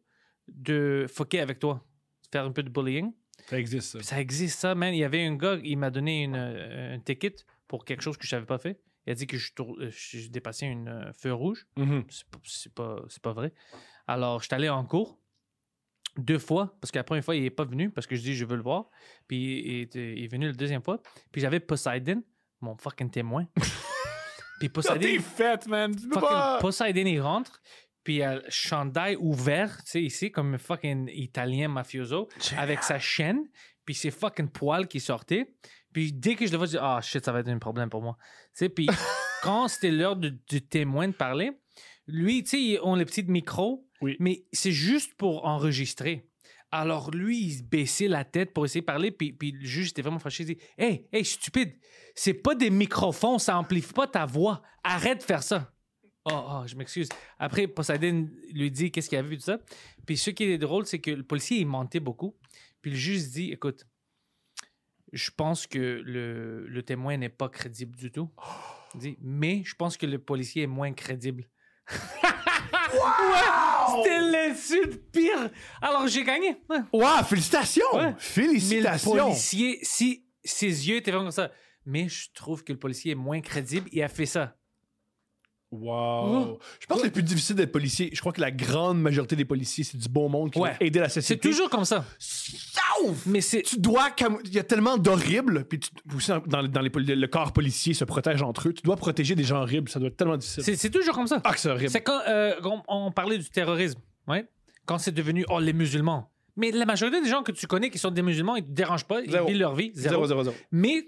S1: de fucker avec toi, de faire un peu de bullying.
S2: Ça existe, ça.
S1: Puis Ça existe, ça, man. Il y avait un gars, il m'a donné une, euh, un ticket pour quelque chose que je n'avais pas fait. Il a dit que je, tour- euh, je- je dépassais une euh, feu rouge. C'est pas, c'est pas, c'est pas vrai. Alors, je suis allé en cours deux fois, parce que la première fois, il n'est pas venu, parce que je dis, je veux le voir. Puis, il est, il est venu la deuxième fois. Puis, j'avais Poseidon, mon fucking témoin. Puis,
S2: Ça,
S1: Poseidon,
S2: t'es faite, man. Tu peux
S1: fucking
S2: pas.
S1: Poseidon, il rentre. Puis, il a le chandail ouvert, tu sais, ici, comme un fucking italien mafioso avec sa chaîne, puis ses fucking poils qui sortaient. Puis dès que je le vois, je dis Ah shit, ça va être un problème pour moi. Tu sais, puis quand c'était l'heure du, du témoin de parler, lui, tu sais, ils ont les petits micros,
S2: Oui.
S1: mais c'est juste pour enregistrer. Alors lui, il se baissait la tête pour essayer de parler, puis, puis le juge était vraiment fâché. Il dit Hey, hey, stupide, c'est pas des microphones, ça amplifie pas ta voix. Arrête de faire ça. Oh, oh, je m'excuse. Après, Poseidon lui dit qu'est-ce qu'il a vu, tout ça. Puis ce qui est drôle, c'est que le policier, il mentait beaucoup. Puis le juge dit Écoute, je pense que le, le témoin n'est pas crédible du tout. Il dit Mais je pense que le policier est moins crédible. Ouais, C'était l'insulte pire. Alors j'ai gagné. Ouais.
S2: Waouh, félicitations!
S1: Ouais. Mais le
S2: Félicitations!
S1: policier, si ses yeux étaient vraiment comme ça, mais je trouve que le policier est moins crédible, il a fait ça.
S2: Wow. Je pense que le plus difficile d'être policier, je crois que la grande majorité des policiers, c'est du bon monde qui
S1: Ouais.
S2: va aider la
S1: C'est
S2: société.
S1: toujours comme ça.
S2: Sauf!
S1: Mais c'est.
S2: Tu dois. cam- Il y a tellement d'horribles, puis tu- aussi dans, dans les, dans les poli- le corps policier se protège entre eux. Tu dois protéger des gens horribles, ça doit être tellement difficile.
S1: C'est c'est toujours comme ça.
S2: Ah, que c'est horrible.
S1: C'est quand euh, on, on parlait du terrorisme, ouais. quand c'est devenu oh, les musulmans. Mais la majorité des gens que tu connais qui sont des musulmans, ils te dérangent pas, ils
S2: Zéro.
S1: vivent leur vie. Zéro.
S2: Zéro, zéro, zéro.
S1: Mais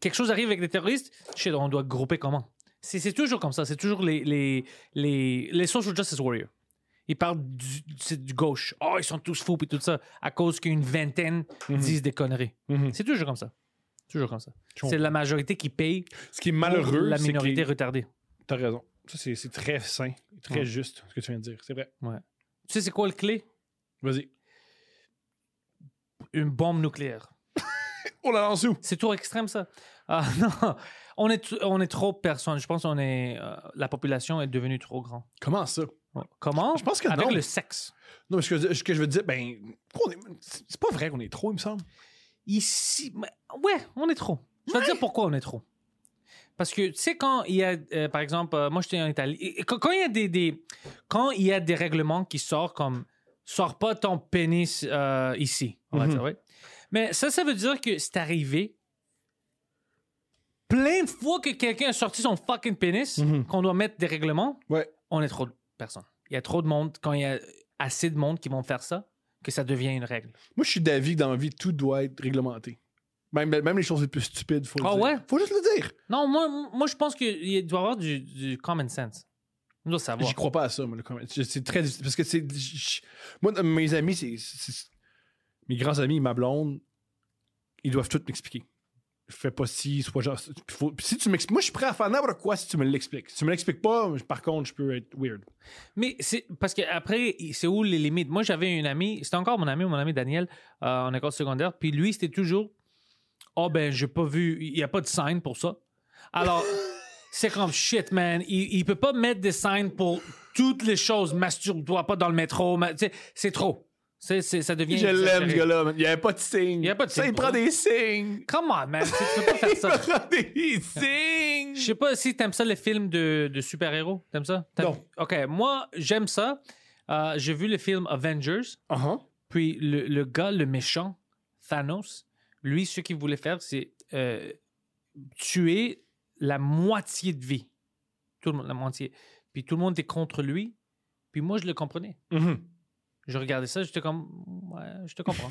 S1: quelque chose arrive avec des terroristes, shit, on doit grouper comment C'est c'est toujours comme ça, c'est toujours les, les, les, les social justice warriors. Ils parlent du, c'est du gauche. Oh, ils sont tous fous et tout ça, à cause qu'une vingtaine disent des conneries.
S2: Mhm.
S1: C'est toujours comme ça. Toujours comme ça.
S2: Je comprends.
S1: C'est la majorité qui paye
S2: Ce qui est
S1: pour
S2: malheureux,
S1: la
S2: c'est que
S1: minorité
S2: les-
S1: retardée.
S2: T'as raison. Ça, c'est c'est très sain, très
S1: Ouais.
S2: juste, ce que tu viens de dire. C'est vrai.
S1: Tu sais, c'est quoi le clé
S2: Vas-y.
S1: Une bombe nucléaire.
S2: On la lance où?
S1: C'est trop extrême, ça. Ah, non, on est, t- on est trop personne. Je pense qu'on est. euh, la population est devenue trop grande.
S2: Comment ça?
S1: Comment
S2: Je pense que
S1: Avec
S2: non.
S1: le sexe.
S2: Non, mais ce que, ce que je veux dire, ben, qu'on est- c'est pas vrai qu'on est trop, il me semble.
S1: Ici. mais- Ouais, on est trop. Je vais te dire pourquoi on est trop. Parce que, tu sais, quand il y a, euh, par exemple, euh, moi j'étais en Italie, et- et quand, quand il y a des, des- quand il y a des règlements qui sortent comme sors pas ton pénis euh, ici, on va
S2: Mhm.
S1: dire, ouais. Mais ça, ça veut dire que c'est arrivé plein de fois que quelqu'un a sorti son fucking pénis,
S2: Mhm.
S1: qu'on doit mettre des règlements,
S2: Ouais.
S1: on est trop de personnes. Il y a trop de monde, quand il y a assez de monde qui vont faire ça, que ça devient une règle.
S2: Moi, je suis d'avis que dans la vie, tout doit être réglementé. Même, même les choses les plus stupides, faut le
S1: Ah
S2: dire.
S1: ouais?
S2: Faut juste le dire.
S1: Non, moi, moi je pense qu'il doit y avoir du, du common sense. On doit savoir.
S2: J'y crois pas à ça, moi, le comment- je- C'est très difficile. Parce que c'est. je- Moi, dans mes amis, c'est. c'est- Mes grands amis, ma blonde, ils doivent tout m'expliquer. fais pas si, soit genre. faut- si tu m'expliques. Moi, je suis prêt à faire n'importe quoi si tu me l'expliques. Si tu me l'expliques pas, par contre, je peux être weird.
S1: Mais c'est parce que après, c'est où les limites? Moi, j'avais une amie, c'était encore mon ami, mon ami Daniel, euh, en école secondaire, puis lui, c'était toujours Oh ben, j'ai pas vu, il n'y a pas de sign pour ça. Alors, c'est comme shit, man. Il, il peut pas mettre des signs pour toutes les choses. Masturbe-toi pas dans le métro. ma- tu sais, c'est trop. C'est, c'est- ça devient.
S2: Je l'aime,
S1: exagéré.
S2: ce gars-là. man. Il n'y avait pas de signe.
S1: Il y avait pas de
S2: Ça,
S1: signe,
S2: il prend
S1: bro.
S2: des signes.
S1: Come on, man. Tu sais, tu peux pas faire
S2: Il
S1: ça.
S2: prend des signes.
S1: Je sais pas si t'aimes ça les films de, de super-héros. T'aimes ça? T'aimes-
S2: Non.
S1: Ok, moi, j'aime ça. Euh, j'ai vu le film Avengers.
S2: Uh-huh.
S1: Puis le, le gars, le méchant, Thanos, lui, ce qu'il voulait faire, c'est euh, tuer la moitié de vie. Tout le monde, la moitié. Puis tout le monde était contre lui. Puis moi, je le comprenais.
S2: Mhm.
S1: Je regardais ça, j'étais comme, ouais, je te comprends.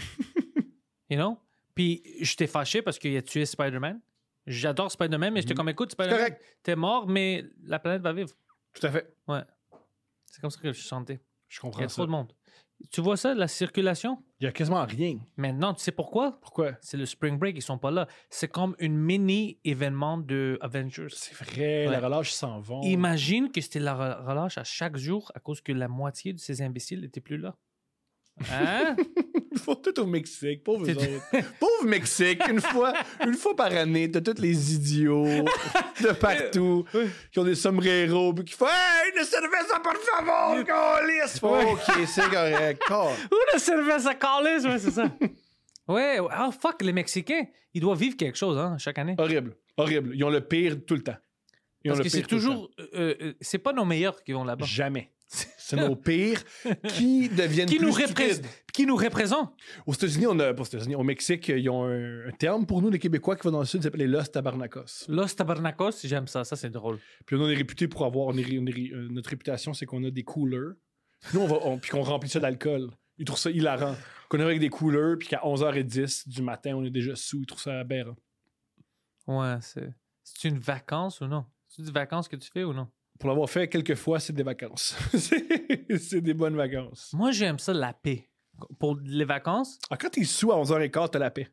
S1: you know? Puis j'étais fâché parce qu'il a tué Spider-Man. J'adore Spider-Man, mais j'étais comme, écoute, Spider-Man,
S2: Mhm. correct.
S1: t'es mort, mais la planète va vivre.
S2: Tout à fait.
S1: C'est comme ça que je sentais. Il
S2: Je
S1: y a
S2: comprends ça.
S1: trop de monde. Tu vois ça, la circulation?
S2: Il y a quasiment rien.
S1: Maintenant, tu sais pourquoi?
S2: Pourquoi?
S1: C'est le Spring Break, ils sont pas là. C'est comme une mini événement de Avengers.
S2: C'est vrai,
S1: Ouais.
S2: la relâche s'en vont.
S1: Imagine que c'était la re- relâche à chaque jour à cause que la moitié de ces imbéciles n'étaient plus là. Hein?
S2: Ils font tout au Mexique, pauvres
S1: C'est-
S2: autres. Pauvre Mexique, une fois, une fois par année, t'as tous les idiots de partout qui ont des sombreros puis qui font Hey, une cerveza, por favor, colis!
S1: Ouais.
S2: Ok, c'est correct. corps.
S1: Où le service à Carlos? Ouais, c'est ça. Ouais, oh fuck, les Mexicains, ils doivent vivre quelque chose hein, chaque année.
S2: Horrible, horrible. Ils ont le pire tout le temps. Ils ont
S1: Parce
S2: le
S1: que
S2: pire
S1: c'est
S2: tout le
S1: toujours. euh, euh, c'est pas nos meilleurs qui vont
S2: temps.
S1: là-bas.
S2: Jamais. C'est nos pires qui deviennent
S1: Qui
S2: plus
S1: nous,
S2: stupides.
S1: représente qui nous représente?
S2: Aux États-Unis, on a, pas aux États-Unis, au Mexique, ils ont un, un terme pour nous, les Québécois qui vont dans le sud, ça s'appelle les Los Tabarnacos.
S1: Los Tabarnakos, j'aime ça, ça c'est drôle.
S2: Puis nous, on est réputé pour avoir, on est ré- on est ré- euh, notre réputation, c'est qu'on a des coolers. Nous, on va, on- puis qu'on remplit ça d'alcool. Ils trouvent ça hilarant. Qu'on est avec des coolers, puis qu'à 11h10 du matin, on est déjà sous. Ils trouvent ça aberrant.
S1: Ouais, c'est. C'est une vacance ou non? C'est des vacances que tu fais ou non?
S2: Pour l'avoir fait quelques fois, c'est des vacances. c'est c'est des bonnes vacances.
S1: Moi, j'aime ça, la paix. Pour les vacances,
S2: Ah, quand t'es sous à 11h15, t'as la paix.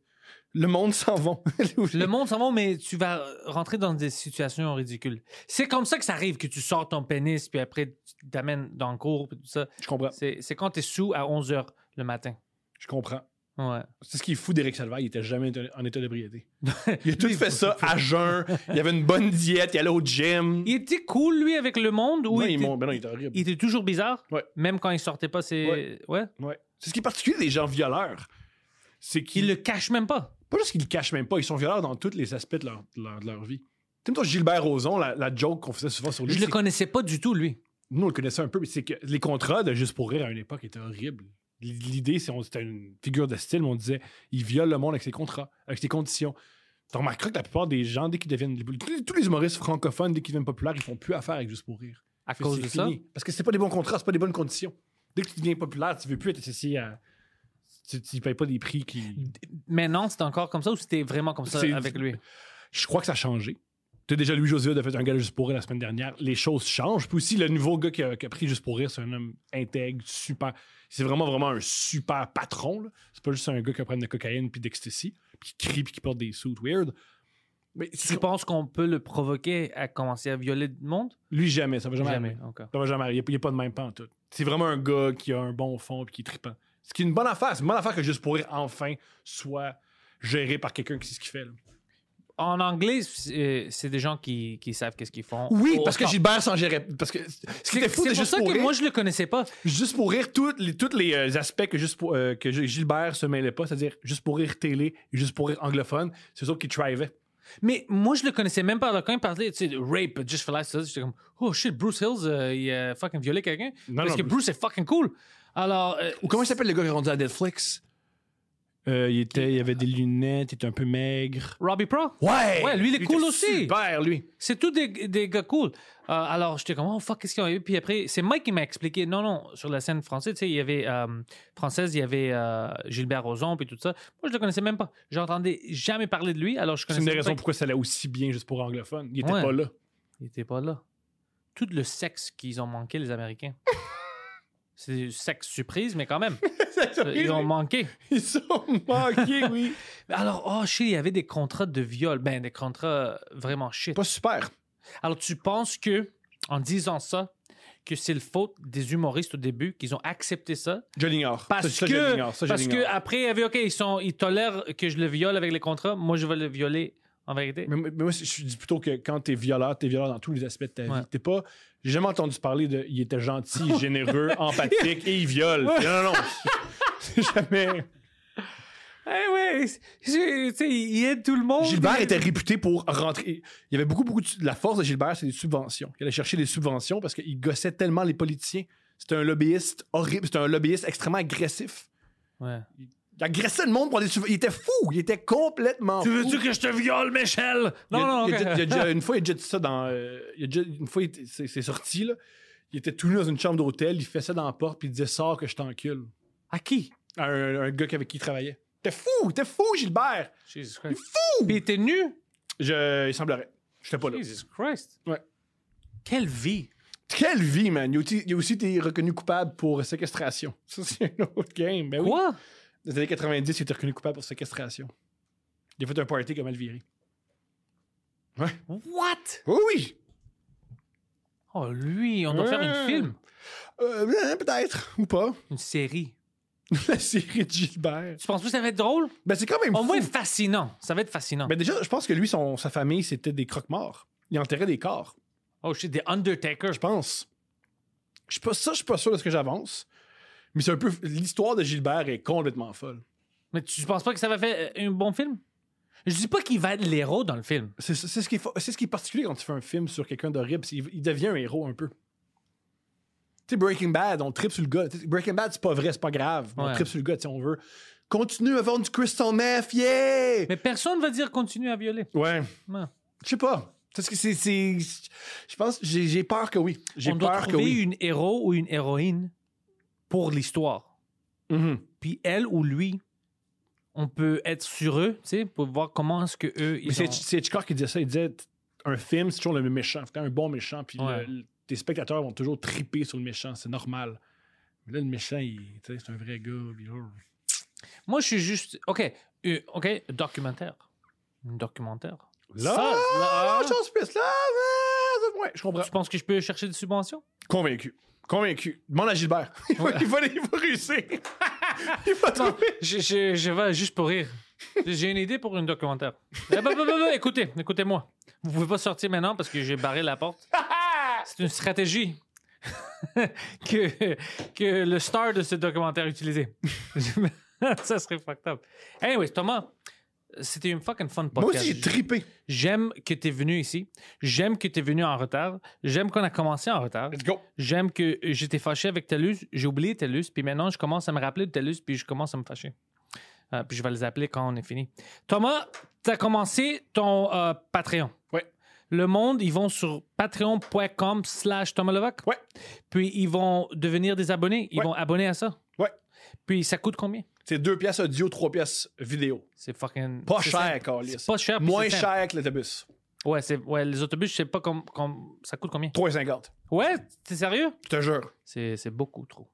S2: Le monde s'en va.
S1: le monde s'en va, mais tu vas rentrer dans des situations ridicules. C'est comme ça que ça arrive, que tu sors ton pénis, puis après, tu t'amènes dans le cours, puis tout ça.
S2: Je comprends.
S1: C'est c'est quand t'es sous à 11 h le matin.
S2: Je comprends.
S1: Ouais.
S2: C'est ce qui est fou d'Éric Salvaille, il était jamais éton- en état d'ébriété. Il a tout fait ça à jeun, il avait une bonne diète, il allait au gym.
S1: Il était cool, lui, avec le monde, ou
S2: non,
S1: il,
S2: il,
S1: était,
S2: mon- ben non, il était horrible.
S1: il était toujours bizarre,
S2: Ouais.
S1: même quand il sortait pas ses. Ouais.
S2: Ouais. Ouais. C'est ce qui est particulier des gens violeurs. C'est
S1: Il
S2: qu'ils
S1: le cache même pas.
S2: Pas juste qu'ils le cachent même pas, ils sont violeurs dans tous les aspects de leur, de leur- de leur vie. Tu sais, toi, Gilbert Rozon, la, la joke qu'on faisait souvent sur lui,
S1: Je le
S2: c'est-
S1: connaissais pas du tout, lui.
S2: nous, on le connaissait un peu, mais c'est que les contrats de Juste pour rire à une époque étaient horribles. L- L'idée, c'est on- c'était une figure de style, mais on disait il viole le monde avec ses contrats, avec ses conditions. Tu remarqueras que la plupart des gens, dès qu'ils deviennent. Tous tous les humoristes francophones, dès qu'ils deviennent populaires, ils font plus affaire avec Juste pour rire.
S1: À
S2: Fait que
S1: cause
S2: c'est
S1: de ça.
S2: fini. Parce que c'est pas des bons contrats, c'est pas des bonnes conditions. Dès que tu deviens populaire, tu veux plus être associé à. Tu, tu payes pas des prix qui.
S1: Maintenant, c'était encore comme ça, ou c'était vraiment comme ça
S2: C'est-
S1: avec lui?
S2: Je crois que ça a changé. Tu as déjà Louis José a fait un gars juste pour rire la semaine dernière. Les choses changent. Puis aussi, le nouveau gars qui a, qui a pris juste pour rire, c'est un homme intègre, super. C'est vraiment, vraiment un super patron. là. C'est pas juste un gars qui a un problème de cocaïne puis d'ecstasy, puis qui crie puis qui porte des suits weird. Mais
S1: Tu penses qu'on peut le provoquer à commencer à violer du monde?
S2: lui, jamais. Ça va jamais. arriver.
S1: encore.
S2: Ça va jamais arriver. Il n'est pas de même pas en tout. C'est vraiment un gars qui a un bon fond puis qui est trippant. Ce qui est une bonne affaire. C'est une bonne affaire que juste pour rire, enfin, soit géré par quelqu'un qui sait ce qu'il fait. là.
S1: En anglais, c'est euh, c'est des gens qui, qui savent qu'est-ce qu'ils font.
S2: Oui,
S1: Oh,
S2: parce que
S1: attends.
S2: Gilbert s'en gérait. Parce que ce qui
S1: C'est
S2: était fou,
S1: c'est
S2: de
S1: pour
S2: juste
S1: ça
S2: pour
S1: que
S2: rire,
S1: moi, je le connaissais pas.
S2: Juste pour rire, tous les, tous les euh, aspects que, juste pour, euh, que G- Gilbert se mêlait pas, c'est-à-dire juste pour rire télé, et juste pour rire anglophone, c'est eux autres qui trivaient.
S1: Mais moi, je le connaissais même pas. Alors, quand il parlait, tu sais, de rape, just for life, ça, j'étais comme, oh shit, Bruce Hills, euh, il a fucking violé quelqu'un.
S2: Non,
S1: Parce
S2: non,
S1: que
S2: Bruce-
S1: Bruce est fucking cool. Alors, euh,
S2: Ou comment il s'appelle le gars qui est rendu à Netflix? Euh, il, était, il avait des lunettes, il était un peu maigre.
S1: Robbie Pro,
S2: Ouais!
S1: Ouais, lui, il est
S2: Lui
S1: cool
S2: était
S1: aussi.
S2: Super, lui.
S1: c'est tous des, des gars cool. Euh, alors, j'étais comme, oh fuck, qu'est-ce qu'ils ont eu? Puis après, c'est Mike qui m'a expliqué, non, non, sur la scène française, tu sais, il y avait, euh, française, il y avait euh, Gilbert Rozon, puis tout ça. Moi, je le connaissais même pas. J'entendais jamais parler de lui, alors je
S2: C'est une
S1: connaissais
S2: des
S1: pas
S2: raisons pourquoi ça allait aussi bien juste pour anglophone. Il était
S1: Ouais.
S2: pas là.
S1: Il était pas là. Tout le sexe qu'ils ont manqué, les Américains. C'est du sexe surprise, mais quand même.
S2: C'est
S1: Euh, Ils ont manqué.
S2: Ils sont manqués, oui.
S1: Alors, oh shit, il y avait des contrats de viol. Ben, des contrats vraiment shit.
S2: Pas super.
S1: Alors, tu penses que, en disant ça, que c'est le faute des humoristes au début, qu'ils ont accepté ça?
S2: Je l'ignore.
S1: Parce
S2: Ça, ça, je
S1: que,
S2: l'ignore. Ça, je
S1: parce que
S2: l'ignore.
S1: après, il y avait, OK, ils, sont, ils tolèrent que je le viole avec les contrats. Moi, je vais le violer en vérité.
S2: Mais, moi- mais moi, je je dis plutôt que quand t'es violeur, t'es violeur dans tous les aspects de ta
S1: Ouais.
S2: vie. T'es pas. J'ai jamais entendu parler de. Il était gentil, généreux, empathique et il viole. Non, non, non. C'est jamais.
S1: Eh ouais, c'est- c'est- tu sais, il aide tout le monde.
S2: Gilbert
S1: Il-
S2: était réputé pour rentrer. Il y avait beaucoup, beaucoup de. La force de Gilbert, c'est les subventions. Il allait chercher des subventions parce qu'il gossait tellement les politiciens. C'était un lobbyiste horrible. C'était un lobbyiste extrêmement agressif.
S1: Ouais.
S2: Il agressait le monde pour des subventions. Il était fou. Il était complètement
S1: Tu
S2: fou.
S1: veux-tu que je te viole, Michel? Non,
S2: Il a-
S1: non,
S2: il
S1: ok.
S2: a déjà- il a déjà- une fois, il a déjà dit ça dans. euh, il a déjà- une fois, il était- c'est c'est sorti, là. Il était tout nu dans une chambre d'hôtel, il fessait dans la porte, puis il disait Sors que je t'encule.
S1: À qui?
S2: À un, un gars avec qui il travaillait. T'es fou, t'es fou, Gilbert
S1: Jesus Christ. Fou! Puis il était nu?
S2: Je, Il semblerait. J'étais pas là.
S1: Jesus Christ.
S2: Ouais.
S1: Quelle vie!
S2: Quelle vie, man Il a aussi- il a aussi été reconnu coupable pour séquestration. Ça, c'est un autre game. Ben oui.
S1: Quoi?
S2: Dans les années 90, il était reconnu coupable pour séquestration. Il a fait un party comme Alviré. Ouais.
S1: What?
S2: Oui, oui
S1: Oh, lui, on doit
S2: Ouais.
S1: faire un film,
S2: Euh, euh, Peut-être, ou pas.
S1: une série.
S2: La série de Gilbert.
S1: Tu penses pas que ça va être drôle?
S2: Ben, c'est quand même
S1: Au
S2: fou.
S1: moins fascinant. Ça va être fascinant.
S2: Ben déjà, je pense que lui, son, sa famille, c'était des croque-morts. Il enterrait des corps,
S1: Oh shit, des Undertaker.
S2: je pense. Je suis pas, ça, je suis pas sûr de ce que j'avance. Mais c'est un peu. L'histoire de Gilbert est complètement folle.
S1: Mais tu penses pas que ça va faire euh, un bon film? Je dis pas qu'il va être l'héros dans le film.
S2: C'est c'est ce, qui est fo- c'est ce qui est particulier quand tu fais un film sur quelqu'un d'horrible. c'est- Il, il devient un héros un peu. Tu sais, Breaking Bad, on tripe sur le gars. Tu sais, Breaking Bad, c'est pas vrai, c'est pas grave. On
S1: Ouais.
S2: tripe sur le gars si on veut. Continue à vendre du crystal meth, yeah!
S1: Mais personne va dire continue à violer.
S2: Ouais.
S1: Non.
S2: Je sais pas. Parce que c'est. c'est- Je pense. J'ai j'ai peur que oui. J'ai
S1: On doit
S2: peur que
S1: trouver
S2: oui.
S1: une héros ou une héroïne pour l'histoire.
S2: Mhm.
S1: Puis elle ou lui, on peut être sur eux, tu sais, pour voir comment est-ce que eux
S2: Mais
S1: ils
S2: c'est
S1: ont-
S2: c'est Hitchcock qui disait ça. Il disait t- un film, c'est toujours le méchant. Faut quand même un bon méchant. Puis le-
S1: Ouais.
S2: le- tes spectateurs vont toujours triper sur le méchant. C'est normal. Mais là, le méchant, il- tu sais, c'est un vrai gars. puis là-
S1: Moi, je suis juste. OK. euh, OK. Documentaire. Un documentaire.
S2: Là, hein?
S1: Ça, là- ah!
S2: là, j'en suis Ah! plus là. là, ouais, je comprends.
S1: Tu penses que je peux chercher des subventions?
S2: Convaincu. Convaincu. Demande à Gilbert. Il va, il va- il va réussir. il va trouver.
S1: Je, je- je vais juste pour rire. J'ai une idée pour un documentaire. Eh, bah, bah, bah, bah, écoutez, écoutez-moi. Vous pouvez pas sortir maintenant parce que j'ai barré la porte. C'est une stratégie que, que le star de ce documentaire utilisait. Ça serait fucked up. Anyways, Thomas, c'était une fucking fun
S2: Moi
S1: podcast.
S2: aussi, j'ai trippé.
S1: J'aime que tu es venu ici. J'aime que tu es venu en retard. J'aime qu'on a commencé en retard.
S2: Let's go.
S1: J'aime que j'étais fâché avec Telus. J'ai oublié Telus. Puis maintenant, je commence à me rappeler de Telus. Puis je commence à me fâcher. Euh, puis je vais les appeler quand on est fini. Thomas, tu as commencé ton euh, Patreon.
S2: Ouais.
S1: Le monde, ils vont sur patreon.com slash Thomas Levac.
S2: Ouais.
S1: Puis ils vont devenir des abonnés. Ils
S2: Ouais.
S1: vont abonner à ça.
S2: Ouais.
S1: Puis ça coûte combien?
S2: C'est deux pièces audio, trois pièces vidéo.
S1: C'est fucking...
S2: Pas
S1: c'est
S2: cher,
S1: simple.
S2: Carlis.
S1: C'est pas cher. Ah, puis
S2: Moins
S1: c'est simple.
S2: cher que l'autobus.
S1: Ouais, c'est- ouais, les autobus, je sais pas com- com- ça coûte combien.
S2: 3,50.
S1: Ouais, t'es sérieux?
S2: Je te jure.
S1: C'est c'est beaucoup trop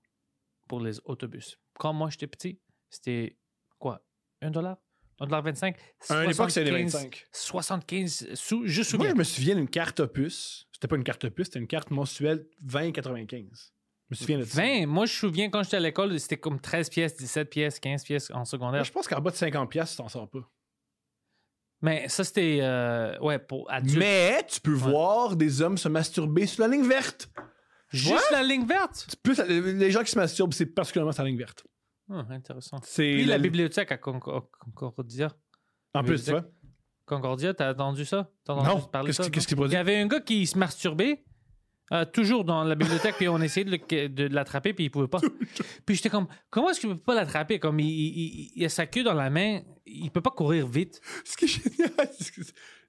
S1: pour les autobus. Quand moi j'étais petit, c'était quoi? 1 dollar? 1,25$?
S2: À une époque, c'était des 25.
S1: 75 sous, je me
S2: Moi,
S1: souviens.
S2: je me souviens d'une carte opus. C'était pas une carte opus, c'était une carte mensuelle 20,95. Je me souviens de ça.
S1: 20, moi je me souviens quand j'étais à l'école, c'était comme 13 pièces, 17 pièces, 15 pièces en
S2: Moi,
S1: secondaire.
S2: je pense qu'en bas de 50$, piastres, t'en sors pas.
S1: Mais ça c'était, euh, ouais, pour adultes.
S2: Mais tu peux voir des hommes se masturber sur la ligne verte.
S1: Juste la ligne verte!
S2: Plus la- les gens qui se masturbent, c'est particulièrement sur la ligne verte.
S1: Hum, intéressant.
S2: C'est
S1: Puis la
S2: la-
S1: bibliothèque à Conco- Concordia.
S2: En plus, tu vois.
S1: Concordia, t'as entendu ça? T'as entendu
S2: Non.
S1: parler
S2: Qu'est-ce
S1: ça,
S2: qui- qu'est-ce
S1: non?
S2: qu'il produit?
S1: Il y avait un gars qui se masturbait euh, toujours dans la bibliothèque, puis on essayait de, le- de l'attraper, puis il pouvait pas. puis j'étais comme, comment est-ce qu'il peut pas l'attraper? Comme il, il- il- il a sa queue dans la main, il peut pas courir vite.
S2: Ce qui est génial, c'est que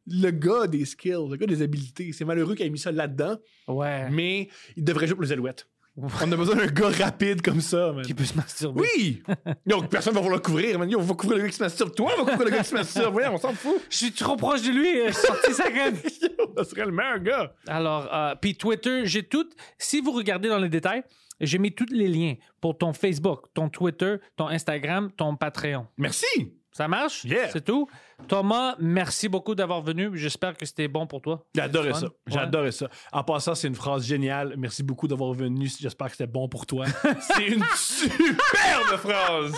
S2: le gars des skills, le gars des habiletés, c'est malheureux qu'il ait mis ça là-dedans,
S1: Ouais.
S2: mais il devrait jouer pour les alouettes. On a besoin d'un gars rapide comme ça, man.
S1: Qui peut se masturber.
S2: Oui! Donc personne va vouloir le couvrir. man. Yo, On va couvrir le gars qui se masturbe. Toi, on va couvrir le gars qui se masturbe. Voyons, on s'en fout.
S1: Je suis trop proche de lui, j'ai sorti sa gueule.
S2: Yo, ça serait le meilleur gars.
S1: Alors, euh, puis Twitter, j'ai tout. Si vous regardez dans les détails, J'ai mis tous les liens pour ton Facebook, ton Twitter, ton Instagram, ton Patreon.
S2: Merci!
S1: Ça marche?
S2: Yeah.
S1: C'est tout. Thomas, merci beaucoup d'avoir venu. J'espère que c'était bon pour toi.
S2: J'ai adoré
S1: C'était
S2: ça.
S1: fun.
S2: J'ai
S1: Ouais.
S2: adoré ça. En passant, c'est une phrase géniale. Merci beaucoup d'avoir venu. J'espère que c'était bon pour toi. c'est une superbe phrase.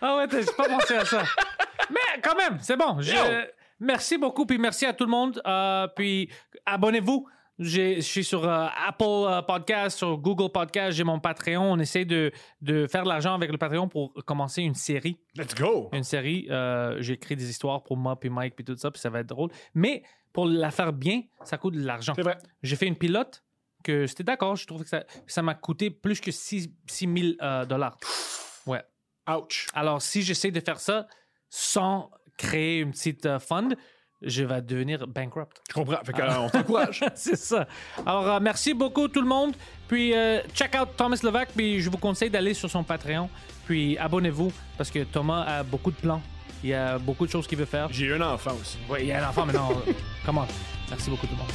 S1: Ah ouais, t'as- j'ai pas pensé à ça. Mais quand même, c'est bon. Je-
S2: Yo!
S1: Merci beaucoup, puis merci à tout le monde. Euh, puis abonnez-vous. J'ai- Je suis sur euh, Apple euh, Podcast, sur Google Podcast, j'ai mon Patreon. On essaie de, de faire de l'argent avec le Patreon pour commencer une série.
S2: Let's go.
S1: Une série, euh, j'écris des histoires pour moi, puis Mike, puis tout ça, puis ça va être drôle. Mais pour la faire bien, ça coûte de l'argent.
S2: C'est vrai.
S1: J'ai fait une pilote que j'étais d'accord, je trouve que ça ça m'a coûté plus que 6 000 euh, dollars. Ouais.
S2: Ouch.
S1: Alors, si j'essaie de faire ça sans créer une petite euh, fund, je vais devenir bankrupt.
S2: Je comprends. Fait que, euh, on t'encourage.
S1: C'est ça. Alors, euh, merci beaucoup tout le monde. Puis, euh, check out Thomas Levac. Puis, je vous conseille d'aller sur son Patreon. Puis, abonnez-vous parce que Thomas a beaucoup de plans. Il y a beaucoup de choses qu'il veut faire.
S2: J'ai eu un enfant aussi.
S1: Oui, il y a un enfant maintenant. Comment? Merci beaucoup tout le monde.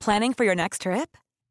S3: Planning for your next trip?